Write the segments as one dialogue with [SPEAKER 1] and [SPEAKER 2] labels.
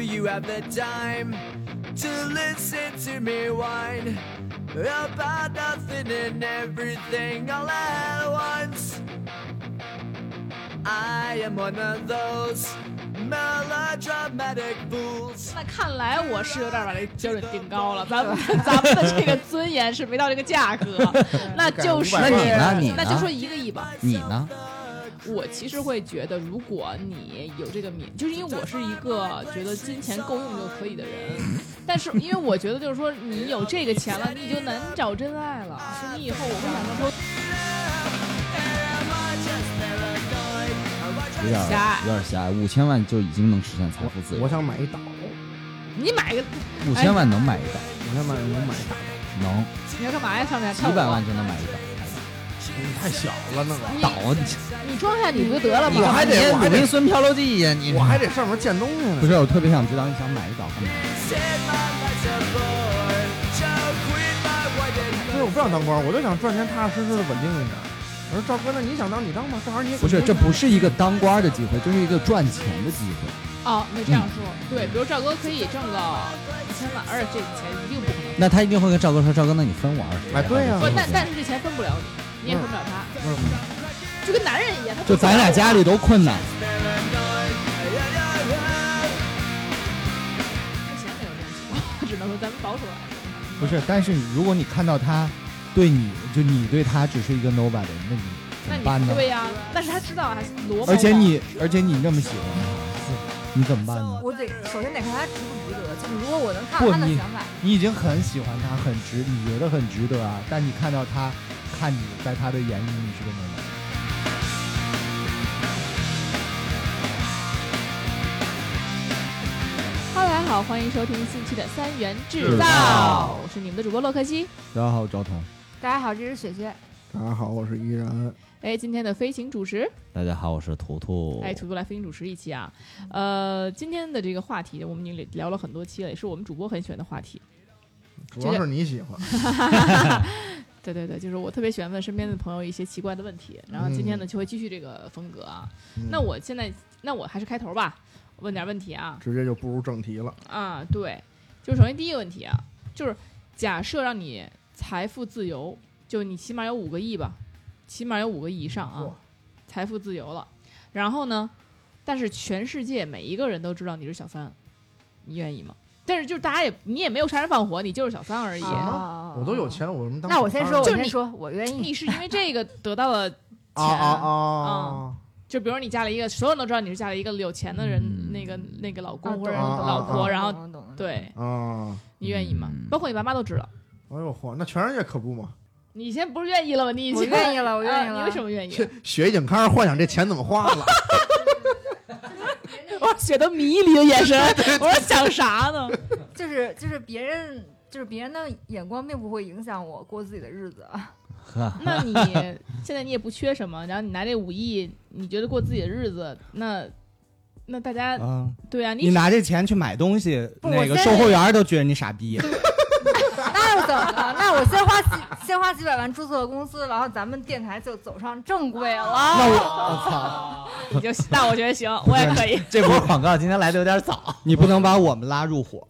[SPEAKER 1] you have the time to listen to me whine about nothing and everything all at once. I am one of those melodramatic fools.
[SPEAKER 2] 那看来我是有点把这标准定高了，咱们咱们的这个尊严是没到这个价格，那就是
[SPEAKER 3] 那你呢你呢
[SPEAKER 2] 那就说一个亿吧。
[SPEAKER 3] 你呢？
[SPEAKER 2] 我其实会觉得，如果你有这个免，就是因为我是一个觉得金钱够用就可以的人，但是因为我觉得就是说，你有这个钱了，你就难找真爱了。是你以后我会想说，
[SPEAKER 3] 有点
[SPEAKER 2] 狭隘
[SPEAKER 3] 有点狭隘，五千万就已经能实现财富自由
[SPEAKER 4] 我，想买一岛，我
[SPEAKER 2] 你买个，
[SPEAKER 3] 五千万能买一岛，
[SPEAKER 4] 想买我买一岛，
[SPEAKER 3] 能
[SPEAKER 2] 你要干嘛呀？上面跳
[SPEAKER 3] 几
[SPEAKER 2] 舞
[SPEAKER 3] 百
[SPEAKER 2] 啊
[SPEAKER 3] 万就能买一岛，
[SPEAKER 4] 你太小了那个，
[SPEAKER 3] 岛啊
[SPEAKER 2] 你装下你不就得了
[SPEAKER 3] 你
[SPEAKER 2] 吗？
[SPEAKER 4] 还得
[SPEAKER 3] 你
[SPEAKER 4] 哎我还
[SPEAKER 3] 鲁
[SPEAKER 4] 得
[SPEAKER 3] 滨孙漂流记呀，你
[SPEAKER 4] 我还得上面建东西呢。
[SPEAKER 3] 不是，我特别想知道你想买一岛干嘛？
[SPEAKER 1] Set my lights aboard, shall quit my white and
[SPEAKER 4] 对，我不想当官，我就想赚钱踏踏实实的稳定一点。我说赵哥，那你想当你当吧，正好你也
[SPEAKER 3] 不是，这不是一个当官的机会，这是一个赚钱的机会。
[SPEAKER 2] 哦，那这样说，对，比如赵哥可以挣个一千万，而且这钱一定不可能。
[SPEAKER 3] 那他一定会跟赵哥说：“赵哥，那你分我二十。”
[SPEAKER 4] 哎对
[SPEAKER 5] 啊
[SPEAKER 6] 嗯
[SPEAKER 4] 呀
[SPEAKER 2] 不，但但是这钱分不了你，你也分不了他，
[SPEAKER 4] 不是
[SPEAKER 2] 就跟男人一样。他分
[SPEAKER 3] 就
[SPEAKER 2] 不了
[SPEAKER 3] 咱俩家里都困难，
[SPEAKER 2] 我钱没 有这种情况，只能说咱们保守来说。
[SPEAKER 5] 不是，但是如果你看到他对你，就你对他只是一个 nobody，那你怎么
[SPEAKER 2] 那
[SPEAKER 5] 办
[SPEAKER 2] 你
[SPEAKER 5] 呢？
[SPEAKER 2] 对呀、但是他知道还是罗某某
[SPEAKER 5] 而且你，而且你那么喜欢他，你怎么办呢？
[SPEAKER 7] 我得首先得看他值不值得，就是如果我能看
[SPEAKER 5] 不
[SPEAKER 7] 到他的
[SPEAKER 5] 你
[SPEAKER 7] 想法，
[SPEAKER 5] 你已经很喜欢他，很值，你觉得很值得啊，但你看到他，看你在他的眼里你是个 nobody。
[SPEAKER 2] Hello，大家好，欢迎收听新期的三元制
[SPEAKER 5] 制
[SPEAKER 2] 造
[SPEAKER 5] 造，
[SPEAKER 2] 我是你们的主播洛克西。
[SPEAKER 5] 大家好，我赵彤。
[SPEAKER 7] 大家好，这是雪雪，
[SPEAKER 4] 大家好，我是依然。
[SPEAKER 2] 哎，今天的飞行主持，
[SPEAKER 3] 大家好，我是图
[SPEAKER 6] 哦
[SPEAKER 3] 图
[SPEAKER 2] 哎，图图来飞行主持一期啊。呃，今天的这个话题我们已经聊了很多期了，也是我们主播很喜欢的话题。
[SPEAKER 4] 主要是你喜 欢，
[SPEAKER 2] 对对对，就是我特别喜欢问身边的朋友一些奇怪的问题，然后今天呢就会继续这个风格啊。
[SPEAKER 4] 嗯
[SPEAKER 2] 那我现在，那我还是开头吧，问点问题啊
[SPEAKER 4] 直接就步入正题了。
[SPEAKER 2] 啊，对，就是首先第一个问题啊，就是假设让你财富自由，就你起码有五个亿吧，起码有五个亿以上啊
[SPEAKER 4] 哇，
[SPEAKER 2] 财富自由了。然后呢，但是全世界每一个人都知道你是小三，你愿意吗？但是就是大家也你也没有杀人放火，你就是小三而已。
[SPEAKER 7] 啊
[SPEAKER 4] 我都有。啊钱，我什么当？
[SPEAKER 7] 那我先说，我
[SPEAKER 2] 就是
[SPEAKER 7] 先
[SPEAKER 2] 你
[SPEAKER 7] 说，我愿意。
[SPEAKER 2] 你是因为这个得到了
[SPEAKER 4] 啊啊啊！
[SPEAKER 2] 就比如你嫁了一个，所有人都知道你是嫁了一个有钱的人，
[SPEAKER 3] 嗯
[SPEAKER 2] 那个那个老
[SPEAKER 7] 啊
[SPEAKER 2] 公或者
[SPEAKER 4] 啊啊
[SPEAKER 2] 老婆，
[SPEAKER 4] 啊
[SPEAKER 2] 然后
[SPEAKER 7] 懂了懂了懂了
[SPEAKER 2] 对
[SPEAKER 4] 啊！
[SPEAKER 2] 你愿意吗？
[SPEAKER 3] 嗯
[SPEAKER 2] 包括你爸妈都知道，
[SPEAKER 4] 哎呦嚯，那全世界可不嘛！
[SPEAKER 2] 你以前不是愿意了吗？你以前
[SPEAKER 7] 我 愿意了我愿意
[SPEAKER 2] 啊
[SPEAKER 7] 了
[SPEAKER 2] 你为什么 愿意？
[SPEAKER 4] 雪已经开始幻想这钱怎么花了。
[SPEAKER 2] 我觉得迷离的眼 神，我说想啥 呢？
[SPEAKER 7] 就是就是别人就是别人的眼光并不会影响我过自己的日子。啊
[SPEAKER 2] 那你现在你也不缺什么，然后你拿这五亿，你觉得过自己的日子，那那大家
[SPEAKER 5] 嗯，
[SPEAKER 2] 对啊，
[SPEAKER 5] 你拿这钱去买东西，
[SPEAKER 7] 不我
[SPEAKER 5] 那个
[SPEAKER 7] 先
[SPEAKER 5] 售货员都觉得你傻逼。
[SPEAKER 7] 那又怎么了？那我先花几先花几百万注册公司，然后咱们电台就走上正轨了。
[SPEAKER 5] 那我我操，
[SPEAKER 7] 哦
[SPEAKER 2] 你就那我觉得行，我也可以。
[SPEAKER 3] 这波广告今天来的有点早，
[SPEAKER 5] 你不能把我们拉入伙。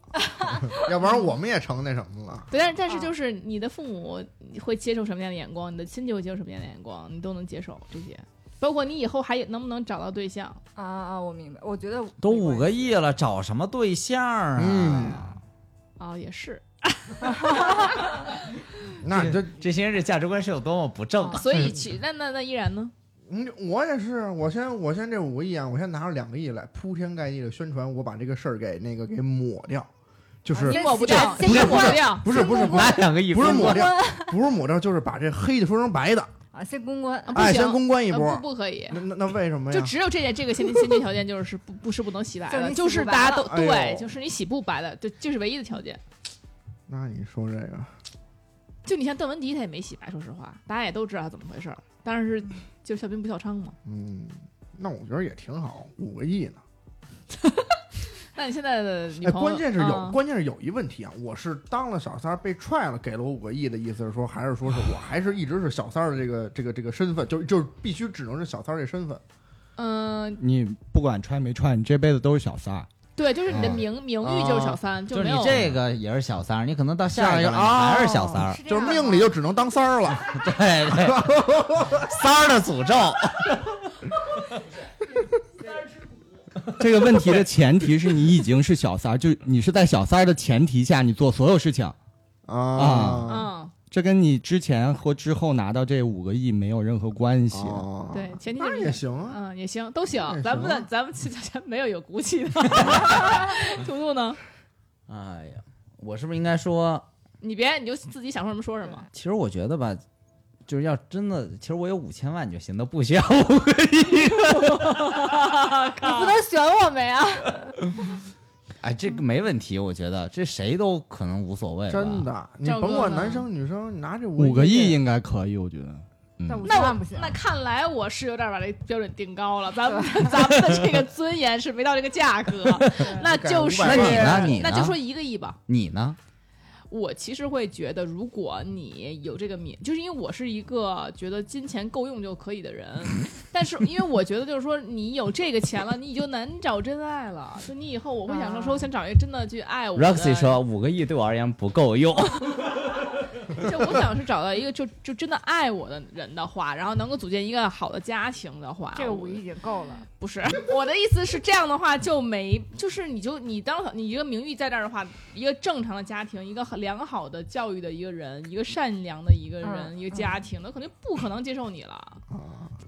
[SPEAKER 4] 要不然我们也成那什么了。
[SPEAKER 2] 对，但是但是
[SPEAKER 7] 啊
[SPEAKER 2] 就是你的父母会接受什么样的眼光，你的亲戚会接受什么样的眼光，你都能接受这些，包括你以后还有能不能找到对象，
[SPEAKER 7] 啊啊！我明白，我觉得
[SPEAKER 3] 都五个亿了，找什么对象啊？
[SPEAKER 4] 嗯，
[SPEAKER 2] 哦，也是，
[SPEAKER 4] 那你这，
[SPEAKER 3] 这些人这价值观是有多么不正
[SPEAKER 2] 哦所以去那那那依然呢？
[SPEAKER 4] 嗯，我也是，我先我先这五个亿啊，我先拿出两个亿来铺天盖地的宣传，我把这个事儿给那个给抹掉，就是
[SPEAKER 2] 你
[SPEAKER 7] 先
[SPEAKER 2] 抹不掉，
[SPEAKER 7] 先先
[SPEAKER 2] 你抹
[SPEAKER 7] 过
[SPEAKER 2] 不掉，
[SPEAKER 4] 不是不是不
[SPEAKER 3] 拿
[SPEAKER 4] 是
[SPEAKER 3] 两个亿
[SPEAKER 4] 不是
[SPEAKER 3] 分
[SPEAKER 4] 抹
[SPEAKER 3] 过
[SPEAKER 2] 啊
[SPEAKER 4] 掉，不是抹掉，就是把这黑的说成白的，
[SPEAKER 7] 啊，先公关
[SPEAKER 2] 啊不
[SPEAKER 4] 哎，
[SPEAKER 2] 行
[SPEAKER 4] 先公关一
[SPEAKER 2] 呃
[SPEAKER 4] 波
[SPEAKER 2] 不。不可以。
[SPEAKER 4] 那那那为什么
[SPEAKER 2] 就
[SPEAKER 4] 呀？
[SPEAKER 2] 只有这件，这个先先决条件就是是不不是不能洗白的，就
[SPEAKER 7] 就是是你洗不白
[SPEAKER 2] 大家都
[SPEAKER 4] 了哎
[SPEAKER 2] 对，
[SPEAKER 4] 呦
[SPEAKER 2] 就是你洗不白的，就这是唯一的条件。
[SPEAKER 4] 那你说这个，
[SPEAKER 2] 就你像邓文迪，他也没洗白，说实话，大家也都知道他怎么回事儿，但是
[SPEAKER 7] 嗯
[SPEAKER 2] 就是笑贫不笑娼嘛。
[SPEAKER 4] 嗯，那我觉得也挺好，五个亿呢。
[SPEAKER 2] 那你现在的女
[SPEAKER 4] 哎，
[SPEAKER 2] 朋友，
[SPEAKER 4] 关键是有，
[SPEAKER 2] 嗯
[SPEAKER 4] 关键是有一问题啊，我是当了小三儿被踹了，给了我五个亿的意思是说，还是说是我还是一直是小三儿的这个这个这个身份，就是就是必须只能是小三儿这身份。
[SPEAKER 2] 嗯，
[SPEAKER 5] 你不管穿没穿，你这辈子都是小三儿。
[SPEAKER 2] 对，就是你的
[SPEAKER 3] 哦
[SPEAKER 4] 嗯
[SPEAKER 2] 名名誉
[SPEAKER 4] 啊
[SPEAKER 2] 就是小三，
[SPEAKER 6] 就是
[SPEAKER 2] 没
[SPEAKER 6] 你
[SPEAKER 2] 有
[SPEAKER 6] 这个也是小三儿，你可能到
[SPEAKER 4] 下
[SPEAKER 6] 下
[SPEAKER 4] 一
[SPEAKER 6] 一
[SPEAKER 4] 个
[SPEAKER 6] 个了你还
[SPEAKER 4] 哦
[SPEAKER 6] 是小三
[SPEAKER 8] 啊
[SPEAKER 6] 儿，
[SPEAKER 7] 是这
[SPEAKER 4] 就是
[SPEAKER 7] 样的
[SPEAKER 4] 命里就只能当三儿了。
[SPEAKER 6] 对对， 三儿的诅咒，
[SPEAKER 8] 这个问题的前提是你已经是小三儿，就你是在小三儿的前提下，你做所有事情，
[SPEAKER 4] 啊
[SPEAKER 2] 嗯，
[SPEAKER 8] 这跟你之前或之后拿到这五个亿没有任何关系。
[SPEAKER 4] 哦
[SPEAKER 2] 对，前提就
[SPEAKER 4] 那
[SPEAKER 2] 是
[SPEAKER 4] 也
[SPEAKER 2] 你
[SPEAKER 4] 行啊。
[SPEAKER 2] 嗯，也行，都行
[SPEAKER 4] 也。行
[SPEAKER 2] 咱们
[SPEAKER 7] 啊
[SPEAKER 2] 的咱们其实没有有骨气 的。图图呢？
[SPEAKER 6] 哎呀，我是不是应该说？
[SPEAKER 2] 你别，你就自己想说什么说什么。
[SPEAKER 6] 其实我觉得吧，就是要真的，其实我有五千万就行，都不需要五个亿。
[SPEAKER 7] 你不能选我们
[SPEAKER 2] 啊
[SPEAKER 7] 呀！
[SPEAKER 6] 哎，这个没问题，我觉得这谁都可能无所谓。
[SPEAKER 4] 真，的，你
[SPEAKER 2] 赵哥
[SPEAKER 4] 甭管
[SPEAKER 2] 呢
[SPEAKER 4] 男生女生，你拿这
[SPEAKER 8] 五个亿
[SPEAKER 4] 亿，
[SPEAKER 8] 应该可以，我觉得。
[SPEAKER 6] 嗯
[SPEAKER 7] 但五
[SPEAKER 2] 那我
[SPEAKER 7] 千万不行，
[SPEAKER 2] 那看来我是有点把这标准定高了，咱们咱们的这个尊严是没到这个价格，那就是
[SPEAKER 6] 那你呢？你呢
[SPEAKER 2] 那就说一个亿吧。
[SPEAKER 6] 你呢？
[SPEAKER 2] 我其实会觉得，如果你有这个免，就是因为我是一个觉得金钱够用就可以的人， 但是因为我觉得就是说，你有这个钱了，你就难找真爱了。就你以后我会想说，说我想找一个真的去爱我的。
[SPEAKER 6] Roxy 说五个亿对我而言不够用，
[SPEAKER 2] 就我想是找到一个就就真的爱我的人的话，然后能够组建一个好的家庭的话，
[SPEAKER 7] 这个
[SPEAKER 2] 我
[SPEAKER 7] 五亿已经够了。
[SPEAKER 2] 不 是我的意思是这样的话就没，就是你就你当你一个名誉在这儿的话，一个正常的家庭，一个很良好的教育的一个人，一个善良的一个人，
[SPEAKER 7] 嗯
[SPEAKER 2] 一个家庭，那肯定不可能接受你了。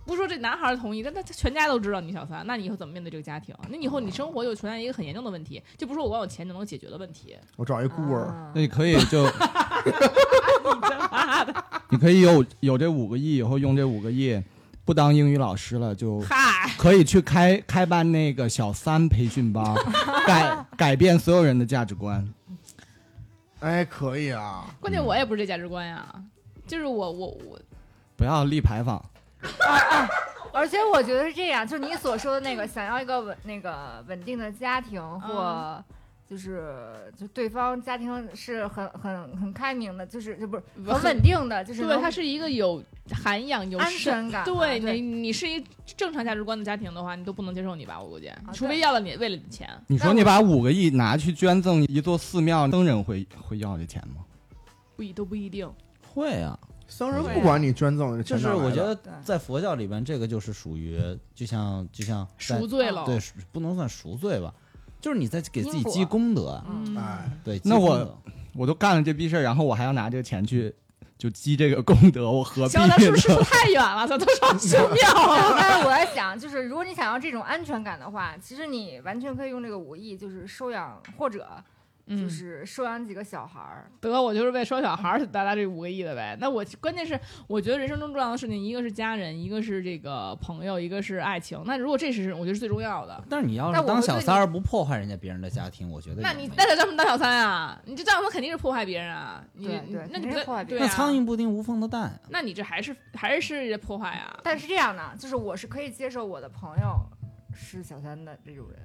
[SPEAKER 2] 不是说这男孩儿同意，但他他全家都知道你小三，那你以后怎么面对这个家庭？那你以后你生活就存在一个很严重的问题，就不是我光有钱就能解决的问 题。
[SPEAKER 4] 我找一孤儿，
[SPEAKER 7] 啊
[SPEAKER 8] 那你可以就，你可以有有这五个亿，以后用这五个亿，不当英语老师了，就
[SPEAKER 2] 嗨，
[SPEAKER 8] 可以去开开办那个小三培训班，改改变所有人的价值观。
[SPEAKER 4] 哎，可以啊，
[SPEAKER 2] 关键我也不是这价值观呀、就是我我我
[SPEAKER 8] 不要立牌坊，
[SPEAKER 7] 而且我觉得是这样，就是你所说的那个，想要一个稳那个稳定的家庭，
[SPEAKER 2] 嗯
[SPEAKER 7] 或就是就对方家庭是很很很开明的，就是就不是很稳定的，就是
[SPEAKER 2] 对，
[SPEAKER 7] 能
[SPEAKER 2] 他是一个有涵养、有
[SPEAKER 7] 安
[SPEAKER 2] 生
[SPEAKER 7] 全感。
[SPEAKER 2] 对
[SPEAKER 7] 啊对
[SPEAKER 2] 你，你是一正常价值观的家庭的话，你都不能接受你吧？我估计，除
[SPEAKER 7] 啊对
[SPEAKER 2] 非要了你为了你钱，
[SPEAKER 8] 你说你把五个亿拿去捐赠一座寺庙，僧人会会要这钱吗？
[SPEAKER 2] 不一都不一定。
[SPEAKER 6] 会啊，
[SPEAKER 4] 僧人不管你捐赠的
[SPEAKER 6] 就
[SPEAKER 4] 钱
[SPEAKER 6] 是
[SPEAKER 4] 哪来的，
[SPEAKER 6] 我觉得
[SPEAKER 7] 对
[SPEAKER 6] 在佛教里边，这个就是属于就像就像在
[SPEAKER 2] 赎
[SPEAKER 7] 嗯
[SPEAKER 2] 罪了，
[SPEAKER 6] 对，不能算赎罪吧，就是你在给自己
[SPEAKER 7] 因果
[SPEAKER 6] 积功德，
[SPEAKER 7] 嗯，
[SPEAKER 4] 哎，
[SPEAKER 6] 对，
[SPEAKER 8] 那
[SPEAKER 6] 积功
[SPEAKER 8] 我
[SPEAKER 6] 德
[SPEAKER 8] 我都干了这逼事儿，然后我还要拿这个钱去就积这个功德，我何必
[SPEAKER 2] 行，咱是不是
[SPEAKER 8] 呢？
[SPEAKER 2] 说太远了？咱都上寺庙了。
[SPEAKER 7] 但是我在想，就是如果你想要这种安全感的话，其实你完全可以用这个五亿，就是收养或者就
[SPEAKER 2] 嗯，
[SPEAKER 7] 是收养几个小孩儿。
[SPEAKER 2] 得我就是为生小孩儿达达这五个亿的呗。那我关键是，我觉得人生中重要的事情，一个是家人，一个是这个朋友，一个是爱情。那如果这是我觉得是最重要的，
[SPEAKER 6] 但是你要
[SPEAKER 7] 但
[SPEAKER 6] 是
[SPEAKER 7] 我
[SPEAKER 6] 当
[SPEAKER 7] 会对
[SPEAKER 6] 小
[SPEAKER 7] 你
[SPEAKER 6] 三儿不破坏人家别人的家庭，我觉得
[SPEAKER 2] 那
[SPEAKER 6] 也
[SPEAKER 2] 你
[SPEAKER 6] 没
[SPEAKER 2] 那他们当小三啊？你就这样，他肯定是破坏别人啊。你
[SPEAKER 7] 对
[SPEAKER 2] 你
[SPEAKER 7] 对
[SPEAKER 2] 那你
[SPEAKER 7] 肯定
[SPEAKER 2] 不
[SPEAKER 7] 是
[SPEAKER 2] 对
[SPEAKER 7] 破坏别
[SPEAKER 2] 对
[SPEAKER 7] 人
[SPEAKER 6] 那
[SPEAKER 2] 啊
[SPEAKER 6] 苍蝇不叮无缝的蛋，
[SPEAKER 2] 那你这还是还是破坏啊？
[SPEAKER 7] 但是这样呢，就是我是可以接受我的朋友是小三的这种人。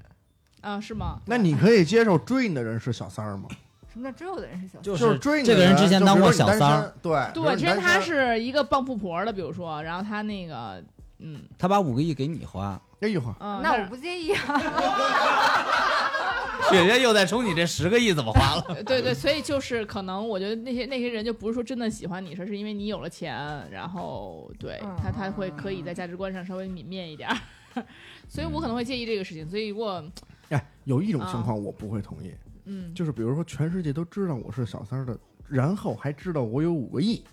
[SPEAKER 2] 啊，是吗？
[SPEAKER 4] 那你可以接受追你的人是小三儿吗？
[SPEAKER 7] 什么叫只有的人是小三？
[SPEAKER 6] 就
[SPEAKER 4] 就是追你
[SPEAKER 6] 这
[SPEAKER 4] 的
[SPEAKER 6] 个人之前
[SPEAKER 4] 就
[SPEAKER 6] 当
[SPEAKER 4] 比如
[SPEAKER 6] 过
[SPEAKER 4] 说
[SPEAKER 6] 小
[SPEAKER 4] 你单
[SPEAKER 6] 三儿，
[SPEAKER 4] 身，对
[SPEAKER 2] 对，之前他
[SPEAKER 4] 他
[SPEAKER 2] 是一个傍富婆的，比如说，然后他那个，嗯
[SPEAKER 6] 他把五个亿给你花，
[SPEAKER 4] 哎呦呵，
[SPEAKER 2] 嗯，
[SPEAKER 7] 那我
[SPEAKER 2] 但
[SPEAKER 7] 不介意啊。
[SPEAKER 6] 雪月又在冲你这十个亿怎么花了？
[SPEAKER 2] 呃是对对，所以就是可能我觉得那些那些人就不是说真的喜欢你，是是因为你有了钱，然后对
[SPEAKER 7] 嗯
[SPEAKER 2] 他他会可以在价值观上稍微泯灭一点儿， 所以我可能会介意这个事情。所以如果
[SPEAKER 4] 哎，有一种情
[SPEAKER 2] 啊
[SPEAKER 4] 况我不会同意，
[SPEAKER 2] 嗯，
[SPEAKER 4] 就是比如说全世界都知道我是小三儿的，然后还知道我有五个亿，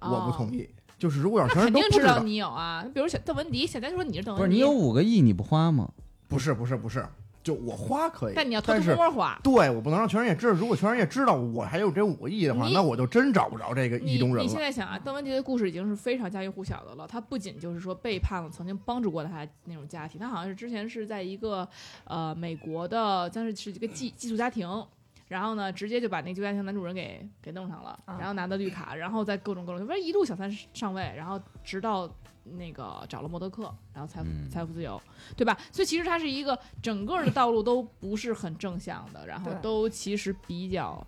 [SPEAKER 4] 我不同
[SPEAKER 2] 意。
[SPEAKER 4] 意。就是如果要是全
[SPEAKER 2] 啊肯
[SPEAKER 4] 人都
[SPEAKER 2] 定
[SPEAKER 4] 不
[SPEAKER 2] 知
[SPEAKER 4] 知
[SPEAKER 2] 道
[SPEAKER 4] 道，
[SPEAKER 2] 你有啊，比如小邓文迪，小丹说你是邓
[SPEAKER 7] 哦
[SPEAKER 6] 不是
[SPEAKER 2] 文迪，
[SPEAKER 6] 你有五个亿你不花吗？
[SPEAKER 4] 不是不是不是，就我花可以，
[SPEAKER 2] 但你要偷偷
[SPEAKER 4] 是
[SPEAKER 2] 摸花。
[SPEAKER 4] 对我不能让全世界知道。如果全世界知道我还有这五个亿的话，
[SPEAKER 2] 你
[SPEAKER 4] 那我就真找不着这个意
[SPEAKER 2] 你
[SPEAKER 4] 中人
[SPEAKER 2] 你现
[SPEAKER 4] 了。
[SPEAKER 2] 在想啊，邓文迪的故事已经是非常家喻户晓的了。他不仅就是说背叛了曾经帮助过他的那种家庭，他好像是之前是在一个呃美国的，但是是一个寄寄宿家庭。然后呢，直接就把那个家庭男主人给给弄上了，
[SPEAKER 7] 啊
[SPEAKER 2] 然后拿的绿卡，然后再各种各种，反正一路小三上位，然后直到那个找了默多克，然后财富、
[SPEAKER 6] 嗯
[SPEAKER 2] 财富自由，对吧？所以其实他是一个整个的道路都不是很正向的，然后
[SPEAKER 7] 对
[SPEAKER 2] 都其实比较，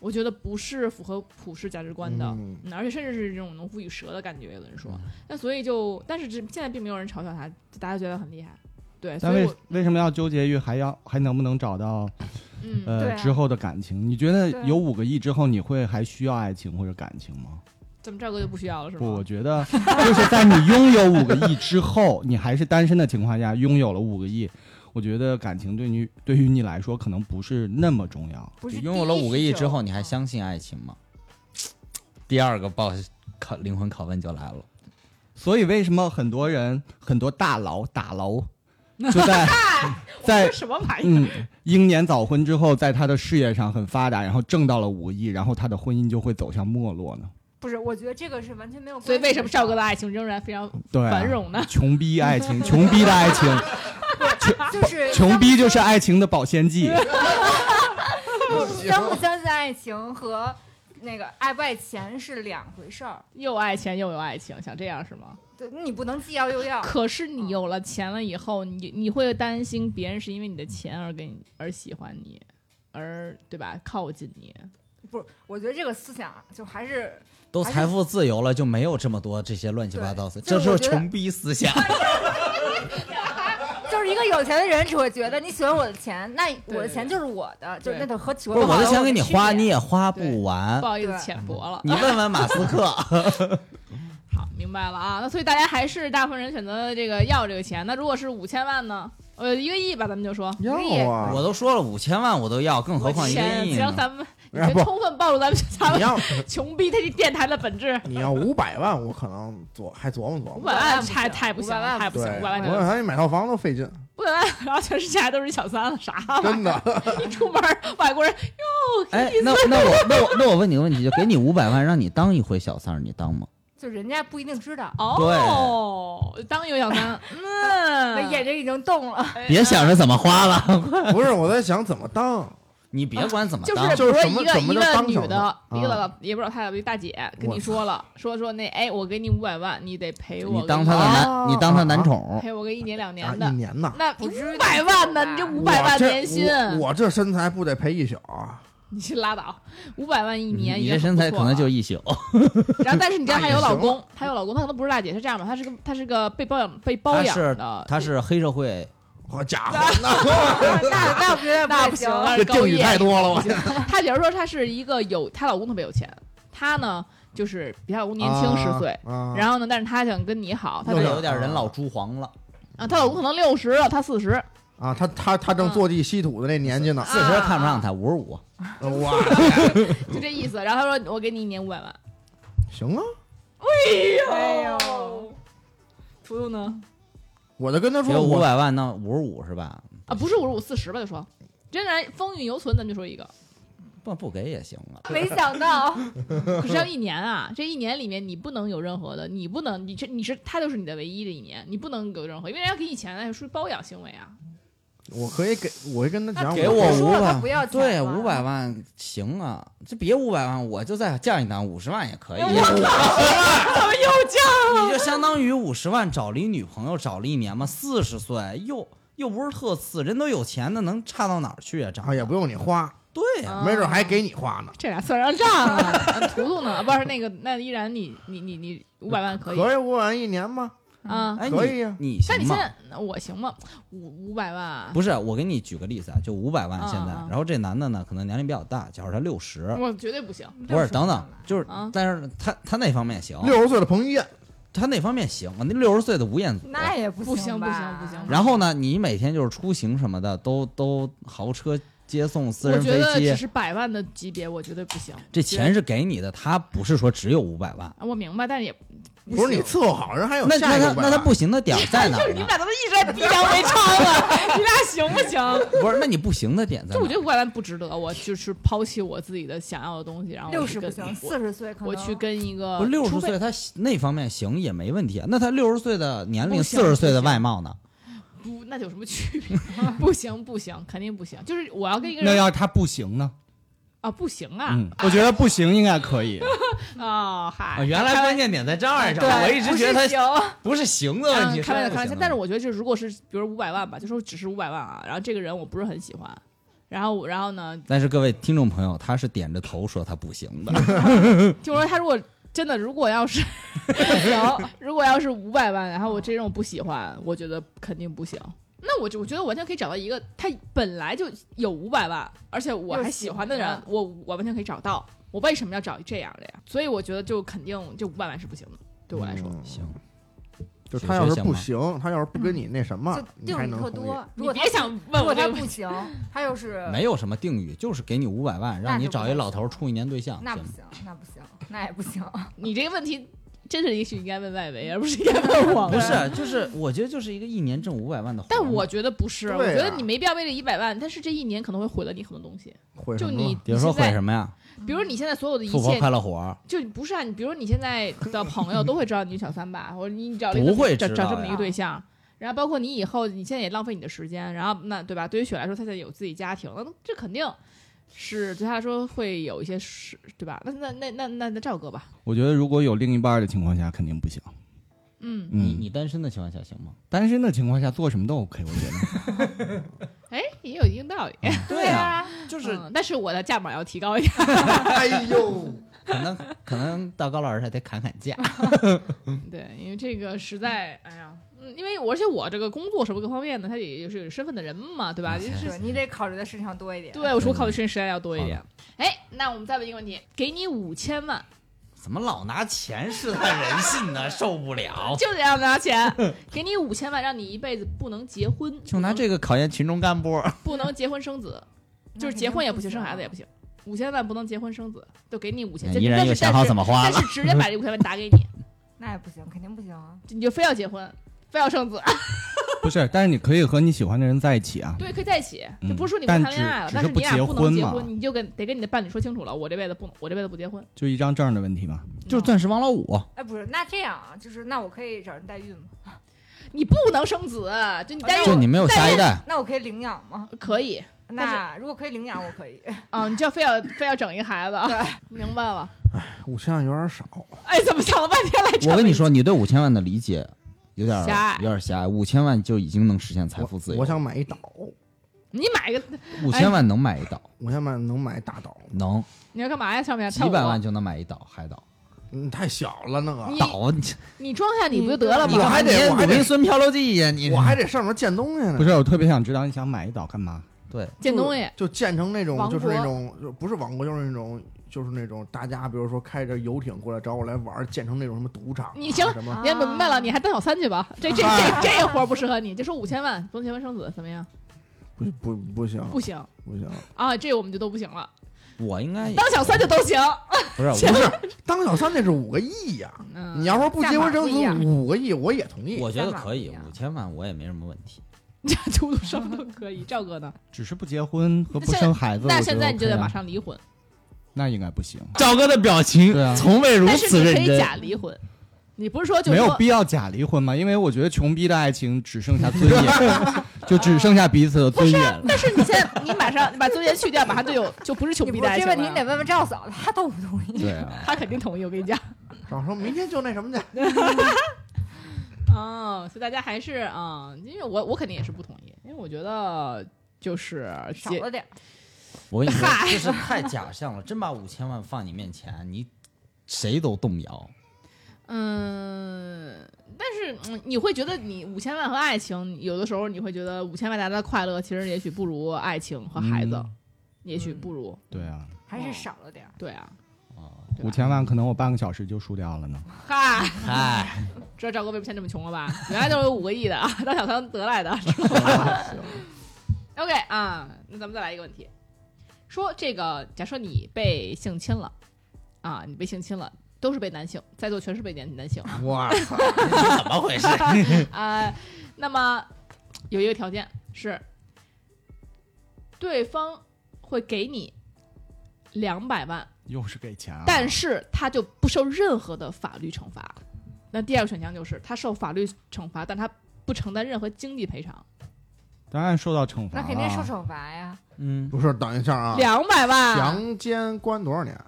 [SPEAKER 2] 我觉得不是符合普世价值观的。
[SPEAKER 4] 嗯
[SPEAKER 2] 嗯，而且甚至是这种农夫
[SPEAKER 8] 嗯
[SPEAKER 2] 与蛇的感觉，有的人说。那所以就，但是这现在并没有人嘲笑他，大家觉得很厉害。对，
[SPEAKER 8] 但
[SPEAKER 2] 所以
[SPEAKER 8] 为
[SPEAKER 2] 我
[SPEAKER 8] 为什么要纠结于还要还能不能找到
[SPEAKER 2] 嗯，
[SPEAKER 8] 呃、
[SPEAKER 7] 对啊
[SPEAKER 8] 之后的感情？你觉得
[SPEAKER 7] 对啊
[SPEAKER 8] 有五个亿之后，你会还需要爱情或者感情吗？
[SPEAKER 2] 怎么赵哥就不需要了是
[SPEAKER 8] 不，我
[SPEAKER 2] 吗？
[SPEAKER 8] 觉得就是在你拥有五个亿之后， 你还是单身的情况下，拥有了五个亿，我觉得感情对你对于你来说可能不是那么重要。
[SPEAKER 7] 不是
[SPEAKER 6] 你拥有了
[SPEAKER 7] 第一
[SPEAKER 6] 五个亿
[SPEAKER 7] 需求
[SPEAKER 6] 之后，你还相信爱情吗？第二个报考灵魂拷问就来了。
[SPEAKER 8] 所以为什么很多人很多大佬打楼 就在 在
[SPEAKER 2] 这什么玩意儿？
[SPEAKER 8] 嗯英年早婚之后，在他的事业上很发达，然后挣到了五个亿，然后他的婚姻就会走向没落呢？
[SPEAKER 7] 不是，我觉得这个是完全没有关系
[SPEAKER 2] 所
[SPEAKER 7] 的
[SPEAKER 2] 以
[SPEAKER 7] 事儿。
[SPEAKER 2] 为什么赵哥的爱情仍然非常
[SPEAKER 8] 对、啊
[SPEAKER 2] 繁荣呢？
[SPEAKER 8] 穷逼爱情，穷逼的爱情，
[SPEAKER 7] 就是
[SPEAKER 8] 穷逼就是爱情的保 鲜剂。
[SPEAKER 7] 相不相信爱情和那个爱不爱钱是两回事儿。
[SPEAKER 2] 又爱钱又有爱情，想这样是吗？
[SPEAKER 7] 对，你不能既要又要。
[SPEAKER 2] 可是你有了钱了以后，你你会担心别人是因为你的钱而跟你而喜欢你，而对吧靠近你？
[SPEAKER 7] 不是，我觉得这个思想啊就还是
[SPEAKER 6] 都财富自由了，就没有这么多这些乱七八糟的，
[SPEAKER 7] 对
[SPEAKER 6] 这
[SPEAKER 7] 就是
[SPEAKER 6] 是
[SPEAKER 7] 我觉得
[SPEAKER 6] 穷逼思想。
[SPEAKER 7] 就是一个有钱的人只会觉得你喜欢我的钱，那我
[SPEAKER 2] 对
[SPEAKER 7] 的钱就是我的，就是
[SPEAKER 2] 对
[SPEAKER 7] 那得和
[SPEAKER 6] 不是
[SPEAKER 7] 我
[SPEAKER 6] 我的钱给你花，
[SPEAKER 7] 区别啊
[SPEAKER 6] 你也花
[SPEAKER 2] 对
[SPEAKER 6] 不完
[SPEAKER 2] 不。好意思
[SPEAKER 7] 对
[SPEAKER 2] 浅薄了，
[SPEAKER 6] 你问问马 斯克，
[SPEAKER 2] 好，明白了啊。那所以大家还是大部分人选择这个要这个钱。那如果是五千万呢？呃，一个亿吧，咱们就说。
[SPEAKER 4] 要啊，
[SPEAKER 6] 我都说了五千万我都要，更何况一个
[SPEAKER 2] 钱，
[SPEAKER 6] 亿
[SPEAKER 2] 只要
[SPEAKER 6] 呢？
[SPEAKER 2] 咱们已
[SPEAKER 4] 哎
[SPEAKER 2] 经
[SPEAKER 4] 不
[SPEAKER 2] 充分暴露咱们咱
[SPEAKER 4] 你
[SPEAKER 2] 们
[SPEAKER 4] 要
[SPEAKER 2] 穷逼他这电台的本质。
[SPEAKER 4] 你要五百万，我可能琢还琢磨琢
[SPEAKER 2] 五
[SPEAKER 4] 磨。
[SPEAKER 2] 百
[SPEAKER 7] 万
[SPEAKER 2] 万
[SPEAKER 7] 不
[SPEAKER 2] 太
[SPEAKER 7] 行
[SPEAKER 2] 太不行了，
[SPEAKER 7] 500万
[SPEAKER 2] 太不
[SPEAKER 4] 对，
[SPEAKER 2] 行，
[SPEAKER 4] 我
[SPEAKER 2] 五百万真的
[SPEAKER 4] 想你买套房都费劲，
[SPEAKER 2] 五百万，然后全世界还都是小三了，啥玩意儿？
[SPEAKER 4] 真的。
[SPEAKER 2] 一出门儿外国人哟，
[SPEAKER 6] 哎，那那我那我那我问你个问题，就给你五百万让你当一回小三儿，你当吗？
[SPEAKER 7] 就人家不一定知道，
[SPEAKER 2] 哦，当有小三，
[SPEAKER 7] 那
[SPEAKER 2] 嗯，
[SPEAKER 7] 眼睛已经动了。
[SPEAKER 6] 别想着怎么花了，
[SPEAKER 4] 不是，我在想怎么当。
[SPEAKER 6] 你别管怎么
[SPEAKER 2] 就
[SPEAKER 6] 当
[SPEAKER 2] 是，比如说
[SPEAKER 4] 就是什
[SPEAKER 2] 一
[SPEAKER 4] 么
[SPEAKER 2] 个
[SPEAKER 4] 怎
[SPEAKER 2] 一
[SPEAKER 4] 么
[SPEAKER 2] 个
[SPEAKER 4] 叫
[SPEAKER 2] 女
[SPEAKER 4] 当小三
[SPEAKER 2] 的
[SPEAKER 4] 啊，
[SPEAKER 2] 一个老也不知道太太，一大姐跟你
[SPEAKER 4] 我
[SPEAKER 2] 说了，说说那哎，我给你五百万，你得陪我
[SPEAKER 6] 你
[SPEAKER 2] 个，哦
[SPEAKER 6] 当他的
[SPEAKER 4] 哦
[SPEAKER 6] 男，你当他男
[SPEAKER 2] 一
[SPEAKER 6] 宠，
[SPEAKER 2] 陪我个一年两 年
[SPEAKER 4] 啊，
[SPEAKER 2] 的
[SPEAKER 4] 一，年呐，
[SPEAKER 2] 那
[SPEAKER 7] 不至于
[SPEAKER 2] 五百万呢？你这五百万
[SPEAKER 4] 我这
[SPEAKER 2] 年薪，
[SPEAKER 4] 我我这身材不得陪一宿啊？
[SPEAKER 2] 你去拉倒，五百万一
[SPEAKER 6] 你
[SPEAKER 2] 年
[SPEAKER 6] 你
[SPEAKER 2] 也
[SPEAKER 6] 这
[SPEAKER 2] 很
[SPEAKER 6] 身
[SPEAKER 2] 不
[SPEAKER 6] 材
[SPEAKER 2] 错啊
[SPEAKER 6] 可能
[SPEAKER 2] 了
[SPEAKER 6] 就一宿。
[SPEAKER 2] 然后，但是你知道
[SPEAKER 4] 那
[SPEAKER 2] 她
[SPEAKER 4] 也
[SPEAKER 2] 有老
[SPEAKER 4] 行
[SPEAKER 2] 公，她有老公，她可能不是大姐，她这样吧，她是个她是个被包养被包
[SPEAKER 6] 他
[SPEAKER 2] 养
[SPEAKER 6] 是
[SPEAKER 2] 的，
[SPEAKER 6] 他是黑社会，
[SPEAKER 4] 好家 伙，那
[SPEAKER 7] 那 那我觉 得
[SPEAKER 2] 那不
[SPEAKER 7] 不
[SPEAKER 2] 行
[SPEAKER 7] 了
[SPEAKER 2] 了，
[SPEAKER 4] 这
[SPEAKER 2] 高
[SPEAKER 4] 定语
[SPEAKER 2] 业
[SPEAKER 4] 太多了，我
[SPEAKER 2] 她比如说她是一个有她老公特别有钱，她呢就是比她老公年轻十岁，
[SPEAKER 4] 啊
[SPEAKER 2] 然后呢，但是她想跟你好，她
[SPEAKER 6] 他
[SPEAKER 2] 啊就
[SPEAKER 6] 有点人老珠黄了，
[SPEAKER 2] 啊，她老公可能六十了，她四十，
[SPEAKER 4] 啊，他他他正坐地吸土的那年纪呢，啊
[SPEAKER 6] 四
[SPEAKER 2] 啊
[SPEAKER 6] 十看不上他，五十五。
[SPEAKER 4] 哇，
[SPEAKER 2] 就这意思。然后她说我给你一年五百万，
[SPEAKER 4] 行啊，
[SPEAKER 7] 哎呦，
[SPEAKER 2] 图图呢？
[SPEAKER 4] 我就跟他
[SPEAKER 6] 只有
[SPEAKER 4] 说，
[SPEAKER 6] 五
[SPEAKER 4] 我
[SPEAKER 6] 百万，那五十五是吧？
[SPEAKER 2] 啊，不是五十五，四十吧，就说。真然风韵犹存，咱们就说一 个，
[SPEAKER 6] 不不给也行了。
[SPEAKER 7] 没想到，
[SPEAKER 2] 可是要一年啊，这一年里面你不能有任何的，你不能，你这你是他就是你的唯一的一年，你不能有任何，因为人家给你钱，那属于包养行为啊。
[SPEAKER 4] 我可以给，我会跟他讲，
[SPEAKER 6] 给
[SPEAKER 4] 我
[SPEAKER 6] 我
[SPEAKER 7] 他说
[SPEAKER 6] 五
[SPEAKER 7] 了
[SPEAKER 6] 百
[SPEAKER 7] 他，不要钱
[SPEAKER 6] 对，
[SPEAKER 7] 了
[SPEAKER 6] 五百万行啊，这别五百万，我就再降一档，五十万也可以。
[SPEAKER 2] 他们又降
[SPEAKER 6] 你就相当于五十万找了一女朋友，找了一年嘛，四十岁又又不是特次，人都有钱的，能差到哪儿去啊？长
[SPEAKER 4] 啊，也不用你花，
[SPEAKER 6] 对啊呀、
[SPEAKER 2] 了，
[SPEAKER 4] 没准还给你花呢。
[SPEAKER 2] 这俩算上账 啊。图图呢？啊不是那个，那依然你你你你五百万可以
[SPEAKER 4] 可以，我晚一年吗？
[SPEAKER 2] 啊？
[SPEAKER 6] 哎，
[SPEAKER 4] 可以呀
[SPEAKER 6] 你你
[SPEAKER 2] 但你
[SPEAKER 6] 行
[SPEAKER 2] 现
[SPEAKER 6] 吗？
[SPEAKER 2] 在那我行吗？五五百万啊，
[SPEAKER 6] 不是，我给你举个例子啊，就五百万现在，
[SPEAKER 2] 嗯嗯嗯嗯
[SPEAKER 6] 然后这男的呢，可能年龄比较大，假如他六十，
[SPEAKER 2] 我绝对不行。
[SPEAKER 6] 不是等等，就是，
[SPEAKER 2] 嗯
[SPEAKER 6] 但是他他那方面行，
[SPEAKER 4] 六十岁的彭于晏，
[SPEAKER 6] 他那方面行，那六十岁的吴彦祖，
[SPEAKER 7] 那也
[SPEAKER 2] 不
[SPEAKER 7] 哎不
[SPEAKER 2] 行不
[SPEAKER 7] 吧
[SPEAKER 2] 行不行
[SPEAKER 6] 然后呢，你每天就是出行什么的，都都豪车接送、私
[SPEAKER 2] 我
[SPEAKER 6] 人
[SPEAKER 2] 觉
[SPEAKER 6] 飞
[SPEAKER 2] 得只
[SPEAKER 6] 机，
[SPEAKER 2] 是百万的级别，我绝对不行。
[SPEAKER 6] 这钱是给你的，他不是说只有五百万。
[SPEAKER 2] 啊我明白，但是也
[SPEAKER 4] 不是你伺候好人，还
[SPEAKER 2] 哎
[SPEAKER 4] 有
[SPEAKER 6] 那
[SPEAKER 4] 下
[SPEAKER 6] 那
[SPEAKER 4] 一个啊
[SPEAKER 6] 他
[SPEAKER 4] 五百
[SPEAKER 6] 那
[SPEAKER 4] 万
[SPEAKER 6] 他不行的点儿在哪
[SPEAKER 2] 就是
[SPEAKER 6] 儿
[SPEAKER 2] 你
[SPEAKER 6] 呢
[SPEAKER 2] 们？俩怎么一直在逼良为娼啊？你俩行不行？
[SPEAKER 6] 不是，那你不行的点在
[SPEAKER 2] 就我
[SPEAKER 6] 哪
[SPEAKER 2] 觉
[SPEAKER 6] 儿？
[SPEAKER 2] 得五百万不值得，我就是抛弃我自己的想要的东西，然后我
[SPEAKER 7] 六
[SPEAKER 2] 去
[SPEAKER 7] 十不
[SPEAKER 2] 跟
[SPEAKER 7] 行，
[SPEAKER 2] 我
[SPEAKER 7] 四十岁可能
[SPEAKER 2] 我去跟一个
[SPEAKER 6] 不六
[SPEAKER 2] 呃
[SPEAKER 6] 十
[SPEAKER 2] 除非
[SPEAKER 6] 岁他那方面行也没问题啊。那他六十岁的年龄，
[SPEAKER 2] 不行
[SPEAKER 6] 四十岁的
[SPEAKER 2] 不行
[SPEAKER 6] 外貌呢？
[SPEAKER 2] 不，那有什么区 别？不行不行，肯定不行。就是我要跟一个
[SPEAKER 8] 那
[SPEAKER 2] 人
[SPEAKER 8] 要他不行呢？
[SPEAKER 2] 啊，不行啊、
[SPEAKER 8] 嗯，我觉得不行应该 可以。
[SPEAKER 2] 啊，嗨，
[SPEAKER 6] 啊，原来关键点在这儿上，我一直觉得他不是行的问
[SPEAKER 2] 嗯，
[SPEAKER 6] 题，
[SPEAKER 2] 开玩笑，开玩笑。
[SPEAKER 6] 是不行的
[SPEAKER 2] 但是我觉得，就是如果是比如五百万吧，就说只是五百万啊，然后这个人我不是很喜欢，然后我然后呢，
[SPEAKER 6] 但是各位听众朋友，他是点着头说他不 行的，
[SPEAKER 2] 就是说他如果真的如果要 是行，如果要是五百万，然后我这种不喜欢，我觉得肯定不行。那我就我觉得我完全可以找到一个他本来就有五百万，而且我还喜欢的
[SPEAKER 7] 又
[SPEAKER 2] 人
[SPEAKER 7] 喜，
[SPEAKER 2] 我我完全可以找到。我为什么要找这样的呀？所以我觉得就肯定这五百万是不行的，对我来说。
[SPEAKER 4] 嗯
[SPEAKER 6] 行，
[SPEAKER 4] 就
[SPEAKER 6] 谁
[SPEAKER 4] 他要
[SPEAKER 6] 说
[SPEAKER 4] 是
[SPEAKER 6] 行
[SPEAKER 4] 不
[SPEAKER 6] 吗
[SPEAKER 4] 行，他要是不跟你那什么，
[SPEAKER 7] 就
[SPEAKER 4] 你
[SPEAKER 7] 定
[SPEAKER 4] 还
[SPEAKER 7] 语
[SPEAKER 4] 能
[SPEAKER 7] 特
[SPEAKER 4] 同意。
[SPEAKER 7] 多。如果
[SPEAKER 2] 你
[SPEAKER 7] 他
[SPEAKER 2] 别想问
[SPEAKER 7] 如
[SPEAKER 2] 我
[SPEAKER 7] 果
[SPEAKER 2] 这
[SPEAKER 7] 他
[SPEAKER 2] 个问
[SPEAKER 7] 不
[SPEAKER 2] 题，
[SPEAKER 7] 行， 他又
[SPEAKER 2] 呃
[SPEAKER 7] 是
[SPEAKER 6] 没有什么定语，就是给你五百万，让
[SPEAKER 7] 那
[SPEAKER 6] 你
[SPEAKER 7] 就不
[SPEAKER 6] 找一
[SPEAKER 7] 太
[SPEAKER 6] 老头儿处一年对
[SPEAKER 2] 啊
[SPEAKER 6] 象。
[SPEAKER 7] 那
[SPEAKER 6] 行
[SPEAKER 7] 不行，那不行，那也 不行。
[SPEAKER 2] 你这个问题真是也许应该问外围，而不是 应该问我。
[SPEAKER 6] 不是，就是我觉得就是一个一年挣五百万的活儿嘛。
[SPEAKER 2] 但我觉得不是，
[SPEAKER 4] 对啊
[SPEAKER 2] 我觉得你没必要为了一百万，但是这一年可能会毁了你很多东西。
[SPEAKER 4] 会
[SPEAKER 2] 就
[SPEAKER 4] 什么
[SPEAKER 2] 你
[SPEAKER 4] 了，
[SPEAKER 6] 比如说
[SPEAKER 2] 你现
[SPEAKER 6] 毁
[SPEAKER 2] 在
[SPEAKER 6] 什么呀？
[SPEAKER 2] 比如你现在所有的一
[SPEAKER 6] 富婆
[SPEAKER 2] 切，
[SPEAKER 6] 快乐火儿，
[SPEAKER 2] 就不是啊，你比如你现在的朋友都会知道你是小三吧，或者你找了一
[SPEAKER 6] 不
[SPEAKER 2] 个
[SPEAKER 6] 会
[SPEAKER 2] 找
[SPEAKER 6] 知
[SPEAKER 2] 找
[SPEAKER 6] 道
[SPEAKER 2] 这么一
[SPEAKER 6] 呀
[SPEAKER 2] 个对象，然后包括你以后，你现在也浪费你的时间，然后那对吧？对于雪来说，她现在有自己家庭了，那这肯定是对她来说会有一些是，对吧？那那那那那那赵哥吧，
[SPEAKER 8] 我觉得如果有另一半的情况下，肯定不行。
[SPEAKER 2] 嗯，
[SPEAKER 8] 嗯
[SPEAKER 6] 你你单身的情况下行 吗？
[SPEAKER 8] 单身的情况下做什么都 OK，我觉得。
[SPEAKER 2] 哎，也有一定道理，
[SPEAKER 6] 嗯对呀，就是
[SPEAKER 2] 嗯但是我的价码要提高一点，
[SPEAKER 4] 哎呦，
[SPEAKER 6] 可能可能到高老师还得砍砍 价。
[SPEAKER 2] 对，因为这个实在，哎呀。嗯，因为我而且我这个工作什么各方面的，他也也是有身份的人嘛，对吧？就是
[SPEAKER 7] 对你得考虑的事情多一点。
[SPEAKER 2] 对，我说考虑事情实在要多一点。哎，那我们再问一个问题：给你五千万，
[SPEAKER 6] 怎么老拿钱试探人性呢？受 不了！
[SPEAKER 2] 就得让拿钱，给你五千万，让你一辈子不能结婚，
[SPEAKER 6] 哦就拿这个考验群众 干部，
[SPEAKER 2] 不能结婚生子，
[SPEAKER 7] 那
[SPEAKER 2] 就是
[SPEAKER 7] 肯
[SPEAKER 2] 结
[SPEAKER 7] 定
[SPEAKER 2] 婚也
[SPEAKER 7] 不
[SPEAKER 2] 不行，生孩子也不行。五千万不能结婚生子，就给你五千，
[SPEAKER 6] 哎依然又想好怎
[SPEAKER 2] 么
[SPEAKER 6] 么花
[SPEAKER 2] 但
[SPEAKER 6] 了。
[SPEAKER 2] 是直接把这五千万打给你，
[SPEAKER 7] 那也不行，肯定不行啊。
[SPEAKER 2] 你就非要结婚，非要生子，啊
[SPEAKER 8] 不是，但是你可以和你喜欢的人在一起啊。
[SPEAKER 2] 对，可以在一起，
[SPEAKER 8] 嗯
[SPEAKER 2] 就不是说你不谈
[SPEAKER 8] 但只
[SPEAKER 2] 恋爱了，
[SPEAKER 8] 只
[SPEAKER 2] 但
[SPEAKER 8] 是
[SPEAKER 2] 你
[SPEAKER 8] 不
[SPEAKER 2] 俩
[SPEAKER 8] 结
[SPEAKER 2] 不
[SPEAKER 8] 婚
[SPEAKER 2] 能结
[SPEAKER 8] 嘛
[SPEAKER 2] 婚，你就跟得跟你的伴侣说清楚了，我这辈子不，我这辈子不结婚，
[SPEAKER 8] 就一张证的问题嘛。
[SPEAKER 6] 就是钻石王老五，
[SPEAKER 7] 哎，不是，那这样啊，就是那我可以找人代孕吗？
[SPEAKER 2] 你不能生子，就你代
[SPEAKER 6] 哦就
[SPEAKER 2] 孕
[SPEAKER 6] 你没有下一代，
[SPEAKER 7] 那我可以领养吗？
[SPEAKER 2] 可以，
[SPEAKER 7] 那如果可以领养，我 可以。
[SPEAKER 2] 啊，你就非要非要整一个孩子，啊明白了。
[SPEAKER 4] 五千万有点少。
[SPEAKER 2] 哎，怎么想了半天来这么
[SPEAKER 6] 我跟你说，你对五千万的理解有点
[SPEAKER 2] 狭隘
[SPEAKER 6] 有点狭隘，五千万就已经能实现财富自
[SPEAKER 4] 我
[SPEAKER 6] 由
[SPEAKER 4] 我。想买一岛，
[SPEAKER 2] 你买个
[SPEAKER 6] 五千万能买一岛，
[SPEAKER 4] 我想买能买大岛，
[SPEAKER 6] 能
[SPEAKER 2] 你要干嘛呀？上面
[SPEAKER 6] 几百万，就能买一岛海岛。
[SPEAKER 4] 嗯，太小了那个，
[SPEAKER 2] 你
[SPEAKER 6] 岛，你这
[SPEAKER 2] 你装下你不就得了
[SPEAKER 4] 我
[SPEAKER 2] 吗？
[SPEAKER 4] 还得我还
[SPEAKER 6] 鲁
[SPEAKER 4] 得
[SPEAKER 6] 滨孙漂流记呀，你
[SPEAKER 4] 我还得上面建东西呢。
[SPEAKER 8] 不是，我特别想知道你想买一岛干嘛？
[SPEAKER 6] 对，
[SPEAKER 2] 建东西，
[SPEAKER 4] 就建成那种
[SPEAKER 2] 王国
[SPEAKER 4] 就是那种就不是王国，就是那种就是那种大家比如说开着游艇过来找我来玩，建成那种什么赌场啊、
[SPEAKER 2] 你行
[SPEAKER 4] 什么
[SPEAKER 2] 你要明白了，你还当小三去吧。这这这这个活儿不适合你，就说五千万不能结婚生子，怎么样？
[SPEAKER 4] 不不不行
[SPEAKER 2] 不行
[SPEAKER 4] 不 行，
[SPEAKER 2] 啊，这我们就都不行了。
[SPEAKER 6] 我应该也
[SPEAKER 2] 当小三就都行，
[SPEAKER 6] 不是
[SPEAKER 4] 不是当小三那是五个亿呀、
[SPEAKER 2] 嗯，
[SPEAKER 4] 你要说不结婚生
[SPEAKER 7] 价码不一样
[SPEAKER 4] 子五个亿，我也同意。
[SPEAKER 6] 我觉得
[SPEAKER 7] 想法
[SPEAKER 6] 可以，
[SPEAKER 7] 不
[SPEAKER 2] 啊
[SPEAKER 7] 一样
[SPEAKER 6] 五千万我也没什么问题。
[SPEAKER 2] 这出入什么都可以。赵 哥呢？
[SPEAKER 8] 只是不结婚和
[SPEAKER 2] 那
[SPEAKER 8] 不
[SPEAKER 2] 现
[SPEAKER 8] 生孩子。
[SPEAKER 2] 那
[SPEAKER 8] 我觉
[SPEAKER 2] 现
[SPEAKER 8] 得
[SPEAKER 2] 在你就得
[SPEAKER 8] OK 啊
[SPEAKER 2] 马，上离婚，
[SPEAKER 8] 那应该不行。
[SPEAKER 6] 赵哥的表情
[SPEAKER 8] 对啊
[SPEAKER 6] 从未如
[SPEAKER 2] 但是你可以假离婚，你不是说就
[SPEAKER 8] 没有
[SPEAKER 2] 说
[SPEAKER 8] 必要假离婚嘛，因为我觉得穷逼的爱情只剩下尊严， 就只剩下彼此的尊严了。
[SPEAKER 2] 但是你现在你马上你把尊严去掉，马上就有就不是穷
[SPEAKER 7] 你
[SPEAKER 2] 逼
[SPEAKER 7] 不
[SPEAKER 2] 的爱
[SPEAKER 7] 这
[SPEAKER 2] 情
[SPEAKER 7] 问题
[SPEAKER 2] 了
[SPEAKER 7] 你得问问赵嫂，她同不同意？
[SPEAKER 8] 对啊，
[SPEAKER 2] 他肯定同意，我跟你讲。
[SPEAKER 4] 然后说明天就那什么 去，
[SPEAKER 2] 哦，所以大家还是啊、因为我我肯定也是不同意，因为我觉得就是
[SPEAKER 7] 少
[SPEAKER 2] 结
[SPEAKER 7] 了点儿，
[SPEAKER 6] 我跟你说，
[SPEAKER 2] 嗨
[SPEAKER 6] 这是太假象了。真把五千万放你面前，你谁都动摇。
[SPEAKER 2] 嗯，但是嗯你会觉得你五千万和爱情，有的时候你会觉得五千万带来的快乐，其实也许不如爱情和孩子，
[SPEAKER 8] 嗯
[SPEAKER 2] 也许不如。
[SPEAKER 8] 对啊，
[SPEAKER 7] 还
[SPEAKER 2] 哦
[SPEAKER 7] 是少了点儿。
[SPEAKER 2] 对啊，
[SPEAKER 6] 啊
[SPEAKER 2] 对吧
[SPEAKER 8] 五千万可能我半个小时就输掉了呢。
[SPEAKER 2] 嗨，
[SPEAKER 6] 嗨，
[SPEAKER 2] 知道赵哥为什么现在这么穷了吧？原来都是有五个亿的啊， 当小三得来的。OK 啊，那咱们再来一个问题，说这个，假设你被性侵了，啊，你被性侵了，都是被男性，在座全是被男男性 啊，
[SPEAKER 4] 哇操！
[SPEAKER 6] 怎么回事？
[SPEAKER 2] 啊，那么有一个条件是，对方会给你两百万，
[SPEAKER 8] 又是给钱啊！
[SPEAKER 2] 但是他就不受任何的法律惩罚。那第二个选项就是他受法律惩罚，但他不承担任何经济赔偿，
[SPEAKER 8] 当然受到惩罚
[SPEAKER 7] 那
[SPEAKER 8] 了。啊
[SPEAKER 7] 肯
[SPEAKER 2] 哦
[SPEAKER 7] 定受惩罚呀！
[SPEAKER 6] 嗯，
[SPEAKER 4] 不是，等一下啊，
[SPEAKER 2] 两百万。
[SPEAKER 4] 强奸关多少年？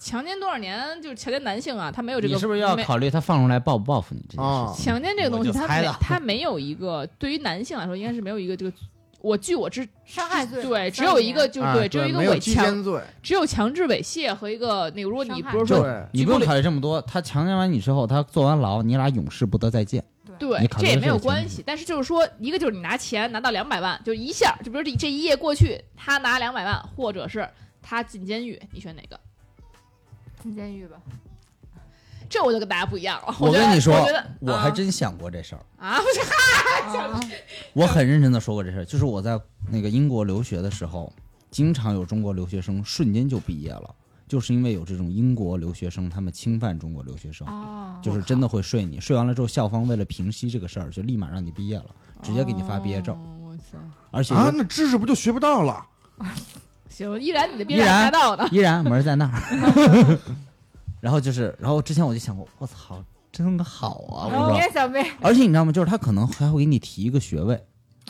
[SPEAKER 2] 强奸多少年？就是强奸男性啊，他没有这个。
[SPEAKER 6] 你是不是要
[SPEAKER 2] 没
[SPEAKER 6] 考虑他放出来报不报复你这件事
[SPEAKER 4] 啊
[SPEAKER 6] 情？
[SPEAKER 2] 强奸这个东西，
[SPEAKER 6] 哦我就
[SPEAKER 2] 他
[SPEAKER 6] 猜
[SPEAKER 2] 没
[SPEAKER 6] 了
[SPEAKER 2] 他没有一个对于男性来说，应该是没有一个这个。我据我知，
[SPEAKER 7] 伤害罪
[SPEAKER 2] 对，只
[SPEAKER 7] 三
[SPEAKER 2] 有一
[SPEAKER 7] 年
[SPEAKER 2] 个就是
[SPEAKER 4] 啊
[SPEAKER 2] 对，只有一个
[SPEAKER 4] 没有
[SPEAKER 2] 伪
[SPEAKER 4] 强
[SPEAKER 2] 强
[SPEAKER 4] 奸罪，
[SPEAKER 2] 只有强制猥亵和一个那个，如果你
[SPEAKER 7] 伤害
[SPEAKER 2] 不是
[SPEAKER 4] 对
[SPEAKER 2] 说
[SPEAKER 6] 你不用考虑这么多，他强奸完你之后，他坐完牢，你俩永世不得再见。
[SPEAKER 2] 对对
[SPEAKER 9] 你，考
[SPEAKER 2] 这
[SPEAKER 9] 虑的是
[SPEAKER 2] 也没有
[SPEAKER 9] 有钱
[SPEAKER 2] 关
[SPEAKER 9] 人
[SPEAKER 2] 系。但是就是说，一个就是你拿钱拿到两百万，就一下，就比如这这一夜过去，他拿两百万，或者是他进监狱，你选哪个？
[SPEAKER 7] 进监狱吧。
[SPEAKER 2] 这我就跟大家不一样了。
[SPEAKER 6] 我
[SPEAKER 2] 觉得
[SPEAKER 6] 跟你说
[SPEAKER 2] 我觉得，
[SPEAKER 6] 我还真想过这事儿，
[SPEAKER 2] 啊，不是
[SPEAKER 7] 啊
[SPEAKER 6] 我很认真的说过这事儿，就是我在那个英国留学的时候，经常有中国留学生瞬间就毕业了，就是因为有这种英国留学生他们侵犯中国留学生，
[SPEAKER 7] 哦
[SPEAKER 6] 就是真的会睡你，睡完了之后校方为了平息这个事儿，就立马让你毕业了，直接给你发毕业证，
[SPEAKER 2] 哦我操！
[SPEAKER 6] 而且
[SPEAKER 4] 啊，那知识不就学不到了？
[SPEAKER 2] 行，依然你的毕业
[SPEAKER 6] 依然
[SPEAKER 2] 拿到的，
[SPEAKER 6] 依然门儿在那儿。 然后就是，然后之前我就想过，我操，真好啊！
[SPEAKER 7] 然后
[SPEAKER 6] 我
[SPEAKER 7] 我
[SPEAKER 6] 说，
[SPEAKER 7] 也想被
[SPEAKER 6] 而且你知道吗？就是他可能还会给你提一个学位，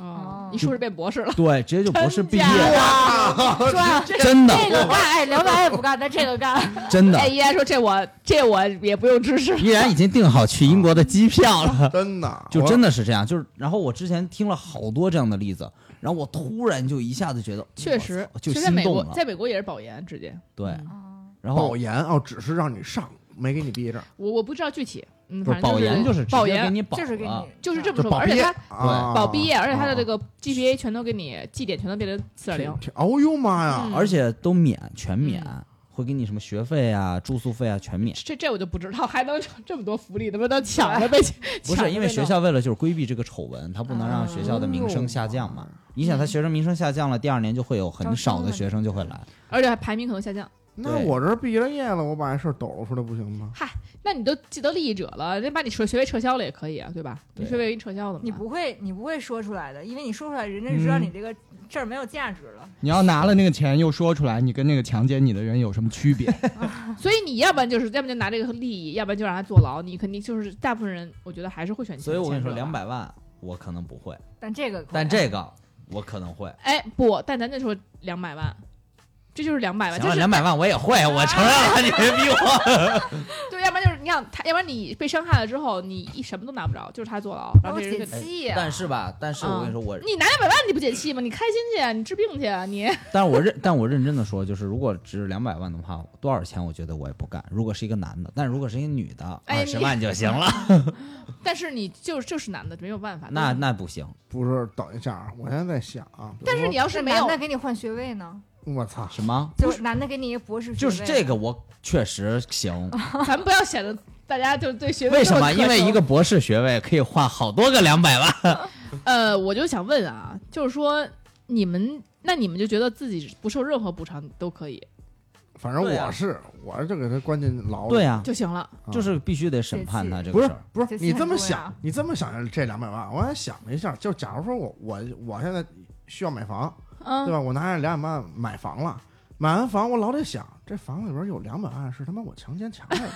[SPEAKER 2] 哦
[SPEAKER 7] 哦，
[SPEAKER 2] 你是不是变博士了？
[SPEAKER 6] 对，直接就博士毕业
[SPEAKER 2] 真，假
[SPEAKER 7] 赚
[SPEAKER 6] 真的
[SPEAKER 7] 这个干，哎，两百也不干，但这个干，
[SPEAKER 6] 真的
[SPEAKER 2] 哎，。依然说这我这我也不用支持。
[SPEAKER 6] 依然已经订好去英国的机票 了，
[SPEAKER 4] 真的，
[SPEAKER 6] 就
[SPEAKER 4] 我
[SPEAKER 6] 真的是这样。就是，然后我之前听了好多这样的例子，然后我突然就一下子觉得，
[SPEAKER 2] 确实
[SPEAKER 6] 我操，就
[SPEAKER 2] 其实在
[SPEAKER 6] 心
[SPEAKER 2] 美
[SPEAKER 6] 动
[SPEAKER 2] 国，
[SPEAKER 6] 了。
[SPEAKER 2] 在美嗯国也是保研直接。
[SPEAKER 6] 对，然后
[SPEAKER 4] 保研哦，只是让你上，没给你毕业证，
[SPEAKER 2] 我我不知道具体，嗯，
[SPEAKER 6] 不
[SPEAKER 2] 反
[SPEAKER 6] 是
[SPEAKER 2] 正
[SPEAKER 6] 保研
[SPEAKER 2] 就是
[SPEAKER 6] 直
[SPEAKER 2] 保
[SPEAKER 6] 接给
[SPEAKER 2] 研，
[SPEAKER 6] 你保
[SPEAKER 7] 就是给
[SPEAKER 6] 了
[SPEAKER 7] 你，
[SPEAKER 2] 就是这
[SPEAKER 7] 么
[SPEAKER 2] 么说吧。而
[SPEAKER 4] 毕
[SPEAKER 2] 且
[SPEAKER 4] 业
[SPEAKER 2] 它
[SPEAKER 4] 啊，
[SPEAKER 2] 保毕业，而且它的这
[SPEAKER 4] 个
[SPEAKER 6] 啊
[SPEAKER 2] 个 GPA 全都给你绩点全都变成四点零。
[SPEAKER 4] 哦呦妈呀！
[SPEAKER 2] 嗯
[SPEAKER 6] 而且都免全免
[SPEAKER 2] 嗯，
[SPEAKER 6] 会给你什么学费啊、住宿费啊全免。
[SPEAKER 2] 这这我就不知道，还能这么多福利，能不能抢着被
[SPEAKER 6] 不
[SPEAKER 2] 抢着
[SPEAKER 6] 是因为
[SPEAKER 2] 被
[SPEAKER 6] 学
[SPEAKER 2] 弄
[SPEAKER 6] 校为了就是规避这个丑闻，他不能让学校的名声下降嘛。你想，他学生名声下降了，第二年就会有很少的哦学生就会来。
[SPEAKER 2] 而且还排名可能下降。
[SPEAKER 4] 那我这毕了业了，我把这事儿抖出来不行吗？
[SPEAKER 2] 那你都既得利益者了，人家把你学学位撤销了也可以啊，对吧？
[SPEAKER 6] 对
[SPEAKER 2] 你学位给你撤销怎么办？
[SPEAKER 7] 你不会，你不会说出来的，因为你说出来，人家
[SPEAKER 6] 嗯
[SPEAKER 7] 知道你这个证儿没有价值了。
[SPEAKER 8] 你要拿了那个钱又说出来，你跟那个强奸你的人有什么区别？
[SPEAKER 2] 所以你要不然就是，要不然就拿这个利益，要不然就让他坐牢。你肯定就是大部分人，我觉得还是会选。
[SPEAKER 6] 所以我跟你说，两。百万我可能不会，啊
[SPEAKER 7] 但这个可，
[SPEAKER 6] 但这个我可能会。
[SPEAKER 2] 哎，不，但咱就说两百万，这就是两百万，
[SPEAKER 6] 行啊
[SPEAKER 2] 就
[SPEAKER 6] 了，
[SPEAKER 2] 是
[SPEAKER 6] 两百万我也会，我承认了，你别逼我。
[SPEAKER 2] 对，要不然就是你想他，要不然你被伤害了之后，你一什么都拿不着，就是他坐牢，然
[SPEAKER 7] 然
[SPEAKER 2] 后
[SPEAKER 7] 后
[SPEAKER 2] 这人哎
[SPEAKER 7] 解
[SPEAKER 2] 跟你
[SPEAKER 7] 气呀、
[SPEAKER 6] 但是吧，但是我跟你说，我
[SPEAKER 2] 你拿两百万你不解气吗？你开心去啊，你治病去啊，你
[SPEAKER 6] 但是我认，但我认真的说，就是如果只是两百万的话，多少钱我觉得我也不干。如果是一个男的，但如果是一个女的，
[SPEAKER 2] 哎
[SPEAKER 6] 二十万就行 了。
[SPEAKER 2] 但是你就就是男的没有办法。
[SPEAKER 6] 那那不行，
[SPEAKER 4] 不是，等一下啊，我现在在想啊，比如
[SPEAKER 2] 但是你要是
[SPEAKER 7] 这
[SPEAKER 2] 没
[SPEAKER 7] 男
[SPEAKER 2] 有
[SPEAKER 7] 的，给你换学位呢，
[SPEAKER 4] 我操，
[SPEAKER 6] 什么？
[SPEAKER 7] 就是男的给你一个博士学位，
[SPEAKER 6] 就是这个，我确实行。
[SPEAKER 2] 咱们不要显得大家就对学位
[SPEAKER 6] 为什
[SPEAKER 2] 这
[SPEAKER 6] 么？
[SPEAKER 2] 苛求
[SPEAKER 6] 因为一个博士学位可以换好多个 两百万。
[SPEAKER 2] 呃，我就想问啊，就是说你们那你们就觉得自己不受任何补偿都可以
[SPEAKER 4] 反正
[SPEAKER 6] 对啊
[SPEAKER 4] 我是，我就给他关进牢里。
[SPEAKER 6] 对呀、
[SPEAKER 2] 就行了，
[SPEAKER 4] 啊
[SPEAKER 6] 就是必须得审判他这
[SPEAKER 4] 不
[SPEAKER 6] 个
[SPEAKER 4] 是
[SPEAKER 6] 事儿。
[SPEAKER 4] 不是，
[SPEAKER 7] 这
[SPEAKER 4] 你这么
[SPEAKER 7] 钱多呀
[SPEAKER 4] 想，你这么想这两百万，我还想了一下，就假如说我我我现在需要买房，对
[SPEAKER 2] 嗯，
[SPEAKER 4] 吧？我拿着两百万买房了，买完房我老得想，这房里边有两百万是他妈我强奸强来 的，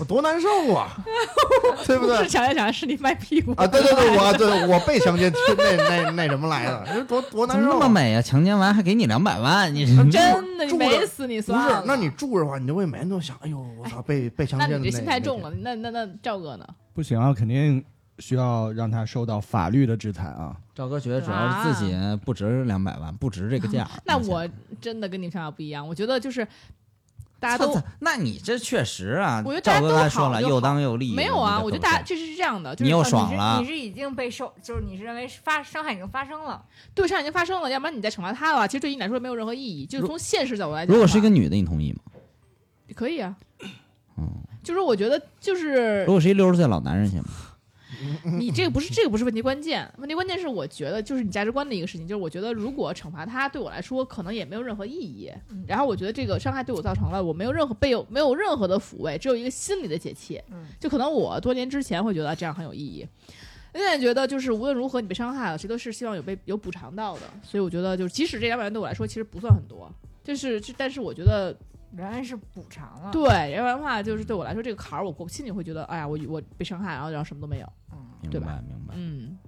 [SPEAKER 4] 我多难受啊，对不
[SPEAKER 2] 不
[SPEAKER 4] 对
[SPEAKER 2] 是？强奸强奸，是你卖屁股
[SPEAKER 4] 啊，对 对对，我对我被强奸， 那那那什么来的，这多多
[SPEAKER 6] 怎
[SPEAKER 4] 难
[SPEAKER 6] 么
[SPEAKER 4] 受、
[SPEAKER 6] 那
[SPEAKER 4] 啊。
[SPEAKER 6] 么美啊？强奸完还给你两百万，你这
[SPEAKER 2] 真的，你
[SPEAKER 4] 住着
[SPEAKER 2] 美死你
[SPEAKER 4] 不
[SPEAKER 6] 啊
[SPEAKER 2] 算
[SPEAKER 4] 是
[SPEAKER 2] 了。，
[SPEAKER 4] 那你住着的话，你就会每天都想，哎呦，我操，被被强
[SPEAKER 2] 那
[SPEAKER 4] 奸的
[SPEAKER 2] 你这心太
[SPEAKER 4] 那
[SPEAKER 2] 重了，。那那那赵哥呢？。
[SPEAKER 8] 不行啊，肯定需要让他受到法律的制裁啊。
[SPEAKER 6] 赵哥觉得主要是自己不值两百万，不值这个价
[SPEAKER 2] 那我真的跟你们想法不一样，我觉得就是大 家都
[SPEAKER 6] 操，那你这确实啊，
[SPEAKER 2] 我觉得大家
[SPEAKER 6] 赵
[SPEAKER 2] 都
[SPEAKER 6] 哥刚才说了，
[SPEAKER 2] 好就
[SPEAKER 6] 又当又立。
[SPEAKER 2] 没有啊。
[SPEAKER 6] 你这
[SPEAKER 2] 我觉得
[SPEAKER 6] 可
[SPEAKER 2] 大
[SPEAKER 6] 不
[SPEAKER 2] 家
[SPEAKER 6] 是
[SPEAKER 2] 这是这样的，就
[SPEAKER 6] 你
[SPEAKER 2] 是啊
[SPEAKER 6] 又
[SPEAKER 7] 你
[SPEAKER 6] 爽
[SPEAKER 7] 是
[SPEAKER 6] 了
[SPEAKER 7] 你，是已经被受，就是你是认为是发伤害已经发生了，
[SPEAKER 2] 对上已经发生了，要不然你再惩罚他的话，其实对你来说没有任何意义。就是从现实角度来讲的话，
[SPEAKER 6] 如果是一个女的，你同意吗？
[SPEAKER 2] 可以啊，
[SPEAKER 6] 嗯，
[SPEAKER 2] 就是我觉得就是
[SPEAKER 6] 如果是一六十岁老男人行吗？
[SPEAKER 2] 你这个不是这个不是问题关键，问题关键是我觉得就是你价值观的一个事情，就是我觉得如果惩罚他对我来说可能也没有任何意义，
[SPEAKER 7] 嗯
[SPEAKER 2] 然后我觉得这个伤害对我造成了我没有任何被有没有任何的抚慰，只有一个心理的解气
[SPEAKER 7] 嗯，
[SPEAKER 2] 就可能我多年之前会觉得这样很有意义。现在觉得就是无论如何你被伤害了，谁都是希望有被有补偿到的，所以我觉得就是即使这两百万对我来说其实不算很多，就是这但是我觉得
[SPEAKER 7] 原来是补偿了。
[SPEAKER 2] 对，要不然的话就是对我来说这个坎儿我我心里会觉得哎呀我我被伤害，然后然后什么都没有。
[SPEAKER 6] 明
[SPEAKER 2] 对
[SPEAKER 6] 白
[SPEAKER 2] 吧，
[SPEAKER 6] 明白。
[SPEAKER 2] 嗯，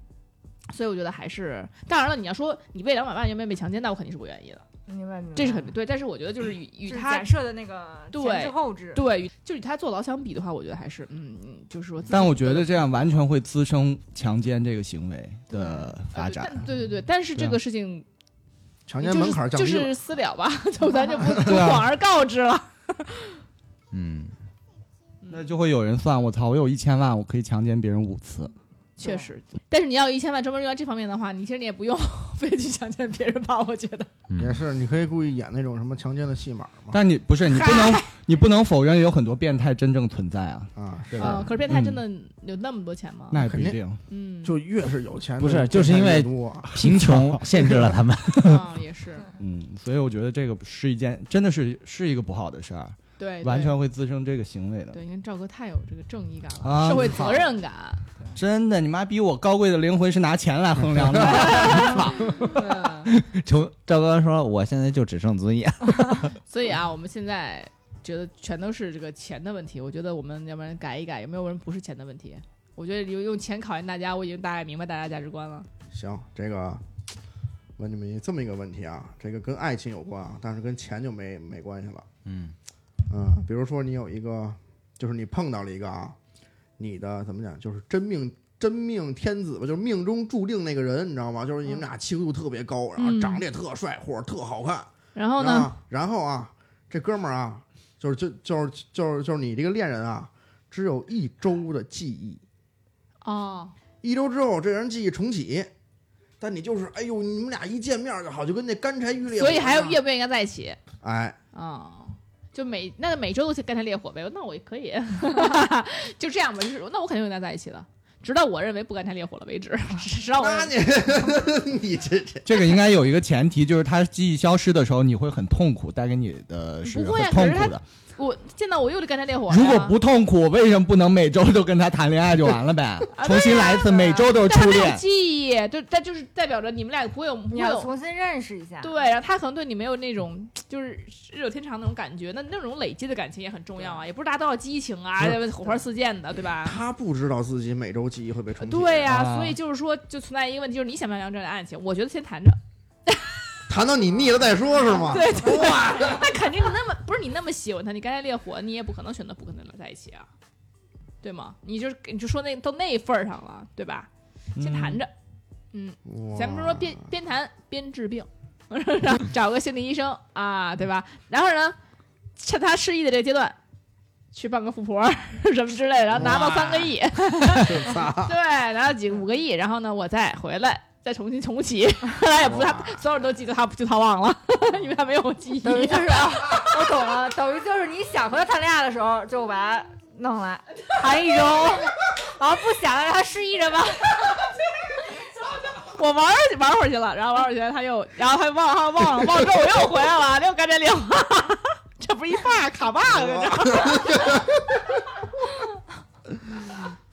[SPEAKER 2] 所以我觉得还是，当然了，你要说你为两百万愿不愿意被强奸，那我肯定是不愿意的，
[SPEAKER 7] 明白明白，
[SPEAKER 2] 这是肯定对。但是我觉得嗯就是与
[SPEAKER 7] 就
[SPEAKER 2] 与
[SPEAKER 7] 是
[SPEAKER 2] 他
[SPEAKER 7] 假设的那个
[SPEAKER 2] 对
[SPEAKER 7] 前置后置，
[SPEAKER 2] 对，与就与他坐牢相比的话，我觉得还是嗯，嗯就是说自己，
[SPEAKER 8] 但我觉得这样完全会滋生强奸这个行为的
[SPEAKER 2] 呃
[SPEAKER 8] 发
[SPEAKER 2] 对
[SPEAKER 8] 展。
[SPEAKER 2] 但对对对，但是
[SPEAKER 8] 对
[SPEAKER 2] 这
[SPEAKER 8] 啊
[SPEAKER 2] 个事情
[SPEAKER 4] 强
[SPEAKER 2] 就
[SPEAKER 4] 奸
[SPEAKER 2] 是
[SPEAKER 4] 门槛降
[SPEAKER 2] 就
[SPEAKER 4] 低了，
[SPEAKER 6] 嗯
[SPEAKER 2] 是 私了吧，就咱就不不
[SPEAKER 8] 对啊
[SPEAKER 2] 广而告之了。
[SPEAKER 6] 嗯，
[SPEAKER 8] 那就会有人算，我操，我有一千万，我可以强奸别人五次。
[SPEAKER 2] 确实。但是你要有一千万专门用来这方面的话，你其实你也不用 非得去强奸别人吧？我觉得
[SPEAKER 4] 也是，你可以故意演那种什么强奸的戏码嘛。
[SPEAKER 8] 但你不是你不能你不能否认有很多变态真正存在啊，
[SPEAKER 4] 啊，
[SPEAKER 8] 对
[SPEAKER 2] 啊、
[SPEAKER 8] 吧？
[SPEAKER 2] 可是变态真的有那么多钱吗？
[SPEAKER 8] 那也不一啊定。
[SPEAKER 2] 嗯，
[SPEAKER 4] 就越是有钱的
[SPEAKER 6] 不是
[SPEAKER 4] 变态
[SPEAKER 6] 就是因为
[SPEAKER 4] 越多啊
[SPEAKER 6] 贫穷限制了他 们。
[SPEAKER 2] 啊也是，
[SPEAKER 8] 嗯，所以我觉得这个是一件真的是是一个不好的事儿，
[SPEAKER 2] 对，
[SPEAKER 8] 完
[SPEAKER 2] 对
[SPEAKER 8] 全会滋生这个行为的。
[SPEAKER 2] 对。你看赵哥太有这个正义感了，
[SPEAKER 8] 啊
[SPEAKER 2] 社会责任感。
[SPEAKER 8] 真的，你妈逼我高贵的灵魂是拿钱 来衡量的。
[SPEAKER 2] 嗯，
[SPEAKER 6] 穷赵哥说：“我现在就只剩尊严。
[SPEAKER 2] 所以啊，我们现在觉得全都是这个钱的问题。我觉得我们要不然改一改，有没有人不是钱的问题？我觉得用用钱考验大家，我已经大概明白大家价值观了。
[SPEAKER 4] 行，这个问你们一这么一个问题啊，这个跟爱情有关啊，但是跟钱就没没关系了。”
[SPEAKER 6] 嗯，
[SPEAKER 4] 嗯，比如说你有一个，就是你碰到了一个啊，你的怎么讲，就是真命真命天子吧，就是命中注定那个人，你知道吗？就是你们俩契合度特别高，然后
[SPEAKER 2] 嗯
[SPEAKER 4] 长得也特帅，或者特好看。
[SPEAKER 2] 然后
[SPEAKER 4] 然
[SPEAKER 2] 呢？
[SPEAKER 4] 后然后啊，这哥们儿啊，就是就就是就是就是你这个恋人啊，只有一周的记忆，
[SPEAKER 8] 啊
[SPEAKER 2] 哦，
[SPEAKER 4] 一周之后这人记忆重启，但你就是哎呦，你们俩一见面就好，就跟那干柴遇烈火
[SPEAKER 2] 所
[SPEAKER 4] 一样。
[SPEAKER 2] 以还有愿不愿意跟他在一起？
[SPEAKER 4] 哎，
[SPEAKER 2] 哦，就每那每周都去干柴烈火呗，那我也可 以，就这样吧，就是那我肯定跟他在一起的，直到我认为不干柴烈火了为止，
[SPEAKER 8] 啊
[SPEAKER 2] 直到我认
[SPEAKER 4] 那
[SPEAKER 2] 为
[SPEAKER 4] 你 你这这
[SPEAKER 8] 这个应该有一个前提，就是他记忆消失的时候，你会很痛苦，带给你的是
[SPEAKER 2] 不会啊
[SPEAKER 8] 很
[SPEAKER 2] 可是
[SPEAKER 8] 痛
[SPEAKER 2] 他
[SPEAKER 8] 苦的。
[SPEAKER 2] 我见到我又得干柴烈火了呀。
[SPEAKER 8] 如果不痛苦，为什么不能每周都跟他谈恋爱就完了呗？
[SPEAKER 2] 啊
[SPEAKER 8] 重新来一次，每周都是
[SPEAKER 2] 但他
[SPEAKER 8] 初
[SPEAKER 2] 没有
[SPEAKER 8] 恋。
[SPEAKER 2] 记忆，就但就是代表着你们俩不会有不
[SPEAKER 7] 你
[SPEAKER 2] 会
[SPEAKER 7] 要
[SPEAKER 2] 有
[SPEAKER 7] 重新认识一下。
[SPEAKER 2] 对，然后他可能对你没有那种就是日久天长那种感觉，那那种累积的感情也很重要啊，也不是大家都要激情啊，火花四溅的，对吧？
[SPEAKER 4] 他不知道自己每周记忆会被重启。
[SPEAKER 2] 对呀、
[SPEAKER 8] 啊
[SPEAKER 2] 所以就是说，就存在一个问题，就是你想不想要这样的爱情？我觉得先谈着，
[SPEAKER 4] 谈到你腻了再说，是吗？
[SPEAKER 2] 对对那肯定你那么不是你那么喜欢他，你干柴烈火，你也不可能选择不跟他在一起啊，对吗？你就是你就说那到那份儿上了，对吧？先谈着，
[SPEAKER 4] 哇
[SPEAKER 2] 咱们就说边边谈边治病， 找个心理医生啊，对吧？然后呢，趁他失忆的这个阶段，去办个富婆儿什么之类的，然后拿到三个亿，对，拿到几个五个亿，然后呢，我再回来。再重新重启， 他也不他所有人都记得他，就他忘了， 因为他没有记忆。
[SPEAKER 7] 等于就是，啊我懂了，等于就是你想和他谈恋爱的时候就把他弄来谈一周，然后不想了让他失忆着吧。
[SPEAKER 2] 我玩儿玩会儿去了，然后玩会儿去了，他又，然后他忘了，忘了，忘了之后我又回来了， 又干这零， 这不是一 bug 卡 bug 这。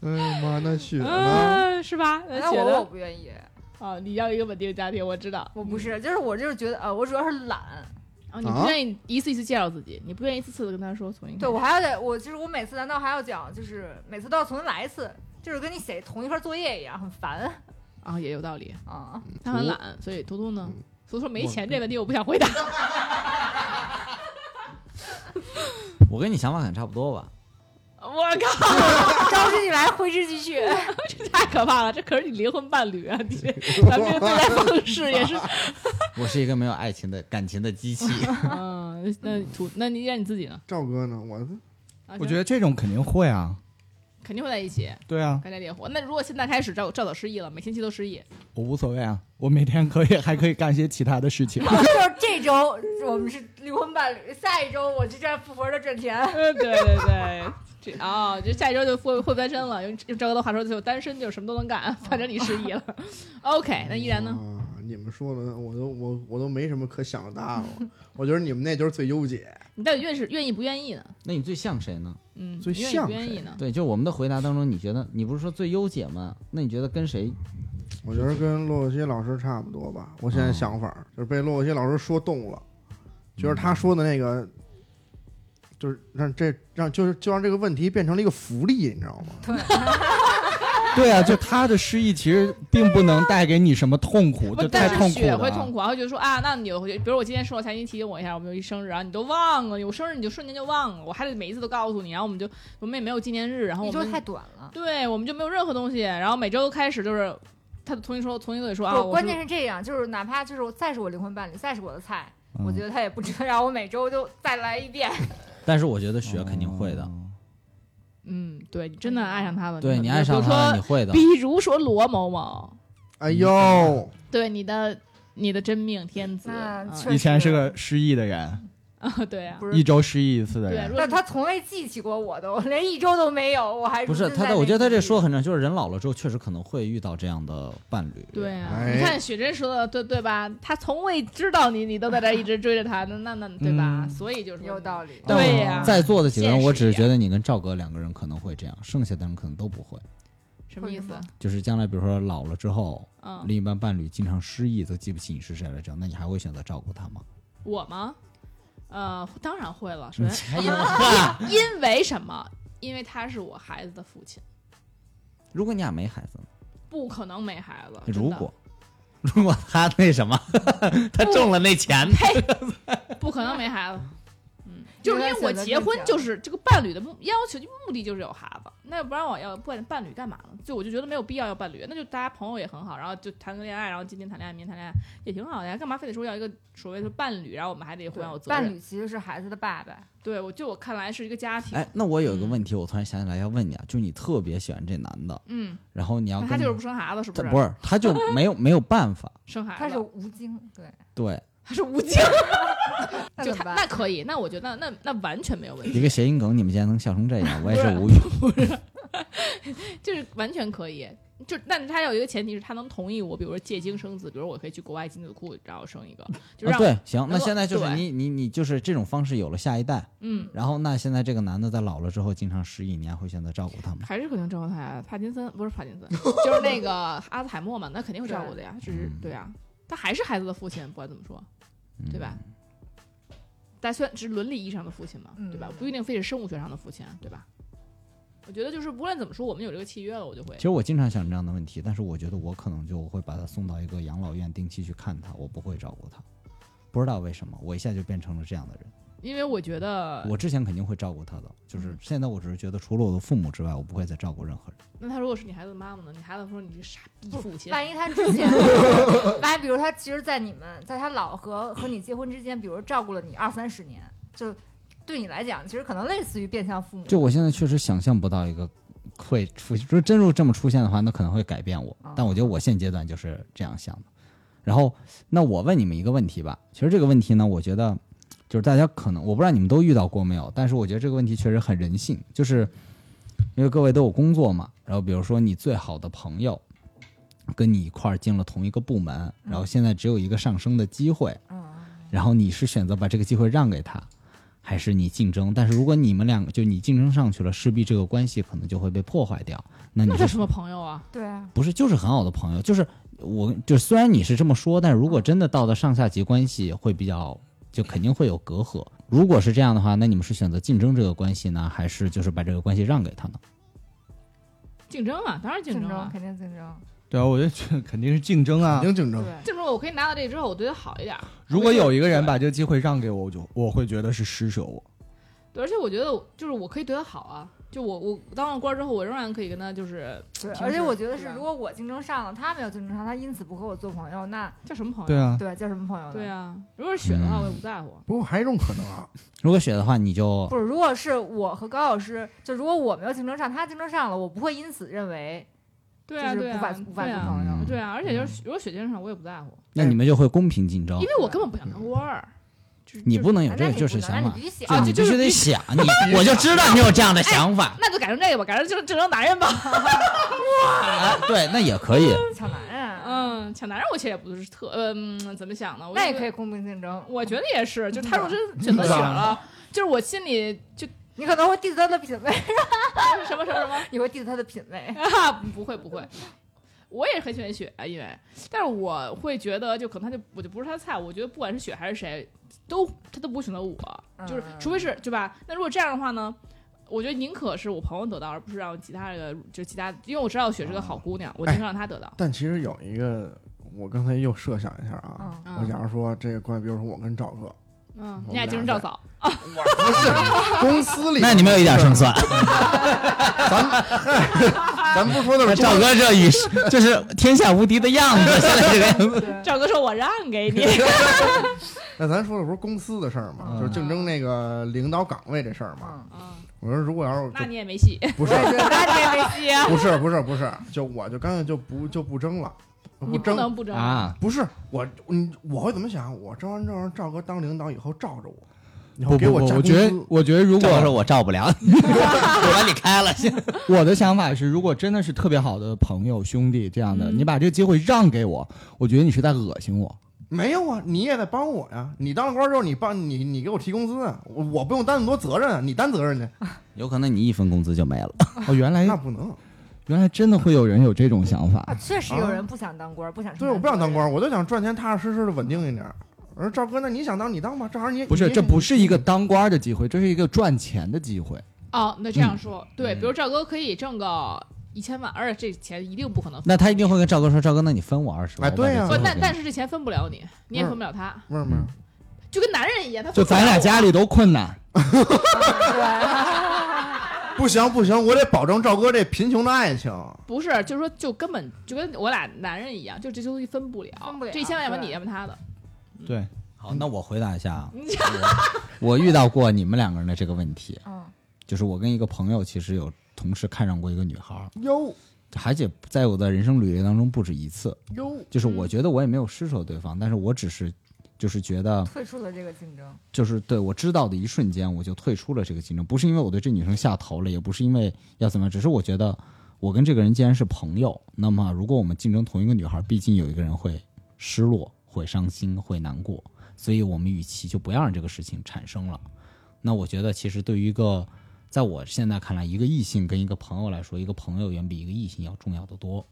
[SPEAKER 4] 哎妈，那血 呢？
[SPEAKER 2] 嗯，是吧？
[SPEAKER 7] 那
[SPEAKER 2] 觉
[SPEAKER 7] 我我
[SPEAKER 2] 得
[SPEAKER 7] 不愿意，嗯
[SPEAKER 2] 啊，你要一个稳定的家庭，我知道。
[SPEAKER 7] 我不是，就是我就是觉得呃，我主要是懒，
[SPEAKER 2] 啊，你不愿意一次一次介绍自己，你不愿意一次次的跟他说从一开始
[SPEAKER 7] 对我还要得我就是我每次难道还要讲，就是每次都要重新来一次，就是跟你写同一份作业一样，很烦
[SPEAKER 2] 啊，也有道理。
[SPEAKER 7] 啊。
[SPEAKER 2] 他很懒，所以图图呢，所以说没钱这问题我不想回答。
[SPEAKER 6] 我跟你想法可能差不多吧。
[SPEAKER 2] 我靠，
[SPEAKER 7] 招之即来，挥之即去，
[SPEAKER 2] 这太可怕了，这可是你灵魂伴侣啊！你 这咱们这个对待方式 也是，
[SPEAKER 6] 我是一个没有爱情的感情的机器。
[SPEAKER 2] 嗯，那图，那你让你自己呢？
[SPEAKER 4] 赵哥呢？我
[SPEAKER 2] 啊
[SPEAKER 8] 我
[SPEAKER 2] 行
[SPEAKER 8] 觉得这种肯定会啊，
[SPEAKER 2] 肯定会在一起，
[SPEAKER 8] 对啊，
[SPEAKER 2] 干柴烈火。那如果现在开始赵赵导失忆了，每星期都失忆，
[SPEAKER 8] 我无所谓啊，我每天可以还可以干些其他的事 情。
[SPEAKER 7] 就是这周我们是灵魂伴侣，下一周我就这样富婆的赚钱。
[SPEAKER 2] 嗯， 对对对。 这哦，就下一周就会会单身了。用用赵哥的话说，就单身就什么都能干， 反正你失忆了。OK，那依然呢？
[SPEAKER 4] 啊，你们说的我都我我都没什么可想的答案了。我觉得你们那就是最优解。
[SPEAKER 2] 你到底愿是愿意不愿意呢？
[SPEAKER 6] 那你最像谁呢？
[SPEAKER 2] 嗯，
[SPEAKER 4] 最
[SPEAKER 2] 你愿意
[SPEAKER 4] 像
[SPEAKER 2] 不愿
[SPEAKER 4] 谁
[SPEAKER 2] 意呢？
[SPEAKER 6] 对，就我们的回答当中，你觉得你不是说最优解吗？那你觉得跟谁？
[SPEAKER 4] 我觉得跟洛洛西老师差不多吧。我现
[SPEAKER 6] 嗯
[SPEAKER 4] 在想法儿就是被洛洛西老师说动了，就是他说的那个，就是让这让就是就让这个问题变成了一个福利，你知道吗？
[SPEAKER 8] 对啊，就他的失忆其实并不能带给你什么痛
[SPEAKER 2] 不
[SPEAKER 8] 苦，就，太
[SPEAKER 2] 哦但是
[SPEAKER 8] 痛苦
[SPEAKER 2] 血
[SPEAKER 8] 了。
[SPEAKER 2] 会痛苦，然后觉得说啊，那你有，比如我今天说了，前你提醒我一下，我们有一生日，然后你都忘了，有生日你就瞬间就忘了，我还得每一次都告诉你，然后我们就我们也没有纪念日，然后
[SPEAKER 7] 一
[SPEAKER 2] 我
[SPEAKER 7] 周
[SPEAKER 2] 们
[SPEAKER 7] 太短了。
[SPEAKER 2] 对，我们就没有任何东西，然后每周都开始就是他重新说，重新对你说啊，
[SPEAKER 7] 不，
[SPEAKER 2] 我
[SPEAKER 7] 关
[SPEAKER 2] 是
[SPEAKER 7] 键是这样，就是哪怕就是我再是我灵魂伴侣，再是我的菜，
[SPEAKER 8] 嗯
[SPEAKER 7] 我觉得他也不值得让我每周都再来一遍。
[SPEAKER 6] 哦但是我觉得雪肯定会的，
[SPEAKER 2] 嗯，对你真的爱上他了，
[SPEAKER 6] 对
[SPEAKER 2] 可
[SPEAKER 6] 你
[SPEAKER 2] 能
[SPEAKER 6] 爱上他，
[SPEAKER 2] 比
[SPEAKER 6] 你
[SPEAKER 2] 如说，
[SPEAKER 6] 会的。
[SPEAKER 2] 比如说罗某某，
[SPEAKER 4] 哎
[SPEAKER 6] 嗯
[SPEAKER 4] 呦，
[SPEAKER 2] 对你的你的真命天子，
[SPEAKER 7] 那
[SPEAKER 2] 嗯
[SPEAKER 7] 确
[SPEAKER 8] 以前是
[SPEAKER 7] 实
[SPEAKER 8] 个失忆的人，
[SPEAKER 2] 啊， 对啊，
[SPEAKER 7] 不是
[SPEAKER 8] 一周失忆一次的
[SPEAKER 2] 对，啊
[SPEAKER 8] 人
[SPEAKER 2] 如，果
[SPEAKER 7] 但他从未记起过我的，我连一周都没有，我还
[SPEAKER 6] 不是
[SPEAKER 7] 如今
[SPEAKER 6] 他
[SPEAKER 7] 在
[SPEAKER 6] 的，我觉得他
[SPEAKER 7] 那
[SPEAKER 6] 这
[SPEAKER 7] 个
[SPEAKER 6] 说得很正，就是人老了之后确实可能会遇到这样的伴侣。
[SPEAKER 2] 对啊，
[SPEAKER 4] 哎
[SPEAKER 2] 你看雪珍说的对对吧？他从未知道你，你都在这儿一直追着他，那那那对吧？
[SPEAKER 8] 嗯
[SPEAKER 2] 所以就是
[SPEAKER 7] 有道理。
[SPEAKER 6] 但我
[SPEAKER 2] 对呀
[SPEAKER 6] 在座的几个人，
[SPEAKER 2] 现实
[SPEAKER 6] 我只是
[SPEAKER 2] 一点
[SPEAKER 6] 觉得你跟赵哥两个人可能会这样，剩下的人可能都不会。
[SPEAKER 2] 什么意思？
[SPEAKER 6] 就是将来比如说老了之后，
[SPEAKER 2] 嗯，
[SPEAKER 6] 另一半伴侣经常失忆，都记不起你是谁了，这样，那你还会选择照顾他吗？
[SPEAKER 2] 我吗？呃，当然会了。首 先，
[SPEAKER 6] 还有啊？
[SPEAKER 2] 因为什么？因为他是我孩子的父亲，
[SPEAKER 6] 如果你俩没孩子呢？
[SPEAKER 2] 不可能没孩啊子。真的
[SPEAKER 6] 如果如果他那什么， 他中了那钱，
[SPEAKER 2] 不可能没孩子。嗯，就是因为我
[SPEAKER 7] 有点选择
[SPEAKER 2] 结婚
[SPEAKER 7] 更小
[SPEAKER 2] 就是这个伴侣的目要求，就目的就是有孩子，那不然我要伴伴侣干嘛呢？所以我就觉得没有必要要伴侣，那就大家朋友也很好，然后就谈个恋爱，然后今天谈恋爱，明天谈恋爱也挺好的呀，干嘛非得说要一个所谓的伴侣，然后我们还得互相有责任？
[SPEAKER 7] 伴侣其实是孩子的爸爸，
[SPEAKER 2] 对我就我看来是一个家庭，
[SPEAKER 6] 哎，那我有一个问题，我突然想起来要问你啊，就是你特别喜欢这男的，
[SPEAKER 2] 嗯，
[SPEAKER 6] 然后你要
[SPEAKER 2] 那他
[SPEAKER 6] 跟
[SPEAKER 2] 就是不生孩子，是不
[SPEAKER 6] 他
[SPEAKER 2] 是？
[SPEAKER 6] 不是，他就没有没有办法，
[SPEAKER 2] 生孩子，
[SPEAKER 7] 他是吴京，对，
[SPEAKER 6] 对，
[SPEAKER 2] 他是 无精，
[SPEAKER 7] 那
[SPEAKER 2] 就
[SPEAKER 7] 怎么
[SPEAKER 2] 他
[SPEAKER 7] 办？
[SPEAKER 2] 那可以，那我觉得那那那完全没有问题。
[SPEAKER 6] 一个谐音梗，你们竟然能笑成这样，我也
[SPEAKER 2] 不
[SPEAKER 6] 是
[SPEAKER 2] 是
[SPEAKER 6] 无语。
[SPEAKER 2] 就是完全可以。就但他有一个前提是他能同意我，比如说借精生子，比如我可以去国外精子库然后生一个，就
[SPEAKER 6] 啊
[SPEAKER 2] 让、
[SPEAKER 6] 对，行，那
[SPEAKER 2] 能够
[SPEAKER 6] 现在就是
[SPEAKER 2] 对
[SPEAKER 6] 你你你就是这种方式有了下一代，
[SPEAKER 2] 嗯，
[SPEAKER 6] 然后那现在这个男的在老了之后经常失忆，你还会选择照顾他吗？
[SPEAKER 2] 还是肯定照顾他呀。帕金森不是帕金森， 就是那个阿兹海默嘛，那肯定会照顾的呀。只是
[SPEAKER 6] 嗯
[SPEAKER 2] 对啊，他还是孩子的父亲，不管怎么说，
[SPEAKER 6] 嗯
[SPEAKER 2] 对吧？？但虽然只是伦理意义上的父亲嘛，
[SPEAKER 7] 嗯
[SPEAKER 2] 对吧？不一定非是生物学上的父亲，对吧？我觉得就是无论怎么说，我们有这个契约了，我就会
[SPEAKER 6] 其实我经常想这样的问题，但是我觉得我可能就会把他送到一个养老院定期去看他，我不会照顾他，不知道为什么，我一下就变成了这样的人。
[SPEAKER 2] 因为我觉得
[SPEAKER 6] 我之前肯定会照顾他的，就是现在我只是觉得除了我的父母之外，我不会再照顾任何人。
[SPEAKER 2] 那他如果是你孩子的妈妈呢？你孩子说你这傻逼父亲，
[SPEAKER 7] 万一他 之前，万一比如他其实，在你们在他老和和你结婚之间，比如照顾了你二三十年，就对你来讲，其实可能类似于变相父母。
[SPEAKER 6] 就我现在确实想象不到一个会出，如果真如这么出现的话，那可能会改变我
[SPEAKER 7] 啊。
[SPEAKER 6] 但我觉得我现阶段就是这样想的。然后，那我问你们一个问题吧。其实这个问题呢，我觉得就是大家可能我不知道你们都遇到过没有，但是我觉得这个问题确实很人性，就是因为各位都有工作嘛。然后比如说你最好的朋友跟你一块儿进了同一个部门，然后现在只有一个上升的机会，
[SPEAKER 7] 嗯，
[SPEAKER 6] 然后你是选择把这个机会让给他，还是你竞争？但是如果你们两个就你竞争上去了，势必这个关系可能就会被破坏掉。那你
[SPEAKER 2] 那
[SPEAKER 6] 就
[SPEAKER 2] 叫什么朋友啊？
[SPEAKER 7] 对啊，
[SPEAKER 6] 不是就是很好的朋友？就是我就虽然你是这么说，但是如果真的到了上下级关系，会比较就肯定会有隔阂。如果是这样的话，那你们是选择竞争这个关系呢，还是就是把这个关系让给他呢？
[SPEAKER 2] 竞争啊，当然竞
[SPEAKER 7] 竞
[SPEAKER 2] 争
[SPEAKER 7] 争
[SPEAKER 2] 啊。
[SPEAKER 7] 肯定竞争。
[SPEAKER 8] 对啊，我就觉得肯定是竞争啊
[SPEAKER 4] 肯。定竞争。
[SPEAKER 7] 对，
[SPEAKER 2] 这么说，我可以拿到这个之后，我对他好一点。
[SPEAKER 8] 如果有一个人把这个机会让给我，我就我会觉得是施舍我。
[SPEAKER 2] 对，而且我觉得我就是我可以对他好啊，就我我当了官之后，我仍然可以跟他就是
[SPEAKER 7] 对，
[SPEAKER 2] 平
[SPEAKER 7] 而且
[SPEAKER 2] 时
[SPEAKER 7] 我觉得
[SPEAKER 2] 对
[SPEAKER 7] 是，
[SPEAKER 2] 啊
[SPEAKER 7] 如果我竞争上了，他没有竞争上，他因此不和我做朋友，那
[SPEAKER 2] 叫什么朋友？
[SPEAKER 8] 对啊，
[SPEAKER 7] 对叫什么朋友呢？
[SPEAKER 2] 对啊，如果是雪的话，
[SPEAKER 6] 嗯
[SPEAKER 2] 我也不在乎。
[SPEAKER 4] 不过还有一种可能啊，
[SPEAKER 6] 如果选的话，你就
[SPEAKER 7] 不是，如果是我和高老师，就如果我没有竞争上，他竞争上了，我不会因此认为
[SPEAKER 2] 对啊，
[SPEAKER 7] 就是
[SPEAKER 2] 对
[SPEAKER 7] 无法
[SPEAKER 2] 啊，
[SPEAKER 7] 无法
[SPEAKER 2] 对
[SPEAKER 7] 做
[SPEAKER 2] 啊，
[SPEAKER 7] 朋友。
[SPEAKER 6] 嗯
[SPEAKER 2] 对啊。而且就是如果雪先上，我也不在乎，
[SPEAKER 6] 那你们就会公平竞争
[SPEAKER 2] 因。为我根本不想当
[SPEAKER 7] 嗯
[SPEAKER 2] 官儿。就是
[SPEAKER 6] 你不能有
[SPEAKER 7] 啊
[SPEAKER 6] 这
[SPEAKER 7] 那
[SPEAKER 6] 个
[SPEAKER 7] 你
[SPEAKER 6] 就是
[SPEAKER 7] 不能
[SPEAKER 6] 想
[SPEAKER 7] 那
[SPEAKER 6] 法
[SPEAKER 7] 你，必须
[SPEAKER 2] 啊
[SPEAKER 7] 想
[SPEAKER 6] 你
[SPEAKER 2] 就
[SPEAKER 6] 必须
[SPEAKER 2] 是
[SPEAKER 6] 得想你，我就知道你有这样的想法。
[SPEAKER 2] 那就改成这个吧，改成就是正常男 人吧。
[SPEAKER 6] 啊，对，那也可以。
[SPEAKER 7] 抢男人，，啊
[SPEAKER 2] 嗯，抢男人我其实也不是特，嗯，怎么想呢？我
[SPEAKER 7] 那
[SPEAKER 2] 觉
[SPEAKER 7] 也
[SPEAKER 2] 得
[SPEAKER 7] 可以嗯公平竞争。
[SPEAKER 2] 我觉得也是，就他如果真选择
[SPEAKER 6] 嗯
[SPEAKER 2] 雪了，就是我心里就
[SPEAKER 7] 你可能会 diss 他的品味，
[SPEAKER 2] 什么什么什么。
[SPEAKER 7] 你会 diss 他的品 味。
[SPEAKER 2] 啊，不会不会，我也很喜欢雪，因为，但是我会觉得，就可能他就我就不是他的菜，我觉得不管是雪还是谁，都他都不会选择我，就是
[SPEAKER 7] 嗯
[SPEAKER 2] 除非是对吧？那如果这样的话呢？我觉得宁可是我朋友得到，而不是让其他的就其他，因为我知道雪是个好姑娘，我经常让她得到。
[SPEAKER 4] 但其实有一个，我刚才又设想一下啊，
[SPEAKER 7] 嗯，
[SPEAKER 2] 嗯
[SPEAKER 4] 我假如说这个关系，比如说我跟赵哥，
[SPEAKER 2] 嗯，
[SPEAKER 4] 我
[SPEAKER 2] 你俩
[SPEAKER 4] 们
[SPEAKER 2] 竞争
[SPEAKER 4] 俩
[SPEAKER 2] 赵嫂，
[SPEAKER 4] 不是公司里，
[SPEAKER 6] 那你没有一点胜算。
[SPEAKER 4] 咱们不说的是
[SPEAKER 6] 赵哥这语是就是天下无敌的样子，现在这个样子。
[SPEAKER 2] 赵哥说我让给 你，
[SPEAKER 4] 那咱说的不是公司的事儿嘛，
[SPEAKER 8] 嗯
[SPEAKER 4] 就是竞争那个领导岗位这事儿嘛。
[SPEAKER 7] 嗯
[SPEAKER 2] 嗯，
[SPEAKER 4] 我说如果要是我
[SPEAKER 2] 那
[SPEAKER 4] 就
[SPEAKER 2] 你也没 戏。
[SPEAKER 4] 不是
[SPEAKER 7] 那你也没戏啊。
[SPEAKER 4] 不是不是不是，就我就干脆就不就不争了，
[SPEAKER 2] 你不
[SPEAKER 4] 争
[SPEAKER 2] 能不争！
[SPEAKER 6] 啊，
[SPEAKER 4] 不是我，嗯，我会怎么想？我争完这玩意儿，赵哥当领导以后罩着我，以后
[SPEAKER 8] 不
[SPEAKER 4] 给
[SPEAKER 8] 不不，
[SPEAKER 4] 加
[SPEAKER 8] 我
[SPEAKER 4] 工
[SPEAKER 8] 觉得
[SPEAKER 4] 资
[SPEAKER 8] 我觉得如
[SPEAKER 6] 这么说
[SPEAKER 8] 果
[SPEAKER 6] 我照不了 你，我把你开了。
[SPEAKER 8] 我的想法是，如果真的是特别好的朋友兄弟这样的，
[SPEAKER 2] 嗯
[SPEAKER 8] 你把这个机会让给我，我觉得你是在恶心我。
[SPEAKER 4] 没有啊，你也得帮我呀。你当了官之后，你帮你你给我提工资啊，我我不用担那么多责任啊，你担责任去，
[SPEAKER 6] 有可能你一分工资就没了。
[SPEAKER 8] 哦，原来
[SPEAKER 4] 那不能。
[SPEAKER 8] 原来真的会有人有这种想法
[SPEAKER 7] 啊，。确实有人不想当官，不
[SPEAKER 2] 啊
[SPEAKER 7] 想
[SPEAKER 4] 对，我不想当官，我就想赚钱踏踏实实的稳定一点儿。我说赵哥，那你想当你当吧，正好你
[SPEAKER 8] 不是，
[SPEAKER 4] 你
[SPEAKER 8] 这不是一个当官的机会，这是一个赚钱的机会。
[SPEAKER 2] 哦，那这样说，
[SPEAKER 4] 嗯
[SPEAKER 2] 对，比如赵哥可以挣个一千万，而且这钱一定不可能分。
[SPEAKER 6] 那他一定会跟赵哥说：“赵哥，那你分我二十万。
[SPEAKER 4] 哎
[SPEAKER 6] 我把这
[SPEAKER 4] 对呀
[SPEAKER 2] 不
[SPEAKER 6] 最后给你”，
[SPEAKER 2] 但但是这钱分不了你，你也分不了他，
[SPEAKER 4] 味儿吗？
[SPEAKER 2] 就跟男人一样，他
[SPEAKER 8] 就咱俩家里都困难，
[SPEAKER 4] 不行不行，我得保证赵哥这贫穷的爱情。
[SPEAKER 2] 不是，就是说就根本就跟我俩男人一样，就这东西分不了，
[SPEAKER 7] 分不了
[SPEAKER 2] 这一千万要么
[SPEAKER 7] 对
[SPEAKER 2] 你要么他的，
[SPEAKER 8] 对，
[SPEAKER 6] 好，那我回答一下啊，
[SPEAKER 2] 嗯
[SPEAKER 6] 我我遇到过你们两个人的这个问题，
[SPEAKER 7] 嗯，
[SPEAKER 6] 就是我跟一个朋友其实有同时看上过一个女孩儿，
[SPEAKER 4] 哟
[SPEAKER 6] 而且在我的人生履历当中不止一次。
[SPEAKER 4] 哟，
[SPEAKER 6] 就是我觉得我也没有失手对方，但是我只是就是觉得
[SPEAKER 7] 退出了这个竞争，
[SPEAKER 6] 就是对我知道的一瞬间，我就退出了这个竞争，不是因为我对这女生下头了，也不是因为要怎么样，只是我觉得我跟这个人既然是朋友，那么如果我们竞争同一个女孩，毕竟有一个人会失落、会伤心、会难过，所以我们与其就不要让这个事情产生了。那我觉得，其实对于一个在我现在看来，一个异性跟一个朋友来说，一个朋友远比一个异性要重要的多。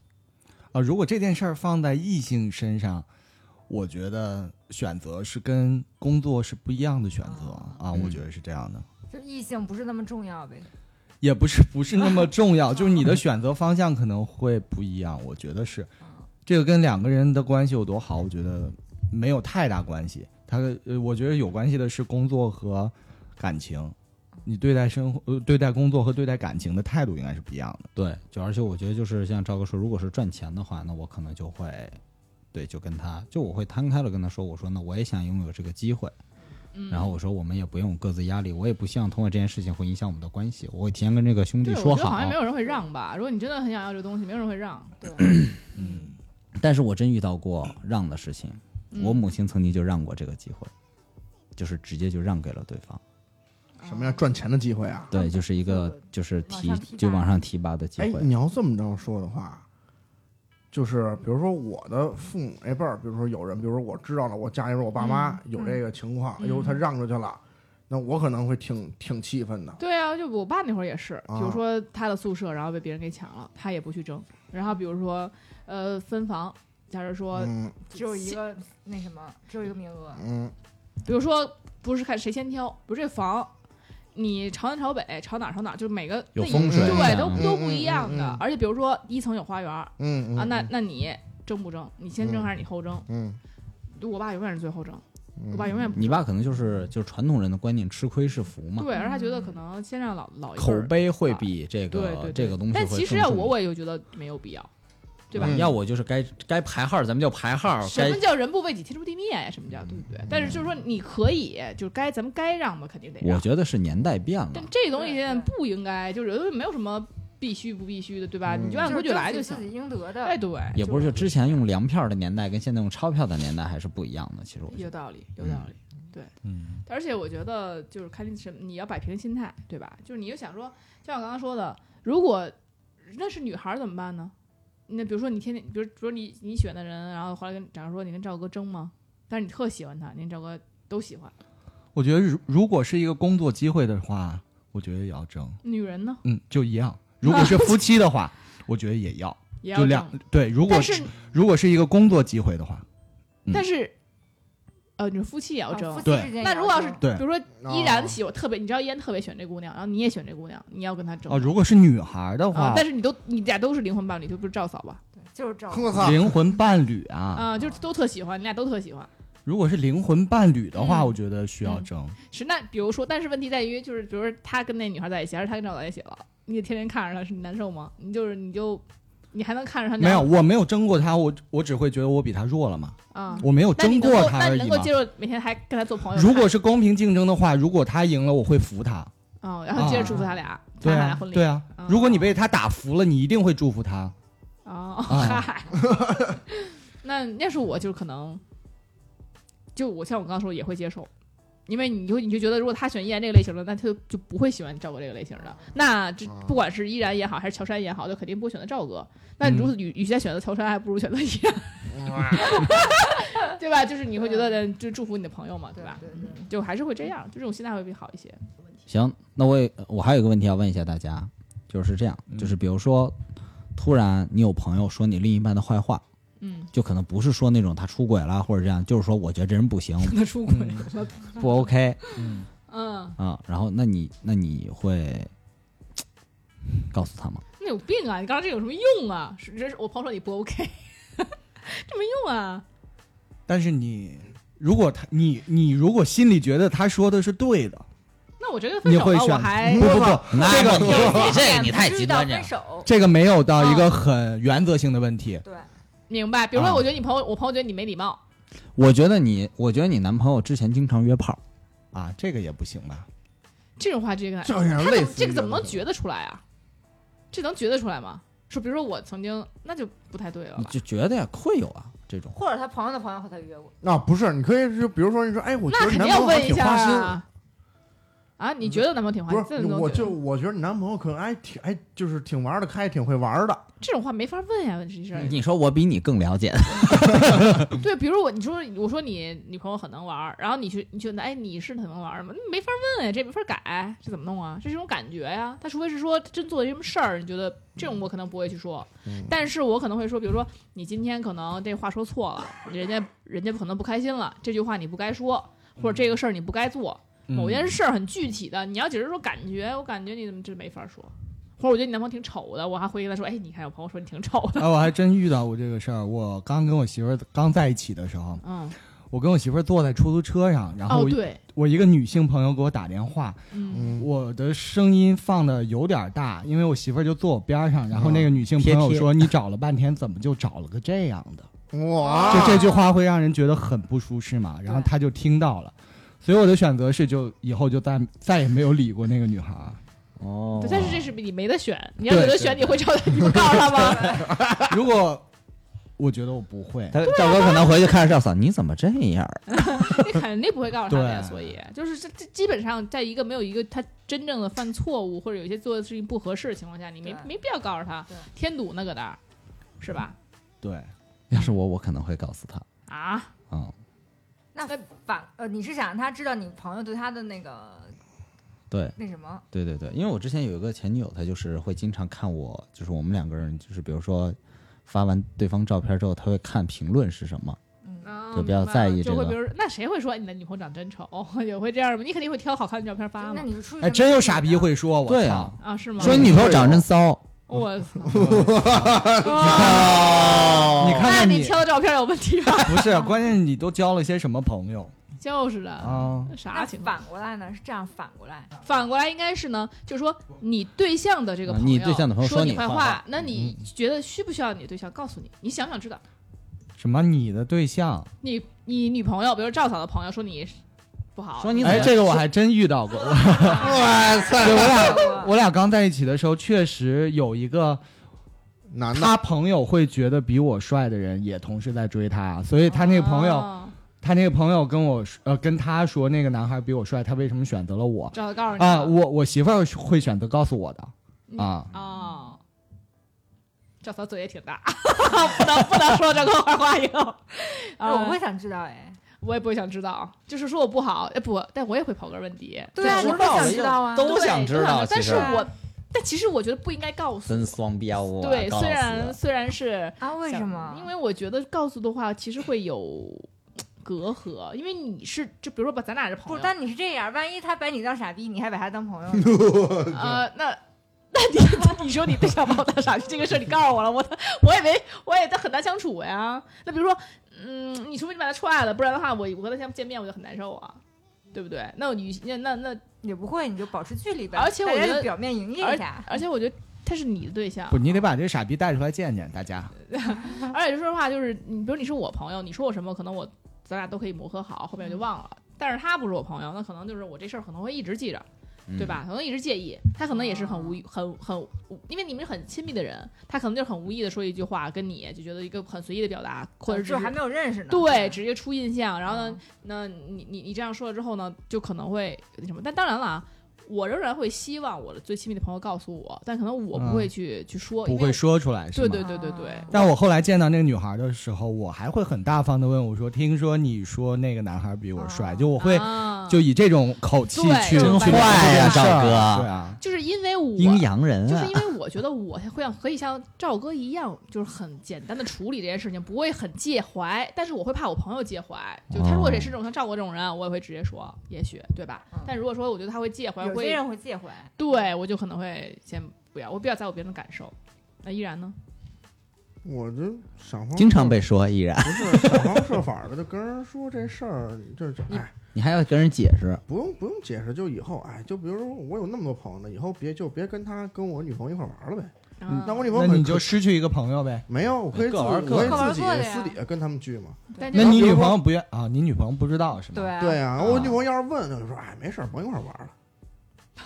[SPEAKER 8] 啊，如果这件事儿放在异性身上，我觉得选择是跟工作是不一样的选择啊，我觉得是这样的，
[SPEAKER 7] 就异性不是那么重要呗。
[SPEAKER 8] 也不是不是那么重要，就是你的选择方向可能会不一样，我觉得是，这个跟两个人的关系有多好，我觉得没有太大关系，他呃，我觉得有关系的是工作和感情。你对待生活、呃对待工作和对待感情的态度应该是不一样的。
[SPEAKER 6] 对，就而且我觉得就是像赵哥说，如果是赚钱的话，那我可能就会，对，就跟他就我会摊开了跟他说，我说呢，我也想拥有这个机会，
[SPEAKER 2] 嗯
[SPEAKER 6] 然后我说我们也不用有各自压力，我也不希望通过这件事情会影响我们的关系，我会提前跟这个兄弟
[SPEAKER 2] 对，
[SPEAKER 6] 说
[SPEAKER 2] 我觉得
[SPEAKER 8] 啊
[SPEAKER 2] 好像没有人会让吧。如果你真的很想要这东西，没有人会让。嗯对，
[SPEAKER 6] 但是我真遇到过让的事情，
[SPEAKER 2] 嗯
[SPEAKER 6] 我母亲曾经就让过这个机会，就是直接就让给了对方，
[SPEAKER 4] 什么呀？赚钱的机会啊！
[SPEAKER 6] 对，就是一
[SPEAKER 2] 嗯
[SPEAKER 6] 个就是
[SPEAKER 7] 往
[SPEAKER 6] 提
[SPEAKER 7] 上提拔
[SPEAKER 6] 就往上提拔的机
[SPEAKER 4] 哎，
[SPEAKER 6] 会，
[SPEAKER 4] 你要这么着说的话，就是比如说我的父母那辈儿，比如说有人，比如说我知道了，我家里边我爸妈有这个情况，哎呦，他让出去了，那我可能会挺挺气愤的。
[SPEAKER 2] 对啊，就我爸那会儿也是，比
[SPEAKER 4] 啊
[SPEAKER 2] 如说他的宿舍，然后被别人给抢了，他也不去争。然后比如说，呃，分房，假如说，
[SPEAKER 4] 嗯
[SPEAKER 7] 只有一个那什么，只有一个名额，
[SPEAKER 4] 嗯，
[SPEAKER 2] 比如说不是看谁先挑，比如这房。你朝南朝北，朝哪儿朝哪儿，就是每个
[SPEAKER 6] 有
[SPEAKER 2] 那一
[SPEAKER 6] 风水
[SPEAKER 2] 对，
[SPEAKER 6] 嗯
[SPEAKER 2] 都
[SPEAKER 6] 嗯
[SPEAKER 2] 都不一样
[SPEAKER 4] 嗯嗯
[SPEAKER 2] 的
[SPEAKER 4] 嗯。
[SPEAKER 2] 而且比如说一层有花园啊，
[SPEAKER 4] 嗯嗯
[SPEAKER 2] 那那你争不争？你先争
[SPEAKER 4] 嗯
[SPEAKER 2] 还是你后争？
[SPEAKER 4] 嗯，
[SPEAKER 2] 我爸永远是最后争，
[SPEAKER 4] 嗯
[SPEAKER 2] 我爸永远不
[SPEAKER 6] 你爸可能就是就是传统人的观念，吃亏是福嘛，
[SPEAKER 2] 对，而他觉得可能先让老老一辈
[SPEAKER 6] 嗯口
[SPEAKER 2] 儿
[SPEAKER 6] 碑会比这
[SPEAKER 2] 啊对
[SPEAKER 6] 个
[SPEAKER 2] 对对
[SPEAKER 6] 这个东西会
[SPEAKER 2] 但
[SPEAKER 6] 更重要。
[SPEAKER 2] 其实要啊我，我也就觉得没有必要，对吧？
[SPEAKER 4] 嗯
[SPEAKER 6] 要我就是该该排号，咱们就排号，
[SPEAKER 2] 什
[SPEAKER 6] 该
[SPEAKER 2] 么叫人不为己，天诛地灭呀？什么
[SPEAKER 6] 嗯
[SPEAKER 2] 叫对不对？但是就是说，你可以，就是该咱们该让吧，肯定得
[SPEAKER 6] 我
[SPEAKER 2] 让。
[SPEAKER 6] 觉得是年代变了
[SPEAKER 8] 嗯
[SPEAKER 2] 但。这东西
[SPEAKER 7] 对对
[SPEAKER 2] 不应该，就是有的没有什么必须不必须的，对吧？
[SPEAKER 4] 嗯
[SPEAKER 2] 你就按规矩来就
[SPEAKER 7] 就
[SPEAKER 2] 行
[SPEAKER 7] 自。己应得的。
[SPEAKER 2] 哎，对，
[SPEAKER 6] 也不是
[SPEAKER 2] 就
[SPEAKER 6] 就之前用粮票的年代跟现在用钞票的年代还是不一样的，其实我
[SPEAKER 2] 有
[SPEAKER 6] 觉得
[SPEAKER 2] 道理，有道理。
[SPEAKER 8] 嗯，
[SPEAKER 2] 而且我觉得就是看你什么，你要摆平心态，对吧？就是你就想说，就像我刚刚说的，如果那是女孩儿怎么办呢？那比如说你天天，比如比如你你喜欢的人，然后后来跟假如说你跟赵哥争吗？但是你特喜欢他，你跟赵哥都喜欢，
[SPEAKER 8] 我觉得如如果是一个工作机会的话，我觉得也要争。
[SPEAKER 2] 女人呢
[SPEAKER 8] 嗯，就一样。如果是夫妻的话，我觉得也要，
[SPEAKER 2] 也要
[SPEAKER 8] 就
[SPEAKER 2] 争。
[SPEAKER 8] 两对。如果
[SPEAKER 2] 但是
[SPEAKER 8] 如果是一个工作机会的话，嗯
[SPEAKER 2] 但是，呃，你说夫妻也要争。
[SPEAKER 7] 夫妻
[SPEAKER 8] 对
[SPEAKER 7] 之间也
[SPEAKER 2] 那如果要是
[SPEAKER 7] 争
[SPEAKER 8] 对
[SPEAKER 2] 比如说
[SPEAKER 4] 嗯哦
[SPEAKER 2] 依然喜欢特别，你知道依然特别喜欢这姑娘，然后你也喜欢这姑娘，你要跟她争
[SPEAKER 8] 哦，如果是女孩的
[SPEAKER 2] 啊
[SPEAKER 8] 话，
[SPEAKER 2] 但是你都你俩都是灵魂伴侣，就不是赵嫂吧？
[SPEAKER 7] 就是找
[SPEAKER 4] 我操，
[SPEAKER 8] 灵魂伴侣啊，
[SPEAKER 2] 啊，就是都特喜欢，你俩都特喜欢。
[SPEAKER 8] 如果是灵魂伴侣的话，
[SPEAKER 2] 嗯
[SPEAKER 8] 我觉得需要争。
[SPEAKER 2] 是那比如说，但是问题在于，就是比如说他跟那女孩在一起，还是他跟赵导在一起了，你也天天看着他，是你难受吗？你就是你就你还能看着他
[SPEAKER 8] 没有，我没有争过他，我我只会觉得我比他弱了嘛，
[SPEAKER 2] 啊？
[SPEAKER 8] 我没有
[SPEAKER 2] 那你能
[SPEAKER 8] 争过
[SPEAKER 2] 够
[SPEAKER 8] 他
[SPEAKER 2] 那
[SPEAKER 8] 而
[SPEAKER 2] 你
[SPEAKER 8] 已
[SPEAKER 2] 能
[SPEAKER 8] 嘛
[SPEAKER 2] 够。接受每天还跟他做朋友？
[SPEAKER 8] 如果是公平竞争的话，如果他赢了，我会服他；
[SPEAKER 2] 啊，然后接着祝福他俩，他
[SPEAKER 8] 对
[SPEAKER 2] 俩
[SPEAKER 8] 啊
[SPEAKER 2] 婚，礼。
[SPEAKER 8] 对啊
[SPEAKER 2] 嗯，
[SPEAKER 8] 如果你被他打服了，你一定会祝福他。
[SPEAKER 2] 哦，
[SPEAKER 8] 啊
[SPEAKER 2] 嗨， 那那是我就是可能，就我像我刚刚说也会接受，因为你就你就觉得如果他选依然这个类型的，那他就就不会喜欢赵哥这个类型的。那这
[SPEAKER 4] 啊
[SPEAKER 2] 不管是依然也好，还是乔杉也好，就肯定不会选择赵哥。那你如此与与其再选择乔杉，还不如选择依然，对吧？就是你会觉得就祝福你的朋友嘛，对吧？
[SPEAKER 7] 对对
[SPEAKER 2] 嗯就还是会这样，就这种心态会比较好一些。
[SPEAKER 6] 行，那我也我还有一个问题要问一下大家，就是这样，
[SPEAKER 2] 嗯
[SPEAKER 6] 就是比如说，突然你有朋友说你另一半的坏话，
[SPEAKER 2] 嗯，
[SPEAKER 6] 就可能不是说那种他出轨了或者这样，就是说我觉得这人不行，
[SPEAKER 2] 他出轨了，
[SPEAKER 6] 不 OK
[SPEAKER 2] 嗯，
[SPEAKER 6] 啊、然后那你那你会告诉他吗？
[SPEAKER 2] 那有病啊！你刚刚这有什么用啊？是这是我朋友说你不 OK，这没用啊。
[SPEAKER 8] 但是你如果他你你如果心里觉得他说的是对的，
[SPEAKER 2] 那我觉得分
[SPEAKER 8] 你
[SPEAKER 2] 手
[SPEAKER 8] 会
[SPEAKER 2] 了，
[SPEAKER 8] 选
[SPEAKER 2] 我还
[SPEAKER 4] 嗯
[SPEAKER 8] 不不不，这个
[SPEAKER 6] 个
[SPEAKER 7] 分手，
[SPEAKER 8] 这个没有到一个很原则性的问题。
[SPEAKER 7] 对，
[SPEAKER 2] 明白。比如说，
[SPEAKER 6] 啊
[SPEAKER 2] 我觉得你朋友，我朋友觉得你没礼貌，
[SPEAKER 6] 我觉得你，我觉得你男朋友之前经常约炮，
[SPEAKER 8] 啊，这个也不行吧？
[SPEAKER 2] 这种话直接跟他，
[SPEAKER 4] 这好像
[SPEAKER 2] 他
[SPEAKER 4] 类
[SPEAKER 2] 怎
[SPEAKER 4] 似
[SPEAKER 2] 么
[SPEAKER 4] 于
[SPEAKER 2] 这个怎么
[SPEAKER 4] 这
[SPEAKER 2] 能
[SPEAKER 4] 个
[SPEAKER 2] 觉得出来啊？这能觉得出来吗？说，比如说我曾经，那就不太对了
[SPEAKER 8] 啊
[SPEAKER 6] 你
[SPEAKER 2] 吧？
[SPEAKER 6] 就觉得呀会有啊这种。
[SPEAKER 7] 或者他朋友的朋友和他约过，
[SPEAKER 4] 啊，不是，你可以就比如说你说，哎，我觉
[SPEAKER 2] 那
[SPEAKER 4] 得
[SPEAKER 2] 肯
[SPEAKER 4] 你
[SPEAKER 2] 定
[SPEAKER 4] 男
[SPEAKER 2] 要
[SPEAKER 4] 朋友还
[SPEAKER 2] 问一
[SPEAKER 4] 挺
[SPEAKER 2] 下
[SPEAKER 4] 花心，
[SPEAKER 2] 啊！啊，你觉得男朋友 挺花
[SPEAKER 4] 不
[SPEAKER 2] 心？
[SPEAKER 4] 是，
[SPEAKER 2] 这种
[SPEAKER 4] 我
[SPEAKER 2] 觉
[SPEAKER 4] 就
[SPEAKER 2] 得
[SPEAKER 4] 我觉得你男朋友可能哎挺哎就是挺玩得开，挺会玩的，
[SPEAKER 2] 这种话没法问呀，问题是。
[SPEAKER 6] 你说我比你更了解，
[SPEAKER 2] 对，比如我你说我说你女朋友很能玩儿，然后你去你觉得哎你是很能玩儿吗？那没法问呀，啊这没法改，这怎么弄啊？这是一种感觉呀。他除非是说真做了什么事儿，你觉得这
[SPEAKER 8] 嗯
[SPEAKER 2] 种我可能不会去说，但是我可能会说，比如说你今天可能这话说错了，人家人家可能不开心了，这句话你不该说，或者这个事儿你不该做，
[SPEAKER 8] 嗯
[SPEAKER 2] 某件事儿很具体的，你要只是说感觉，我感觉你怎么这没法说。或者我觉得你男朋友挺丑的，我还会跟他说：“哎，你看有朋友说你挺丑的。
[SPEAKER 8] 啊，我还真遇到过这个事儿。我刚跟我媳妇儿刚在一起的时候”，
[SPEAKER 2] 嗯，
[SPEAKER 8] 我跟我媳妇儿坐在出租车上，然后
[SPEAKER 2] 哦
[SPEAKER 8] 我,、
[SPEAKER 2] 对，
[SPEAKER 8] 我一个女性朋友给我打电话，
[SPEAKER 2] 嗯，
[SPEAKER 4] 嗯，
[SPEAKER 8] 我的声音放的有点大，因为我媳妇儿就坐我边儿上，然后那个女性朋友
[SPEAKER 6] 啊贴
[SPEAKER 8] 说：“你找了半天，怎么就找了个这样的？”
[SPEAKER 4] 哇，
[SPEAKER 6] 啊
[SPEAKER 8] 就这句话会让人觉得很不舒适嘛。然后她就听到了，所以我的选择是就以后就再再也没有理过那个女孩儿。
[SPEAKER 6] 哦
[SPEAKER 2] 对，但是这是你没得选，你要有
[SPEAKER 8] 对
[SPEAKER 2] 得
[SPEAKER 8] 对
[SPEAKER 2] 选，你会找他，你会告诉他吗？
[SPEAKER 8] 如果我觉得我不会，
[SPEAKER 2] 啊
[SPEAKER 6] 他赵哥可能回去开始笑嗓，你怎么这
[SPEAKER 8] 啊
[SPEAKER 6] 样？
[SPEAKER 2] 你肯定不会告诉他的呀。
[SPEAKER 8] 对
[SPEAKER 2] 所以就是这这基本上，在一个没有一个他真正的犯错误或者有一些做的事情不合适的情况下，你没
[SPEAKER 7] 对
[SPEAKER 2] 没必要告诉他
[SPEAKER 7] 对，
[SPEAKER 2] 添堵那个的儿，是吧？
[SPEAKER 8] 对，
[SPEAKER 6] 要是我，我可能会告诉他，
[SPEAKER 2] 啊，
[SPEAKER 6] 嗯，
[SPEAKER 7] 那反呃，你是想让他知道你朋友对他的那个
[SPEAKER 6] 对，
[SPEAKER 7] 那什么？
[SPEAKER 6] 对对对，因为我之前有一个前女友，她就是会经常看我，就是我们两个人，就是比如说发完对方照片之后，她会看评论是什么，
[SPEAKER 2] 嗯
[SPEAKER 6] 就比较在意这
[SPEAKER 2] 就会
[SPEAKER 6] 个
[SPEAKER 2] 比如那谁会说你的女朋友长真丑？ 也会这样吗？你肯定会挑好看的照片发
[SPEAKER 7] 那
[SPEAKER 2] 嘛？
[SPEAKER 7] 你是出去什
[SPEAKER 8] 哎，
[SPEAKER 7] 么
[SPEAKER 8] 真有
[SPEAKER 7] 地
[SPEAKER 8] 傻逼
[SPEAKER 7] 方
[SPEAKER 8] 会说，我
[SPEAKER 6] 对
[SPEAKER 8] 操嗯
[SPEAKER 6] 啊！
[SPEAKER 2] 啊？是吗？
[SPEAKER 6] 说你女朋友长真骚，
[SPEAKER 2] 我操！
[SPEAKER 6] 哦
[SPEAKER 8] 你看
[SPEAKER 2] 那
[SPEAKER 8] 看
[SPEAKER 2] 你
[SPEAKER 8] 你，
[SPEAKER 2] 挑的照片有问题吧？
[SPEAKER 8] 不是， 关键是你都交了些什么朋友
[SPEAKER 2] 就是的，
[SPEAKER 8] 啊？
[SPEAKER 2] 啥
[SPEAKER 7] 那
[SPEAKER 2] 情况？
[SPEAKER 7] 反过来呢？是这样反过来，
[SPEAKER 2] 反过来应该是呢，就是说你对象的这个
[SPEAKER 6] 啊
[SPEAKER 2] 朋友，
[SPEAKER 6] 你对象的朋友
[SPEAKER 2] 说
[SPEAKER 6] 说你
[SPEAKER 2] 坏
[SPEAKER 6] 坏嗯
[SPEAKER 2] 话，那你觉得需不需要你对象告诉你？你想想知道，
[SPEAKER 8] 什么？你的对象？
[SPEAKER 2] 你你女朋友，比如赵嫂的朋友说你不好，
[SPEAKER 6] 说你怎
[SPEAKER 8] 哎，
[SPEAKER 6] 么
[SPEAKER 8] 这个我还真遇 到过。
[SPEAKER 6] 哇塞，
[SPEAKER 8] 我俩
[SPEAKER 7] 我
[SPEAKER 8] 我俩刚在一起的时候，确实有一个
[SPEAKER 4] 男
[SPEAKER 6] 啊
[SPEAKER 4] 的，
[SPEAKER 8] 他朋友会觉得比我帅的人也同时在追他，啊所以他那个朋友，
[SPEAKER 2] 哦
[SPEAKER 8] 他那个朋友跟我说呃跟他说那个男孩比我帅，他为什么选择了我
[SPEAKER 2] 赵嫂告诉你
[SPEAKER 8] 啊？
[SPEAKER 2] 了
[SPEAKER 8] 我我媳妇儿会选择告诉我
[SPEAKER 2] 嗯
[SPEAKER 8] 的啊。
[SPEAKER 2] 哦，赵嫂嘴也挺大， 不能不能说这个坏话以 后，啊
[SPEAKER 7] 我会想知道哎，
[SPEAKER 2] 我也不会想知道，就是说我不好，哎不，但我也会刨根问底，
[SPEAKER 7] 对啊，
[SPEAKER 6] 知
[SPEAKER 7] 你会
[SPEAKER 6] 道
[SPEAKER 7] 想
[SPEAKER 6] 了
[SPEAKER 7] 知
[SPEAKER 6] 又
[SPEAKER 7] 道啊，
[SPEAKER 6] 都
[SPEAKER 2] 对
[SPEAKER 6] 想知
[SPEAKER 2] 都
[SPEAKER 6] 道，
[SPEAKER 2] 但
[SPEAKER 6] 其
[SPEAKER 2] 是
[SPEAKER 6] 实
[SPEAKER 2] 我但其实我觉得不应该告诉
[SPEAKER 6] 真双标啊，
[SPEAKER 2] 对，
[SPEAKER 6] 告
[SPEAKER 2] 虽
[SPEAKER 6] 诉
[SPEAKER 2] 然虽然是。
[SPEAKER 7] 啊？为什么？
[SPEAKER 2] 因为我觉得告诉的话，其实会有隔阂，因为你是就比如说把咱俩是
[SPEAKER 7] 不
[SPEAKER 2] 朋
[SPEAKER 7] 是，
[SPEAKER 2] 友，
[SPEAKER 7] 但你是这样，万一他把你当傻逼，你还把他当朋友 呢，
[SPEAKER 2] 呃，那那你 你说你对象把我当傻逼这个事儿，你告诉我了，我我也没我也很难相处呀。那比如说，嗯，你除非你把他踹了，不然的话，我我和他相见面我就很难受啊，对不对？那我与那那那，
[SPEAKER 7] 也不会，你就保持距离呗。
[SPEAKER 2] 而且我
[SPEAKER 7] 大家
[SPEAKER 2] 觉得
[SPEAKER 7] 就表面营业一下，
[SPEAKER 2] 而且我觉得他是你的对象
[SPEAKER 8] 不，，你得把这傻逼带出来见见大家。
[SPEAKER 2] 而且说实话，就是你，比如你是我朋友，你说我什么，可能我
[SPEAKER 7] 嗯
[SPEAKER 2] 咱俩都可以磨合好，后面我就忘了。但是他不是我朋友，那可能就是我这事儿可能会一直记着。
[SPEAKER 6] 嗯
[SPEAKER 2] 对吧？可能也是介意，他可能也是
[SPEAKER 7] 哦
[SPEAKER 2] 很无意很很无，因为你们是很亲密的人，他可能就是很无意的说一句话，跟你就觉得一个很随意的表达，或者
[SPEAKER 7] 哦就是还没有嗯哦认识呢。嗯
[SPEAKER 2] 对，直接出印象。然后呢，那你你你这样说了之后呢，就可能会那什么。但当然了啊，我仍然会希望我的最亲密的朋友告诉我，但可能我不会去、去说，
[SPEAKER 8] 嗯不
[SPEAKER 2] 哦因为
[SPEAKER 8] 会说出来是
[SPEAKER 2] 对
[SPEAKER 8] 吗？
[SPEAKER 2] 对对对对，
[SPEAKER 7] 啊
[SPEAKER 8] 但我后来见到那个女孩的时候，我还会很大方的问我说：“听说你说那个男孩比我帅，
[SPEAKER 7] 啊
[SPEAKER 8] 就我会
[SPEAKER 2] 啊
[SPEAKER 8] 就以这种口气
[SPEAKER 2] 对
[SPEAKER 8] 去
[SPEAKER 2] 真
[SPEAKER 8] 去
[SPEAKER 2] 坏
[SPEAKER 6] 呀
[SPEAKER 8] 这件事儿
[SPEAKER 6] 赵哥
[SPEAKER 8] 对啊，
[SPEAKER 2] 就是因为我
[SPEAKER 6] 阴阳人
[SPEAKER 2] 就是
[SPEAKER 6] 啊
[SPEAKER 2] 因，为我觉得我会像可以像赵哥一样，就是很简单的处理这件事情，不会很介怀。但是我会怕我朋友介怀，就他如果也是这种像赵哥这种人，啊我也会直接说，也许对吧
[SPEAKER 7] 嗯？
[SPEAKER 2] 但如果说我觉得他会介怀，
[SPEAKER 7] 有
[SPEAKER 2] 会
[SPEAKER 7] 些人会介怀。
[SPEAKER 2] 对我就可能会先不要，我比较在乎别人的感受。那依然呢？
[SPEAKER 4] 我就想方
[SPEAKER 6] 经常被说依然，
[SPEAKER 4] 不是想方设法的就跟人说这事儿，就是
[SPEAKER 2] 你
[SPEAKER 4] 哎，
[SPEAKER 6] 你还要跟人解释，
[SPEAKER 4] 不用不用解释，就以后哎，就比如说我有那么多朋友呢，以后别就别跟他跟我女朋友一块玩了呗。
[SPEAKER 6] 嗯
[SPEAKER 2] 啊
[SPEAKER 4] 嗯那我女朋友
[SPEAKER 8] 那
[SPEAKER 4] 可
[SPEAKER 8] 你就失去一个朋友呗。
[SPEAKER 4] 没有，我可以自
[SPEAKER 8] 各玩各
[SPEAKER 4] 我可
[SPEAKER 7] 各玩
[SPEAKER 4] 以自己
[SPEAKER 7] 各的呀
[SPEAKER 4] 私底下跟他们聚嘛。
[SPEAKER 7] 但
[SPEAKER 8] 那
[SPEAKER 7] 这个
[SPEAKER 8] 你女朋友不愿啊？你女朋友不知道是吗？
[SPEAKER 7] 对啊
[SPEAKER 4] 对啊，我女朋友要是问，我就说哎，没事儿，甭一块儿玩了。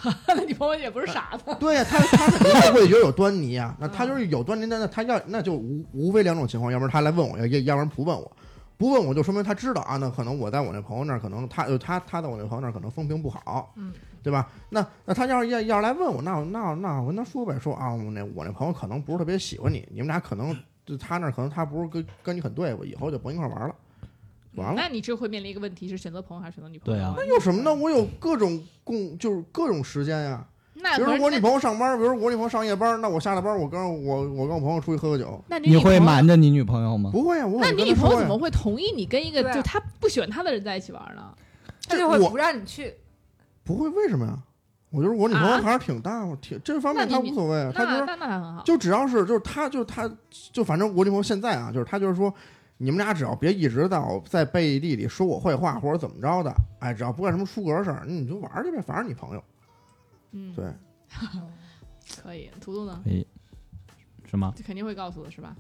[SPEAKER 2] 那女朋友也不是傻子，
[SPEAKER 4] 对呀、他他肯定会觉得有端倪啊。那他就是有端倪，那那他要那就无无非两种情况，要不然他来问我，要要要不然不问我。不问我就说明他知道啊，那可能我在我那朋友那儿，可能他呃他他在我那朋友那儿可能风评不好，
[SPEAKER 7] 嗯，
[SPEAKER 4] 对吧？那那他要是要要是来问我，那我那我那我跟他说呗，说啊，我那我那朋友可能不是特别喜欢你，你们俩可能就他那儿可能他不是跟跟你很对付，以后就甭一块儿玩了，完了。
[SPEAKER 2] 那你这会面临一个问题是选择朋友还是选择女朋友？
[SPEAKER 6] 对啊
[SPEAKER 4] 那有什么呢？我有各种共，就是各种时间呀、
[SPEAKER 2] 那
[SPEAKER 4] 比如
[SPEAKER 2] 可
[SPEAKER 4] 说
[SPEAKER 2] 是
[SPEAKER 4] 我女朋友上班，比如说我女朋友上夜班，那我下了班，我跟我我跟我朋友出去喝个酒，
[SPEAKER 2] 那你
[SPEAKER 8] 你会
[SPEAKER 2] 瞒？
[SPEAKER 8] 瞒着你女朋友吗？
[SPEAKER 4] 不会啊，我
[SPEAKER 2] 那
[SPEAKER 4] 有
[SPEAKER 2] 你
[SPEAKER 4] 跟
[SPEAKER 2] 女
[SPEAKER 4] 她
[SPEAKER 2] 朋友
[SPEAKER 4] 说
[SPEAKER 2] 怎么
[SPEAKER 4] 呀，
[SPEAKER 2] 会同意你跟一个
[SPEAKER 7] 对啊
[SPEAKER 2] 就她不喜欢他的人在一起玩
[SPEAKER 4] 啊
[SPEAKER 2] 呢？
[SPEAKER 7] 他
[SPEAKER 4] 这
[SPEAKER 7] 就会
[SPEAKER 4] 我
[SPEAKER 7] 不让你去。
[SPEAKER 4] 不会？为什么呀？我觉得我女朋友还是挺大，我挺这方面
[SPEAKER 2] 啊那
[SPEAKER 4] 她
[SPEAKER 2] 你
[SPEAKER 4] 无所谓啊，她就
[SPEAKER 2] 那
[SPEAKER 4] 是
[SPEAKER 2] 那那还很好。
[SPEAKER 4] 就只要是就是她就是她就反正我女朋友现在啊，就是她就是说。你们俩只要别一直在我在背地里说我坏话或者怎么着的，哎，只要不干什么出格的事儿，你就玩儿去呗，反正你朋友。
[SPEAKER 2] 嗯，
[SPEAKER 4] 对，
[SPEAKER 2] 可以。图图呢？
[SPEAKER 6] 是吗？
[SPEAKER 2] 肯定会告诉的是吧？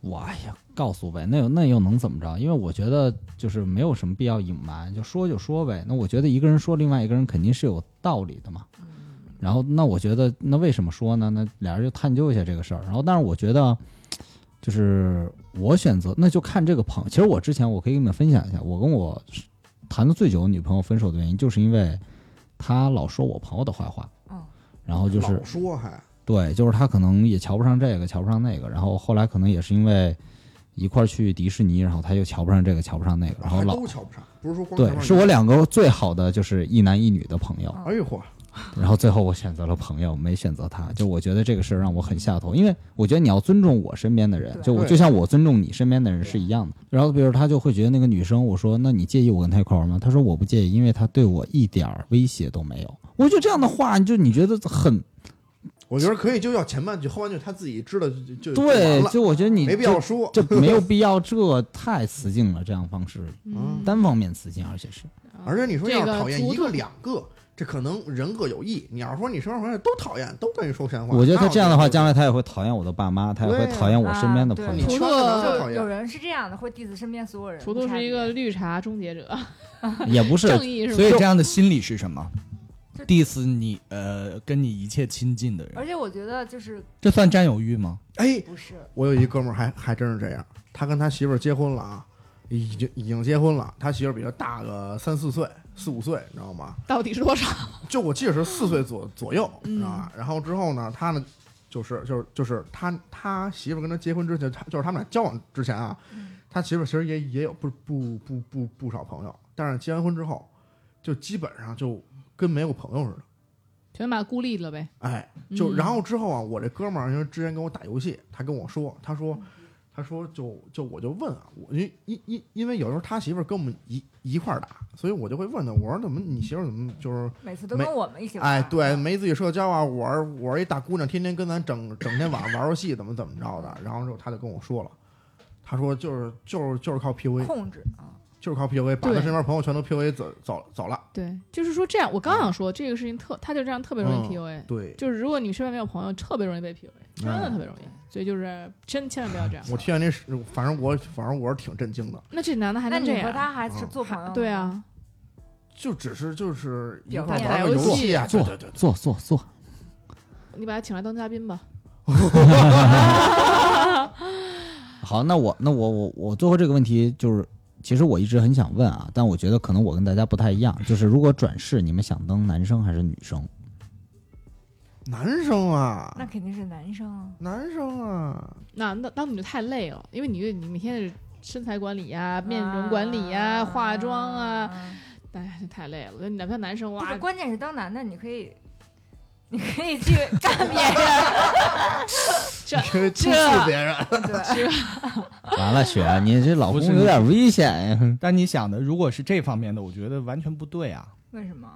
[SPEAKER 6] 我哎呀，告诉呗，那又那又能怎么着？因为我觉得就是没有什么必要隐瞒，就说就说呗。那我觉得一个人说，另外一个人肯定是有道理的嘛。然后那我觉得那为什么说呢？那俩人就探究一下这个事儿。然后但是我觉得，就是我选择那就看这个朋其实我之前我可以跟你们分享一下，我跟我谈的最久的女朋友分手的原因，就是因为她老说我朋友的坏话
[SPEAKER 7] 嗯。
[SPEAKER 6] 然后就是
[SPEAKER 4] 老说还
[SPEAKER 6] 对，就是他可能也瞧不上这个，瞧不上那个，然后后来可能也是因为一块儿去迪士尼，然后他又瞧不上这个，瞧不上那个，然后
[SPEAKER 4] 还
[SPEAKER 6] 老
[SPEAKER 4] 都瞧不上，不是说光瞧
[SPEAKER 6] 对，
[SPEAKER 4] 不上
[SPEAKER 6] 是
[SPEAKER 4] 你
[SPEAKER 6] 我两个最好的就是一男一女的朋友，
[SPEAKER 4] 哎呦嚯，
[SPEAKER 6] 然后最后我选择了朋友，没选择他，就我觉得这个事儿让我很下头，因为我觉得你要尊重我身边的人，
[SPEAKER 7] 对
[SPEAKER 6] 就我
[SPEAKER 4] 对
[SPEAKER 6] 就像我尊重你身边的人是一样的。然后比如他就会觉得那个女生，我说那你介意我跟他一块儿玩吗？他说我不介意，因为他对我一点儿威胁都没有。我觉得这样的话，就你觉得很
[SPEAKER 4] 我觉得可以就要前半句，后半句他自己知道就就就完
[SPEAKER 6] 对，
[SPEAKER 4] 了
[SPEAKER 6] 就我觉得你
[SPEAKER 4] 没必
[SPEAKER 6] 就
[SPEAKER 4] 要说。
[SPEAKER 6] 这没有必要，这太雌竞了，这样方式
[SPEAKER 4] 嗯
[SPEAKER 6] 单方面雌竞，而且是
[SPEAKER 2] 啊
[SPEAKER 4] 而且你说要
[SPEAKER 2] 这个
[SPEAKER 4] 讨厌
[SPEAKER 2] 图
[SPEAKER 4] 一个
[SPEAKER 2] 图
[SPEAKER 4] 两个，这可能人各有异。你要说你身边朋友都讨厌，都跟你说闲话，
[SPEAKER 6] 我觉得他这样的话，将
[SPEAKER 4] 来
[SPEAKER 6] 来他也会讨厌我的爸妈，他也会
[SPEAKER 4] 对呀
[SPEAKER 6] 讨厌我身边的
[SPEAKER 7] 啊对
[SPEAKER 6] 朋
[SPEAKER 4] 你
[SPEAKER 6] 友。
[SPEAKER 2] 图
[SPEAKER 4] 圈
[SPEAKER 2] 图
[SPEAKER 4] 可能都讨
[SPEAKER 7] 就有
[SPEAKER 4] 厌。
[SPEAKER 7] 人是这样的，会 diss 身边所有人。
[SPEAKER 2] 图图是一个，绿茶终结者，
[SPEAKER 6] 也不是，
[SPEAKER 2] 正义是吧？
[SPEAKER 8] 所以这样的心理是什么
[SPEAKER 7] 就
[SPEAKER 8] ？diss 你呃，跟你一切亲近的
[SPEAKER 7] 而
[SPEAKER 8] 人，
[SPEAKER 7] 且我觉得就是
[SPEAKER 8] 这算占有欲吗？
[SPEAKER 4] 哎，
[SPEAKER 7] 不是
[SPEAKER 4] 我有一哥们儿还还真是这样，他跟他媳妇儿结婚了啊，已经已经结婚了，他媳妇儿比他大个三四岁、四五岁，你知道吗？
[SPEAKER 2] 到底是多少？
[SPEAKER 4] 就我记得是四岁左左右，你知道吧？然后之后呢，他呢，就是就是就是他他媳妇儿跟他结婚之前，他就是他们俩交往之前啊，他媳妇儿其实也也有不不不不不少朋友，但是结完婚之后，就基本上就跟没有朋友似的。
[SPEAKER 2] 全把孤立了呗。
[SPEAKER 4] 哎，就
[SPEAKER 2] 嗯
[SPEAKER 4] 然后之后啊，我这哥们儿因为之前跟我打游戏，他跟我说，他说，他说就就我就问啊，我因因因因为有时候他媳妇儿跟我们一一块儿打，所以我就会问他，我说怎么你媳妇儿怎么就是
[SPEAKER 7] 每次都
[SPEAKER 4] 没
[SPEAKER 7] 跟我们一起玩。
[SPEAKER 4] 哎，
[SPEAKER 2] 嗯
[SPEAKER 4] 对，没自己社交啊，我儿我是一大姑娘，天天跟咱整整天晚上玩游戏，怎么怎么着的。然后之后他就跟我说了，他说就是就是就是靠 PUA，
[SPEAKER 7] 控制啊，
[SPEAKER 4] 就是靠 PUA，把他
[SPEAKER 2] 对
[SPEAKER 4] 身边朋友全都 PUA 走走走了。
[SPEAKER 2] 对，就是说这样，我刚想说这个事情特，他就这样特别容易
[SPEAKER 4] 嗯
[SPEAKER 2] PUA，
[SPEAKER 4] 对，
[SPEAKER 2] 就是如果你身边没有朋友，特别容易被 PUA，真的特别容易。所以就是真千万不要这样。
[SPEAKER 4] 嗯我听见这是，反正我反正我是挺震惊的。
[SPEAKER 2] 那这男的还
[SPEAKER 7] 那
[SPEAKER 2] 能这
[SPEAKER 7] 你和
[SPEAKER 2] 样？
[SPEAKER 7] 他还是做朋友？
[SPEAKER 2] 对，啊，
[SPEAKER 4] 就只是就是一
[SPEAKER 2] 有
[SPEAKER 4] 块儿
[SPEAKER 2] 打
[SPEAKER 4] 玩个
[SPEAKER 2] 游
[SPEAKER 4] 游
[SPEAKER 2] 戏
[SPEAKER 4] 戏啊，对
[SPEAKER 6] 坐
[SPEAKER 4] 对对对
[SPEAKER 6] 坐坐坐，
[SPEAKER 2] 你把他请来当嘉宾吧。
[SPEAKER 6] 好，那我那我我我最后这个问题就是，其实我一直很想问啊，但我觉得可能我跟大家不太一样，就是如果转世，你们想当男生还是女 生？
[SPEAKER 4] 男生啊，
[SPEAKER 7] 那肯定是男生 啊。
[SPEAKER 4] 男生啊，
[SPEAKER 2] 那那当你就太累了，因为你你每天是身材管理呀、面容管理呀、
[SPEAKER 7] 啊
[SPEAKER 2] 化妆啊，，哎，这太累了。你哪怕男生
[SPEAKER 7] 不
[SPEAKER 2] 哇
[SPEAKER 7] 是，，关键是当男的你可以，你可以去干别人，
[SPEAKER 4] 这
[SPEAKER 2] 这
[SPEAKER 4] 注视别人，
[SPEAKER 7] 对，
[SPEAKER 6] 完了，雪，你这老公
[SPEAKER 8] 不是
[SPEAKER 6] 有点危险呀。
[SPEAKER 8] 但你想的，如果是这方面的，我觉得完全不对啊，
[SPEAKER 7] 为什么？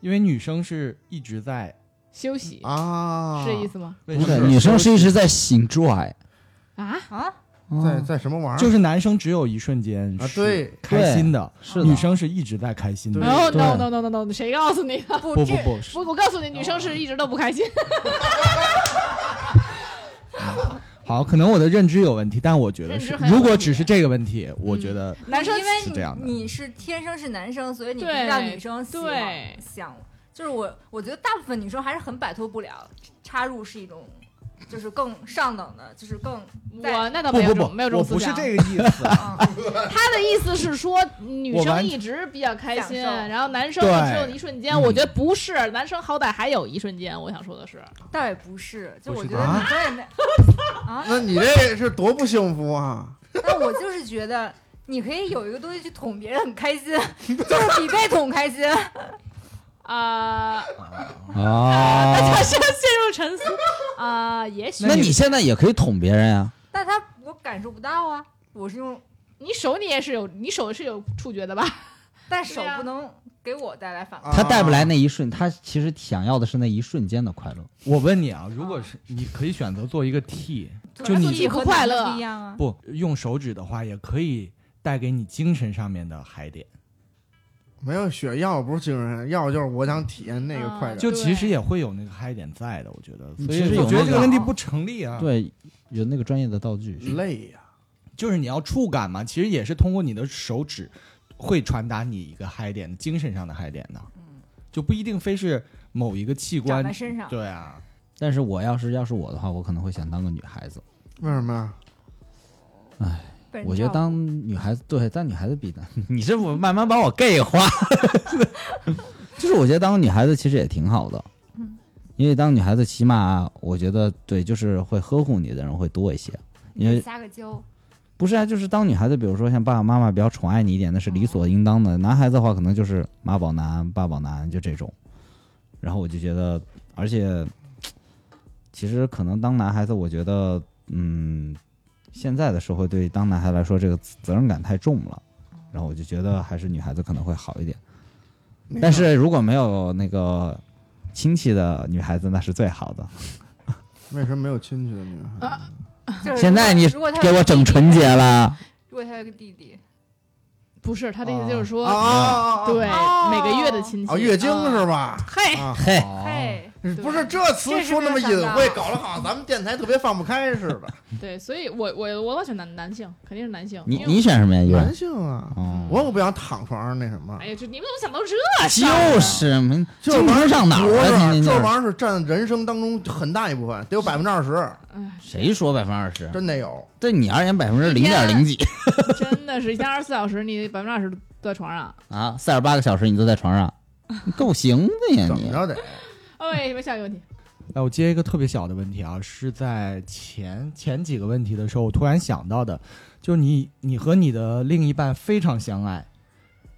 [SPEAKER 8] 因为女生是一直在
[SPEAKER 2] 休息、
[SPEAKER 4] 啊，
[SPEAKER 2] 是这意思吗？
[SPEAKER 8] 为
[SPEAKER 6] 不
[SPEAKER 8] 什
[SPEAKER 6] 是，
[SPEAKER 8] 么
[SPEAKER 6] 女生是一直在 enjoy，
[SPEAKER 2] 啊，
[SPEAKER 7] 啊，
[SPEAKER 6] 嗯
[SPEAKER 4] 在在什么玩意儿？
[SPEAKER 8] 就是男生只有一瞬间
[SPEAKER 4] 啊，
[SPEAKER 8] 是
[SPEAKER 4] 对，
[SPEAKER 8] 开心的，
[SPEAKER 6] 是的
[SPEAKER 8] 女生是一直在开心的。
[SPEAKER 4] 对
[SPEAKER 2] 然后
[SPEAKER 6] 对
[SPEAKER 2] 哦 no no no no no，谁告诉你 的？
[SPEAKER 7] 不
[SPEAKER 8] 不不
[SPEAKER 7] 这
[SPEAKER 8] 不，是
[SPEAKER 2] 我我告诉你，女生是一直都不开心。
[SPEAKER 8] 好，可能我的认知有问题，但我觉得
[SPEAKER 2] 认知
[SPEAKER 8] 是，
[SPEAKER 2] 很有
[SPEAKER 8] 如果
[SPEAKER 2] 问题嗯
[SPEAKER 8] 只是这个问题，我觉得
[SPEAKER 2] 男生
[SPEAKER 7] 因为
[SPEAKER 8] 是这样的
[SPEAKER 7] 你你是天生是男生，所以你不
[SPEAKER 2] 对
[SPEAKER 7] 知道女生喜
[SPEAKER 2] 对
[SPEAKER 7] 欢想，就是我我觉得大部分女生还是很摆脱不了插入是一种，就是更上等的，就是更嗯在
[SPEAKER 2] 我那倒
[SPEAKER 8] 不
[SPEAKER 2] 没有
[SPEAKER 8] 不
[SPEAKER 2] 这种
[SPEAKER 8] 不，
[SPEAKER 2] 没有这
[SPEAKER 8] 我
[SPEAKER 2] 种
[SPEAKER 8] 不
[SPEAKER 2] 思
[SPEAKER 8] 是
[SPEAKER 2] 想。
[SPEAKER 8] 这个意 思。
[SPEAKER 2] 他的意思是说，女
[SPEAKER 8] 我
[SPEAKER 2] 生
[SPEAKER 8] 完
[SPEAKER 2] 一直比较开心，
[SPEAKER 7] 享受
[SPEAKER 2] 然后男生
[SPEAKER 8] 对
[SPEAKER 2] 只有一瞬间。我觉得不是，男生好歹还有一瞬间。我想说的是，
[SPEAKER 7] 倒也不是，就
[SPEAKER 4] 不
[SPEAKER 7] 我
[SPEAKER 4] 是
[SPEAKER 7] 觉得
[SPEAKER 4] 啊
[SPEAKER 7] 女生也没，
[SPEAKER 4] 那你这是多不幸福啊！
[SPEAKER 7] 但我就是觉得你可以有一个东西去捅别人很开心， 就是比被捅开心。
[SPEAKER 2] 啊、
[SPEAKER 8] 嗯
[SPEAKER 2] 大
[SPEAKER 6] 啊
[SPEAKER 2] 家，先陷入沉思啊、也许
[SPEAKER 6] 那你现在也可以捅别人啊。
[SPEAKER 7] 但他我感受不到啊，我是用，
[SPEAKER 2] 你手你也是有，你手是有触觉的吧？
[SPEAKER 7] 但手
[SPEAKER 2] 对啊
[SPEAKER 7] 不能给我带来
[SPEAKER 4] 啊
[SPEAKER 7] 反馈。
[SPEAKER 6] 他带不来那一瞬，他其实想要的是那一瞬间的快乐。
[SPEAKER 8] 我问你啊，如果是你可以选择做一个 T，就
[SPEAKER 7] 对
[SPEAKER 8] 你
[SPEAKER 7] 所以
[SPEAKER 2] 和
[SPEAKER 7] 和
[SPEAKER 2] 快
[SPEAKER 7] 男
[SPEAKER 2] 乐
[SPEAKER 7] 的不一样啊。
[SPEAKER 8] 不用手指的话，也可以带给你精神上面的嗨点，
[SPEAKER 4] 没有血，要不是精神，要就是我想体验那个快
[SPEAKER 2] 啊
[SPEAKER 4] 感。
[SPEAKER 8] 就其实也会有那个嗨点在的，我觉得。所
[SPEAKER 6] 其实
[SPEAKER 8] 以
[SPEAKER 6] 有
[SPEAKER 8] 我觉得
[SPEAKER 6] 那
[SPEAKER 8] 这
[SPEAKER 6] 个
[SPEAKER 8] 个问题不成立啊。，
[SPEAKER 6] 对，有那个专业的道具。
[SPEAKER 4] 累呀、
[SPEAKER 8] 就是你要触感嘛，其实也是通过你的手指会传达你一个嗨点，精神上的嗨点的，就不一定非是某一个器
[SPEAKER 7] 长在
[SPEAKER 8] 官。
[SPEAKER 7] 身上，
[SPEAKER 8] 对啊，
[SPEAKER 6] 但是我要是要是我的话，我可能会想当个女孩子。
[SPEAKER 4] 为什么呀？
[SPEAKER 7] 被人
[SPEAKER 6] 我觉得
[SPEAKER 7] 照顾
[SPEAKER 6] 当女孩子对，但女孩子比男，你这我慢慢把我 gay 化。就是我觉得当个女孩子其实也挺好的，因为当女孩子起码我觉得对，就是会呵护你的人会多一些。因为
[SPEAKER 7] 撒 个娇，
[SPEAKER 6] 不是啊，就是当女孩子，比如说像爸爸妈妈比较宠爱你一点，那是理所应当的。男孩子的话，可能就是妈宝男、爸宝男就这种。然后我就觉得，而且其实可能当男孩子，我觉得，嗯，现在的社会对当男孩来说，这个责任感太重了。
[SPEAKER 7] 哦
[SPEAKER 6] 然后我就觉得还是女孩子可能会好一点。但是如果没有那个亲戚的女孩子，那是最好的。
[SPEAKER 4] 为什么没有亲戚的女孩？
[SPEAKER 7] 就是
[SPEAKER 6] 现在你
[SPEAKER 7] 如果他
[SPEAKER 6] 给我整纯洁了，
[SPEAKER 7] 如果他有个弟弟，
[SPEAKER 2] 不是，他的意思就是说，
[SPEAKER 4] 啊啊啊！
[SPEAKER 2] 对、
[SPEAKER 7] 哦
[SPEAKER 2] 每个月的亲戚
[SPEAKER 4] 啊，月经
[SPEAKER 2] 嗯
[SPEAKER 4] 是吧？
[SPEAKER 2] 嘿，
[SPEAKER 4] 啊，
[SPEAKER 6] 嘿，
[SPEAKER 7] 嘿，
[SPEAKER 4] 不是这词说那么隐晦，搞得好像咱们电台特别放不开似的。
[SPEAKER 2] 对，所以我我我老选男男性，肯定是男性。
[SPEAKER 6] 你
[SPEAKER 2] 因为
[SPEAKER 6] 你选什哎么呀？一
[SPEAKER 4] 男
[SPEAKER 6] 文？
[SPEAKER 4] 性啊，
[SPEAKER 6] 哦
[SPEAKER 4] 我可不想躺床上那什么
[SPEAKER 2] 哎，呀，这你们怎么想到这事儿
[SPEAKER 6] 就
[SPEAKER 2] 呢？
[SPEAKER 6] 是嘛，
[SPEAKER 4] 这
[SPEAKER 6] 精神上哪
[SPEAKER 4] 不
[SPEAKER 6] 儿啊
[SPEAKER 4] 是
[SPEAKER 6] 了？今天
[SPEAKER 4] 这
[SPEAKER 6] 就
[SPEAKER 4] 玩意
[SPEAKER 6] 是
[SPEAKER 4] 儿是占人生当中很大一部分，得有百分之二十，
[SPEAKER 6] 嗯
[SPEAKER 2] 哎，
[SPEAKER 6] 谁说百分之二十？
[SPEAKER 4] 真得有。
[SPEAKER 6] 对你而言，百分之零点零几
[SPEAKER 2] 真的是一天二十四小时，你百分之二十都在床 上。
[SPEAKER 6] 啊，四十八个小时你都在 床上，你够行的哎呀
[SPEAKER 4] 怎么
[SPEAKER 6] 你！
[SPEAKER 4] 着得？
[SPEAKER 2] 哦，喂，什么下一个问题？
[SPEAKER 8] 哎，我接一个特别小的问题啊，是在前前几个问题的时候，我突然想到的，就是你你和你的另一半非常相爱，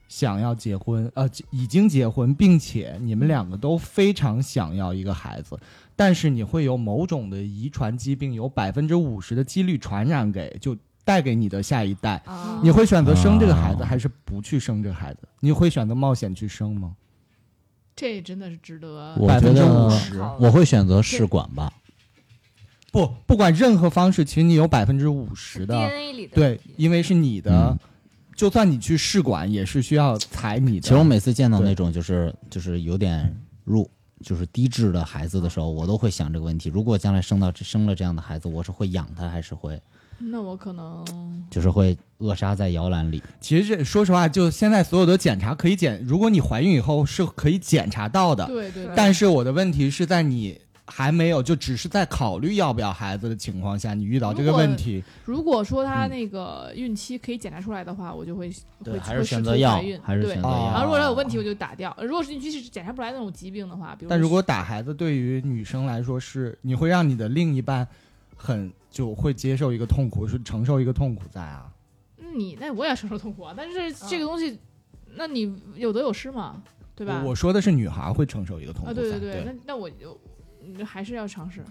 [SPEAKER 8] 想要结婚，呃，已经结婚，并且你们两个都非常想要一个孩子，但是你会有某种的遗传疾病，有百分之五十的几率传染给就带给你的下一代，
[SPEAKER 7] 啊
[SPEAKER 8] 你会选择生这个孩子，
[SPEAKER 6] 啊
[SPEAKER 8] 还是不去生这个孩子？你会选择冒险去生吗？
[SPEAKER 2] 这真的是值得。
[SPEAKER 6] 我
[SPEAKER 8] 百
[SPEAKER 6] 觉
[SPEAKER 8] 分之
[SPEAKER 6] 得
[SPEAKER 8] 五十。
[SPEAKER 6] 嗯我会选择试管吧，
[SPEAKER 8] 不，不管任何方式，其实你有百分之五十的，
[SPEAKER 7] DNA 里的
[SPEAKER 8] 对，因为是你的
[SPEAKER 6] 嗯，
[SPEAKER 8] 就算你去试管，也是需要采你的。
[SPEAKER 6] 其实我每次见到
[SPEAKER 8] 对
[SPEAKER 6] 那种就是就是有点弱，就是低智的孩子的时候，我都会想这个问题：如果将来生到生了这样的孩子，我是会养他，还是会
[SPEAKER 2] 那我可能
[SPEAKER 6] 就是会扼杀在摇篮里。
[SPEAKER 8] 其实这说实话，就现在所有的检查可以检，如果你怀孕以后是可以检查到的。
[SPEAKER 2] 对对对，
[SPEAKER 8] 但是我的问题是在你还没有，就只是在考虑要不要孩子的情况下，你遇到这个问题，
[SPEAKER 2] 如果说他
[SPEAKER 8] 嗯
[SPEAKER 2] 那个孕期可以检查出来的话，我就会
[SPEAKER 6] 对
[SPEAKER 2] 会
[SPEAKER 6] 还是
[SPEAKER 2] 会试
[SPEAKER 6] 选择
[SPEAKER 2] 图
[SPEAKER 6] 药
[SPEAKER 2] 怀孕
[SPEAKER 6] 还是
[SPEAKER 2] 对
[SPEAKER 6] 选择
[SPEAKER 8] 药
[SPEAKER 2] 然后如果他有问题，我就打掉。如果是孕期是检查不出来那种疾病的话，比如
[SPEAKER 8] 但如果打孩子对于女生来说是，你会让你的另一半很就会接受一个痛苦，是承受一个痛苦在啊。
[SPEAKER 2] 嗯你那我也承受痛苦 啊，但是这个东
[SPEAKER 7] 嗯
[SPEAKER 2] 西，那你有得有失嘛，对吧？
[SPEAKER 8] 我我说的是女孩会承受一个痛苦
[SPEAKER 2] 啊，
[SPEAKER 8] 在。
[SPEAKER 2] 对对，那那我就嗯还是要尝试。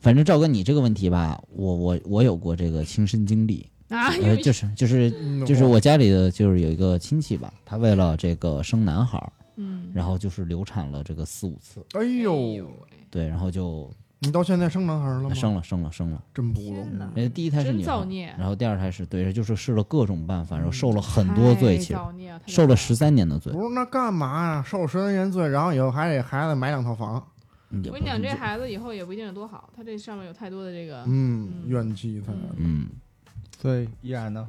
[SPEAKER 6] 反正赵哥，你这个问题吧，我我我有过这个亲身经历，
[SPEAKER 2] 啊，因
[SPEAKER 6] 呃，
[SPEAKER 2] 为
[SPEAKER 6] 就是就是
[SPEAKER 4] 嗯
[SPEAKER 6] 就是我家里的就是有一个亲戚吧，他为了这个生男孩儿，
[SPEAKER 2] 嗯，
[SPEAKER 6] 然后就是流产了这个四五次，
[SPEAKER 4] 哎
[SPEAKER 2] 哎
[SPEAKER 4] 呦
[SPEAKER 2] 呦，喂
[SPEAKER 6] 对，然后就哎
[SPEAKER 4] 你到现在生男孩了吗？
[SPEAKER 6] 生了生了生了，
[SPEAKER 4] 真不啊容
[SPEAKER 7] 天哪
[SPEAKER 4] 易。
[SPEAKER 6] 呃，第一胎是
[SPEAKER 2] 真
[SPEAKER 6] 女孩
[SPEAKER 2] 造
[SPEAKER 6] 儿，
[SPEAKER 2] 孽，嗯
[SPEAKER 6] 然后第二胎是对，就是试了各种办法，然后受了很多
[SPEAKER 2] 太
[SPEAKER 6] 罪，其实
[SPEAKER 2] 造孽了，太
[SPEAKER 6] 受
[SPEAKER 2] 造
[SPEAKER 6] 了
[SPEAKER 2] 孽
[SPEAKER 6] 十三年的罪，
[SPEAKER 4] 不是，那干嘛呀？受十三年罪，然后以后还得孩子买两套房，
[SPEAKER 6] 嗯也
[SPEAKER 2] 我
[SPEAKER 6] 不
[SPEAKER 2] 跟你讲，
[SPEAKER 6] 是
[SPEAKER 2] 这孩子以后也不一定有多好，他这上面有太多的这个，
[SPEAKER 4] 嗯，
[SPEAKER 2] 嗯
[SPEAKER 4] 怨气在。
[SPEAKER 2] 嗯
[SPEAKER 6] 嗯，
[SPEAKER 8] 所以依然呢，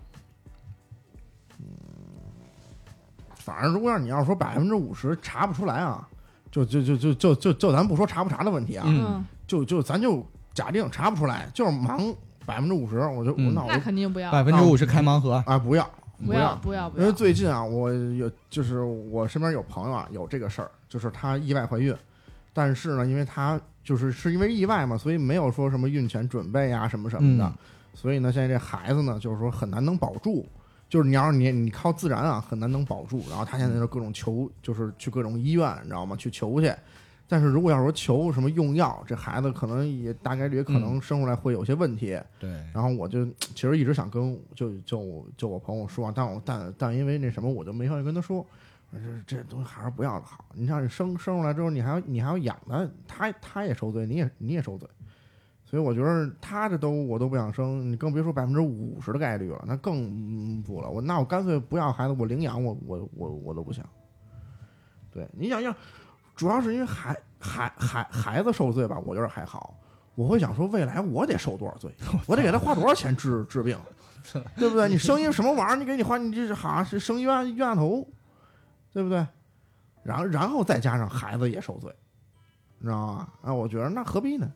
[SPEAKER 4] 反正如果要是你要说百分之五十查不出来啊，就就就就就就就咱不说查不查的问题啊，
[SPEAKER 8] 嗯，
[SPEAKER 4] 就就咱就假定查不出来，就是盲百分之五十，我就、我
[SPEAKER 8] 嗯
[SPEAKER 4] 那我
[SPEAKER 2] 那肯定不要，
[SPEAKER 8] 百分之五十开盲盒，
[SPEAKER 4] 啊不要，
[SPEAKER 2] 不要，不要，不
[SPEAKER 4] 因为
[SPEAKER 2] 要，
[SPEAKER 4] 最近啊，我有就是我身边有朋友啊有这个事儿，就是她意外怀孕，但是呢，因为她就是是因为意外嘛，所以没有说什么孕前准备啊什么什么的，
[SPEAKER 8] 嗯
[SPEAKER 4] 所以呢，现在这孩子呢，就是说很难能保住。就是你要是你你靠自然啊，很难能保住。然后她现在就各种求，就是去各种医院，你知道吗？去求去。但是如果要说求什么用药，这孩子可能也大概率可能生出来会有些问题。
[SPEAKER 8] 对，
[SPEAKER 4] 然后我就其实一直想跟就就就我朋友说，但我但但因为那什么，我就没法跟他说，我说这东西还是不要了好。你像你生生出来之后，你还要你还要养他，他他也受罪，你也你也受罪。所以我觉得他这都我都不想生，你更别说百分之五十的概率了，那更、嗯不了。我那我干脆不要孩子，我领养我我我我都不想。对，你想要，主要是因为孩孩孩孩子受罪吧，我觉得还好。我会想说，未来我得受多少罪？我得给他花多少钱治治病，对不对？你生一个什么玩意儿？你给你花，你这是好像是生一冤冤大头，对不对？然后然后再加上孩子也受罪，你知道吗？啊，我觉得那何必呢？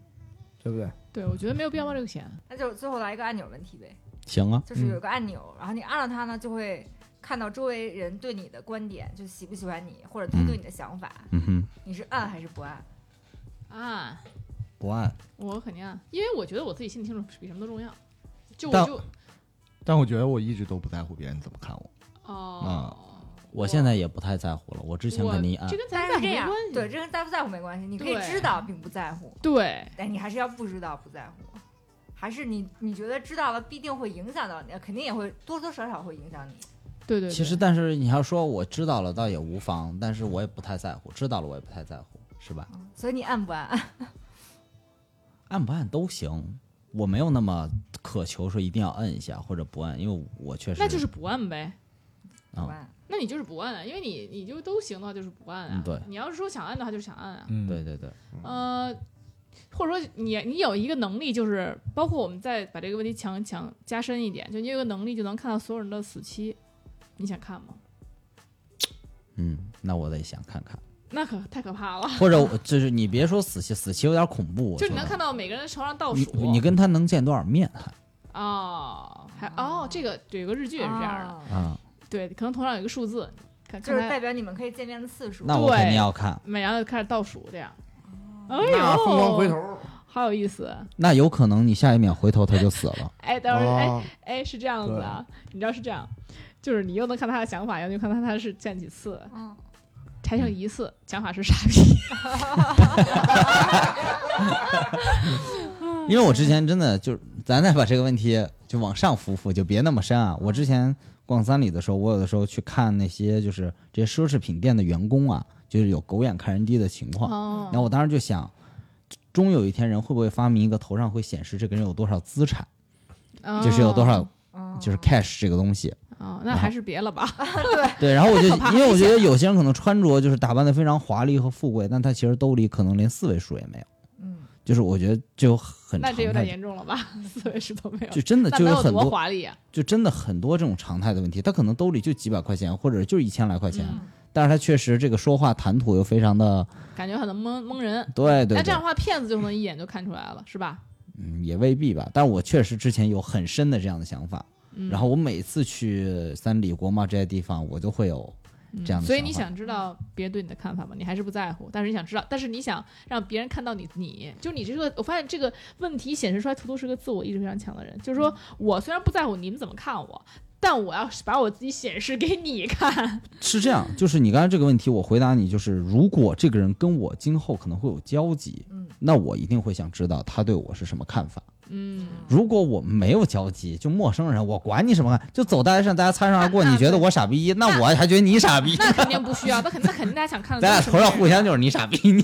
[SPEAKER 4] 对不对？
[SPEAKER 2] 对我觉得没有必要冒这个险，
[SPEAKER 7] 那就最后来一个按钮问题呗，
[SPEAKER 6] 行啊，
[SPEAKER 7] 就是有一个按钮，然后你按了它呢，就会看到周围人对你的观点，就喜不喜欢你，或者他对你的想法，
[SPEAKER 6] 嗯哼，
[SPEAKER 7] 你是按还是不按？
[SPEAKER 2] 啊，
[SPEAKER 8] 不按。
[SPEAKER 2] 我肯定啊，因为我觉得我自己心里清楚比什么都重要，就
[SPEAKER 8] 但
[SPEAKER 2] 我就
[SPEAKER 8] 但我觉得我一直都不在乎别人怎么看我。
[SPEAKER 2] 哦，
[SPEAKER 6] 我现在也不太在乎了，我之前
[SPEAKER 2] 我
[SPEAKER 6] 肯定按
[SPEAKER 2] 这，跟咱
[SPEAKER 7] 但
[SPEAKER 2] 俩
[SPEAKER 7] 是
[SPEAKER 2] 没
[SPEAKER 7] 这样
[SPEAKER 2] 关，系，
[SPEAKER 7] 对，这跟在不在乎没关系，你可以
[SPEAKER 2] 对
[SPEAKER 7] 知道并不在乎，
[SPEAKER 2] 对，
[SPEAKER 7] 但你还是要不知道不在乎，还是你你觉得知道了必定会影响到你，肯定也会多多少少会影响你。
[SPEAKER 2] 对对，
[SPEAKER 6] 其实
[SPEAKER 2] 对
[SPEAKER 6] 但是你要说我知道了倒也无妨，但是我也不太在乎，知道了我也不太在乎，是吧？
[SPEAKER 2] 嗯
[SPEAKER 7] 所以你按不按？
[SPEAKER 6] 啊按不按都行，我没有那么渴求说一定要摁一下或者不按，因为我确实
[SPEAKER 2] 那就是不按呗。
[SPEAKER 6] 啊
[SPEAKER 7] 不按。
[SPEAKER 2] 那你就是不按啊，因为你你就都行的话就是不按啊
[SPEAKER 6] 嗯。对
[SPEAKER 2] 你要是说想按的话就是想按啊。
[SPEAKER 8] 嗯
[SPEAKER 6] 对，对对，
[SPEAKER 2] 呃，或者说你你有一个能力，就是包括我们再把这个问题强强加深一点，就你有一个能力就能看到所有人的死期，你想看吗？
[SPEAKER 6] 嗯，那我得想看看，
[SPEAKER 2] 那可太可怕了，
[SPEAKER 6] 或者我就是你别说死期，死期有点恐怖，我
[SPEAKER 2] 啊就
[SPEAKER 6] 觉
[SPEAKER 2] 你能
[SPEAKER 6] 得
[SPEAKER 2] 看到每个人头上倒
[SPEAKER 6] 你
[SPEAKER 2] 数。啊
[SPEAKER 6] 你跟他能见多少面啊还
[SPEAKER 2] 哦，还哦，这个有个日剧也是这样的，
[SPEAKER 7] 哦
[SPEAKER 6] 啊？
[SPEAKER 2] 对，可能头上有一个数字，看
[SPEAKER 7] 就是
[SPEAKER 2] 看他
[SPEAKER 7] 代表你们可以见面的次数。
[SPEAKER 6] 那我肯定要看，
[SPEAKER 2] 每然后就开始倒数这样。哎
[SPEAKER 4] 那疯狂回
[SPEAKER 2] 呦，
[SPEAKER 4] 头，
[SPEAKER 2] 好有意思！啊
[SPEAKER 6] 那有可能你下一秒回头他就死了。
[SPEAKER 2] 哎，等会
[SPEAKER 6] 哦
[SPEAKER 2] 儿，哎，
[SPEAKER 4] 啊
[SPEAKER 2] 哎，是这样子啊，你知道是这样，就是你又能看他的想法，又能看他他是见几次，
[SPEAKER 7] 嗯，
[SPEAKER 2] 拆成一次，想法是傻逼，
[SPEAKER 6] 因为我之前真的就是，咱再把这个问题就往上扶扶，就别那么深啊。我之前逛三里的时候，我有的时候去看那些就是这些奢侈品店的员工啊，就是有狗眼看人低的情况。
[SPEAKER 2] 哦
[SPEAKER 6] 然后我当时就想，终有一天人会不会发明一个头上会显示这个人有多少资产，就是有多少
[SPEAKER 7] 嗯
[SPEAKER 6] 就是 cash 这个东 西。
[SPEAKER 2] 哦，那还是别了吧，
[SPEAKER 6] 啊对，然后我就
[SPEAKER 2] 太 可怕了
[SPEAKER 6] 因为我觉得有些人可能穿着就是打扮的非常华丽和富贵，但他其实兜里可能连四位数也没有。
[SPEAKER 7] 嗯，
[SPEAKER 6] 就是我觉得就很
[SPEAKER 2] 那
[SPEAKER 6] 常
[SPEAKER 2] 这有点
[SPEAKER 6] 态，
[SPEAKER 2] 严重了吧？ 思维是都没有，
[SPEAKER 6] 就真的
[SPEAKER 2] 那
[SPEAKER 6] 就
[SPEAKER 2] 能
[SPEAKER 6] 有
[SPEAKER 2] 有
[SPEAKER 6] 很
[SPEAKER 2] 多
[SPEAKER 6] 多
[SPEAKER 2] 华丽啊？
[SPEAKER 6] 就真的很多这种常态的问题，他可能兜里就几百块钱，或者就一千来块钱，但是他确实这个说话谈吐又非常的，
[SPEAKER 2] 感觉很能蒙蒙人。
[SPEAKER 6] 对对
[SPEAKER 2] 那
[SPEAKER 6] 对，
[SPEAKER 2] 这样的话，骗子就能一眼就看出来了，是吧？
[SPEAKER 6] 嗯，也未必吧。但我确实之前有很深的这样的想法，
[SPEAKER 2] 嗯
[SPEAKER 6] 然后我每次去三里、国贸这些地方，我都会有这样的
[SPEAKER 2] 嗯所以
[SPEAKER 6] 想
[SPEAKER 2] 你
[SPEAKER 6] 法
[SPEAKER 2] 想知道别人对你的看法吗？你还是不在乎，但是你想知道，但是你想让别人看到你，你就你这个，我发现这个问题显示出来，图图是个自我意识非常强的人，就是
[SPEAKER 6] 嗯
[SPEAKER 2] 说我虽然不在乎你们怎么看我，但我要是把我自己显示给你看，
[SPEAKER 6] 是这样，就是你刚才这个问题，我回答你就是，如果这个人跟我今后可能会有交集，
[SPEAKER 7] 嗯
[SPEAKER 6] 那我一定会想知道他对我是什么看法。
[SPEAKER 2] 嗯，
[SPEAKER 6] 如果我们没有交集，就陌生人，我管你什么看，就走大街上，大家擦身而过，
[SPEAKER 2] 那
[SPEAKER 6] 你觉得我傻逼， 那我还觉得你傻逼，
[SPEAKER 2] 那肯定不需要，那肯那肯定大家想看的，
[SPEAKER 6] 咱俩头上互相就是你傻逼， 你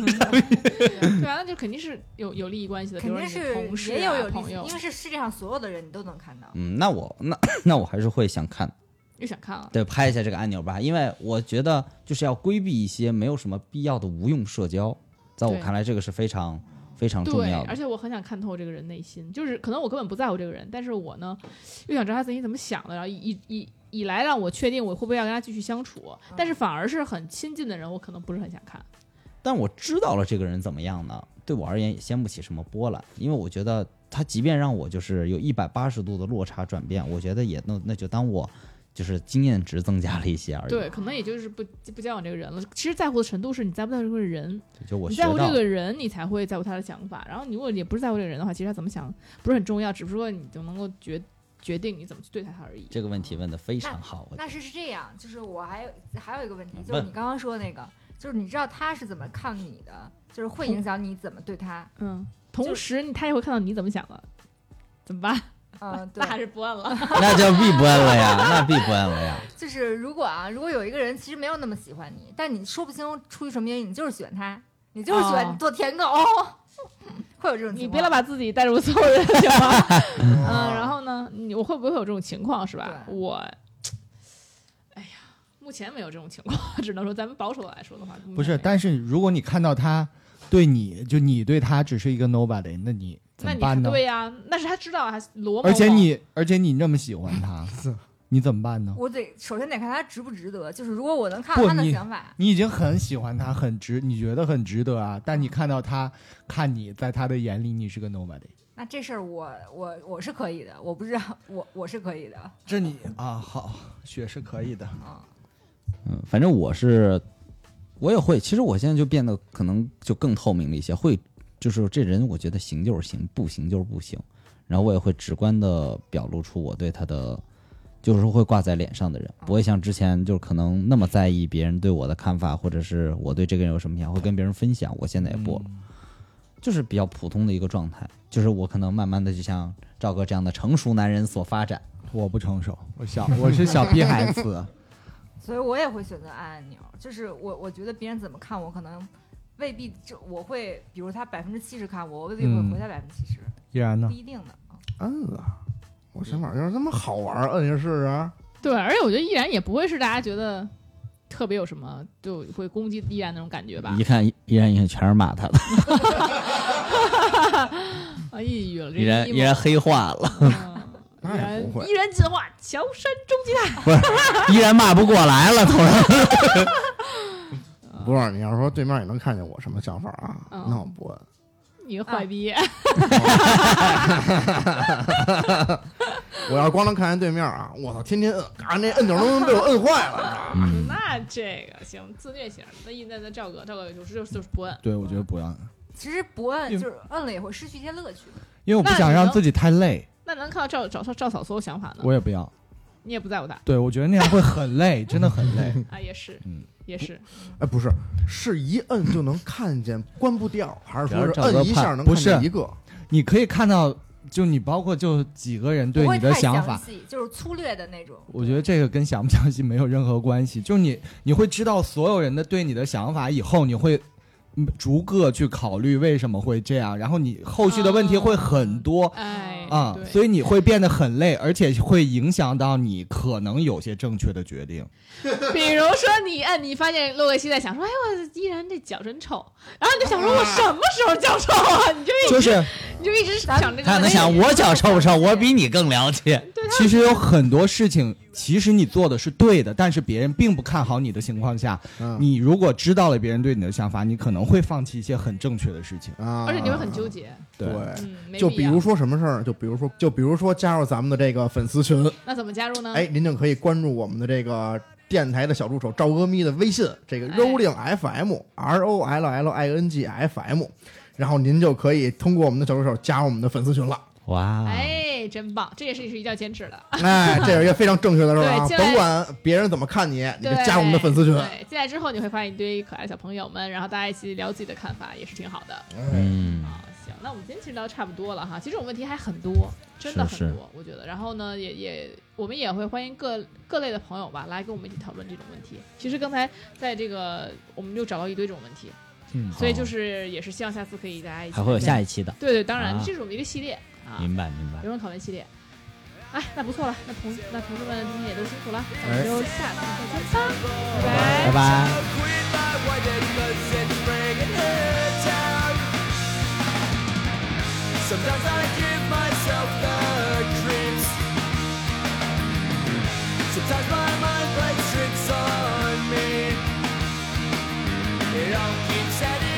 [SPEAKER 2] 对啊，那就肯定是有有利益关系的，比
[SPEAKER 7] 肯
[SPEAKER 2] 如说
[SPEAKER 7] 定
[SPEAKER 2] 你
[SPEAKER 7] 是
[SPEAKER 2] 同事、啊、
[SPEAKER 7] 也有有
[SPEAKER 2] 朋
[SPEAKER 7] 例
[SPEAKER 2] 友
[SPEAKER 7] 子，因为是世界上所有的人你都能看到。
[SPEAKER 6] 嗯，那我那那我还是会想看，
[SPEAKER 2] 又想看了，
[SPEAKER 6] 对，拍一下这个按钮吧，因为我觉得就是要规避一些没有什么必要的无用社交，在我
[SPEAKER 2] 对
[SPEAKER 6] 看来，这个是非常非常重
[SPEAKER 2] 对
[SPEAKER 6] 要，的
[SPEAKER 2] 而。且我很想看透这个人内心，就是可能我根本不在乎这个人，但是我呢，又想知道他自己怎么想的，然后以以以来让我确定我会不会要跟他继续相处，
[SPEAKER 7] 嗯
[SPEAKER 2] 但是反而是很亲近的人，我可能不是很想看。
[SPEAKER 6] 但我知道了这个人怎么样呢，对我而言也掀不起什么波澜，因为我觉得他即便让我就是有一百八十度的落差转变，我觉得也那那就当我就是经验值增加了一些而已。
[SPEAKER 2] 对，，可能也就是不不交往这个人了。其实在乎的程度是你在不在乎这个人，
[SPEAKER 6] 就我
[SPEAKER 2] 你
[SPEAKER 6] 学
[SPEAKER 2] 在乎
[SPEAKER 6] 到
[SPEAKER 2] 这
[SPEAKER 6] 了
[SPEAKER 2] 个人，你才会在乎他的想法。然后你如果也不是在乎这个人的话，其实他怎么想不是很重要，只不过你就能够决决定你怎么去对待他而已。
[SPEAKER 6] 这个问题问的非常好，我觉
[SPEAKER 7] 那
[SPEAKER 6] 得
[SPEAKER 7] 是是这样，就是我还有还有一个问题，
[SPEAKER 6] 嗯
[SPEAKER 7] 就是
[SPEAKER 6] 问
[SPEAKER 7] 你刚刚说的那个，就是你知道他是怎么看你的，就是会影响你怎么对他。
[SPEAKER 2] 嗯，同
[SPEAKER 7] 就
[SPEAKER 2] 时你他也会看到你怎么想的，怎么办？
[SPEAKER 7] 嗯，对
[SPEAKER 2] 那，还是不问了。
[SPEAKER 6] 那就必不摁 了呀，那必不摁了呀。
[SPEAKER 7] 就是如果啊，如果有一个人其实没有那么喜欢你，但你说不清出于什么原因，你就是喜欢他，你就是喜欢
[SPEAKER 2] 哦
[SPEAKER 7] 做舔狗， 会 有这种
[SPEAKER 2] 你
[SPEAKER 7] 情况。
[SPEAKER 2] 别老把自己带入所有人行吗？嗯，然
[SPEAKER 4] 后
[SPEAKER 2] 后呢，你我会不会有这种情况是吧？
[SPEAKER 7] 对
[SPEAKER 2] 我，哎呀，目前没有这种情况， 只能说咱们保守的来说的话，
[SPEAKER 8] 不
[SPEAKER 2] 目前
[SPEAKER 8] 是，
[SPEAKER 2] 没有
[SPEAKER 8] 但是如果你看到他对你就你对他只是一个 nobody，那你怎
[SPEAKER 2] 那
[SPEAKER 8] 么
[SPEAKER 2] 你
[SPEAKER 8] 办
[SPEAKER 2] 看
[SPEAKER 8] 呢？
[SPEAKER 2] 对呀，那是他知道还是罗某某，
[SPEAKER 8] 而且你而且你那么喜欢 他，你怎么办呢？
[SPEAKER 7] 我得首先得看他值不值得，就是如果我能看
[SPEAKER 8] 不
[SPEAKER 7] 到他的
[SPEAKER 8] 你
[SPEAKER 7] 想法，
[SPEAKER 8] 你已经很喜欢他，很值，你觉得很值得啊。但你看到他，看你在他的眼里，你是个 nobody。
[SPEAKER 7] 那这事儿我我我是可以的，我不知道我我是可以的，
[SPEAKER 8] 这你啊，好，雪是可以的。
[SPEAKER 7] 嗯，
[SPEAKER 6] 嗯，反正我是，我也会。其实我现在就变得可能就更透明了一些，会就是这人，我觉得行就是行，不行就是不行。然后我也会直观的表露出我对他的，就是说会挂在脸上的人，不会像之前就是可能那么在意别人对我的看法，或者是我对这个人有什么想，会跟别人分享。我现在也不了，就是比较普通的一个状态，就是我可能慢慢的就像赵哥这样的成熟男人所发展。
[SPEAKER 8] 我不成熟，我小我是小逼孩子。
[SPEAKER 7] 所以我也会选择按按钮，就是我我觉得别人怎么看我，可能未必就我会，比如他百分之七十看我，我未必会
[SPEAKER 8] 嗯
[SPEAKER 7] 回他百分之七十，
[SPEAKER 8] 依然呢
[SPEAKER 7] 不？一定的。嗯
[SPEAKER 4] 摁啊，我想法就是这么好玩儿，摁一下试试啊。
[SPEAKER 2] 对，而且我觉得依然也不会是大家觉得特别有什么就会攻击依然那种感觉吧
[SPEAKER 6] 一？看依然一看全是骂 他的，
[SPEAKER 2] 啊，抑郁了，这
[SPEAKER 6] 依然依
[SPEAKER 2] 一
[SPEAKER 6] 然黑化了。
[SPEAKER 2] 嗯依
[SPEAKER 4] 那也
[SPEAKER 2] 然
[SPEAKER 4] 不会
[SPEAKER 2] 依然进化，乔杉终极大。
[SPEAKER 6] 依然骂不过来了，头上。
[SPEAKER 4] 不是，你要是说对面也能看见我什么想法啊，
[SPEAKER 2] 嗯
[SPEAKER 4] 那我不摁。
[SPEAKER 2] 你个坏逼，
[SPEAKER 4] 我要是光能看见对面啊，我操，天天摁，嘎，那按钮都能被我摁坏了啊。
[SPEAKER 2] 那这个行，自虐型。那一那那赵哥，赵哥有时就是就是不问，
[SPEAKER 8] 对，我觉得不要，
[SPEAKER 7] 其实不按
[SPEAKER 8] 因为
[SPEAKER 7] 就是按了也会失去一些乐趣。
[SPEAKER 8] 因为我不想让自己太累，
[SPEAKER 2] 那能看到赵赵赵赵嫂所有想法呢？
[SPEAKER 8] 我也不要。
[SPEAKER 2] 你也不在乎他
[SPEAKER 8] 对，我觉得那样会很累，真的很累。
[SPEAKER 2] 啊，也是，
[SPEAKER 8] 嗯
[SPEAKER 2] 也是，
[SPEAKER 4] 哎，不是，是一摁就能看见，关不掉，还是说
[SPEAKER 6] 主要是
[SPEAKER 4] 是
[SPEAKER 6] 赵哥
[SPEAKER 4] 摁一下
[SPEAKER 6] 怕
[SPEAKER 4] 能
[SPEAKER 8] 不
[SPEAKER 4] 看见
[SPEAKER 8] 是
[SPEAKER 4] 一个？
[SPEAKER 8] 你可以看到，就你包括就几个人对
[SPEAKER 7] 不会
[SPEAKER 8] 你的
[SPEAKER 7] 太详
[SPEAKER 8] 想法，
[SPEAKER 7] 细，就是粗略的那种。
[SPEAKER 8] 我觉得这个跟详不详细没有任何关系，就是你你会知道所有人的对你的想法以后，你会
[SPEAKER 7] 啊
[SPEAKER 8] 嗯逐个去考虑为什么会这样，然后你后续的问题会很多。
[SPEAKER 2] 哎，对
[SPEAKER 8] 啊，
[SPEAKER 2] 对
[SPEAKER 8] 所以你会变得很累，而且会影响到你可能有些正确的决定。
[SPEAKER 2] 比如说你，嗯，你发现洛克西在想说，哎，我依然这脚真臭，然后你就想说，我什么时候脚臭啊？你就一直
[SPEAKER 8] 就是
[SPEAKER 2] 你就一直想这个问题。
[SPEAKER 7] 他
[SPEAKER 9] 他可能想我脚臭不臭，我比你更了解。
[SPEAKER 8] 其实有很多事情，其实你做的是对的，但是别人并不看好你的情况下，
[SPEAKER 4] 嗯
[SPEAKER 8] 你如果知道了别人对你的想法，你可能会放弃一些很正确的事情。
[SPEAKER 4] 啊，
[SPEAKER 2] 而且你会很纠结。
[SPEAKER 8] 对，
[SPEAKER 2] 嗯，没
[SPEAKER 4] 就
[SPEAKER 2] 必
[SPEAKER 4] 比
[SPEAKER 2] 要
[SPEAKER 4] 如说什么事儿，就比如说，就比如说加入咱们的这个粉丝群，
[SPEAKER 2] 那怎么加入呢？
[SPEAKER 4] 哎，您就可以关注我们的这个电台的小助手赵阿咪的微信，这个
[SPEAKER 2] 哎
[SPEAKER 4] Rolling FM R O L L I N G F M，然后您就可以通过我们的小助手加入我们的粉丝群 了。
[SPEAKER 9] 哇，哦
[SPEAKER 2] 哎，真棒，这也是是一定要坚持的。
[SPEAKER 4] 哎，这是一个非常正确的事儿啊，
[SPEAKER 2] 对进来
[SPEAKER 4] 甭管别人怎么看你，你就
[SPEAKER 2] 对，
[SPEAKER 4] 加入我们的粉丝群。
[SPEAKER 2] 对，进来之后你会发现一堆可爱的小朋友们，然后大家一起聊自己的看法，也是挺好的。
[SPEAKER 9] 嗯，
[SPEAKER 2] 啊，行，那我们今天其实聊得差不多了哈。其实这种问题还很多，真的很
[SPEAKER 9] 是
[SPEAKER 2] 多，
[SPEAKER 9] 是
[SPEAKER 2] 我觉得。然后呢，也也我们也会欢迎各各类的朋友吧，来跟我们一起讨论这种问题。其实刚才在这个，我们就找到一堆这种问题，
[SPEAKER 8] 嗯
[SPEAKER 2] 所以就是也是希望下次可以大家一起。
[SPEAKER 9] 哦还会有下一期的，
[SPEAKER 2] 对对，当然、
[SPEAKER 9] 啊
[SPEAKER 2] 这是我们一个系列啊，
[SPEAKER 9] 明白明白。
[SPEAKER 2] 有人拷问系列。哎，那不错了，那同那同志们今天也都辛苦了，咱
[SPEAKER 9] 哎
[SPEAKER 2] 们就下次再见吧，拜拜
[SPEAKER 9] 拜拜。
[SPEAKER 1] Sometimes I give myself the creeps. Sometimes my mind plays tricks on me. It all keeps heading.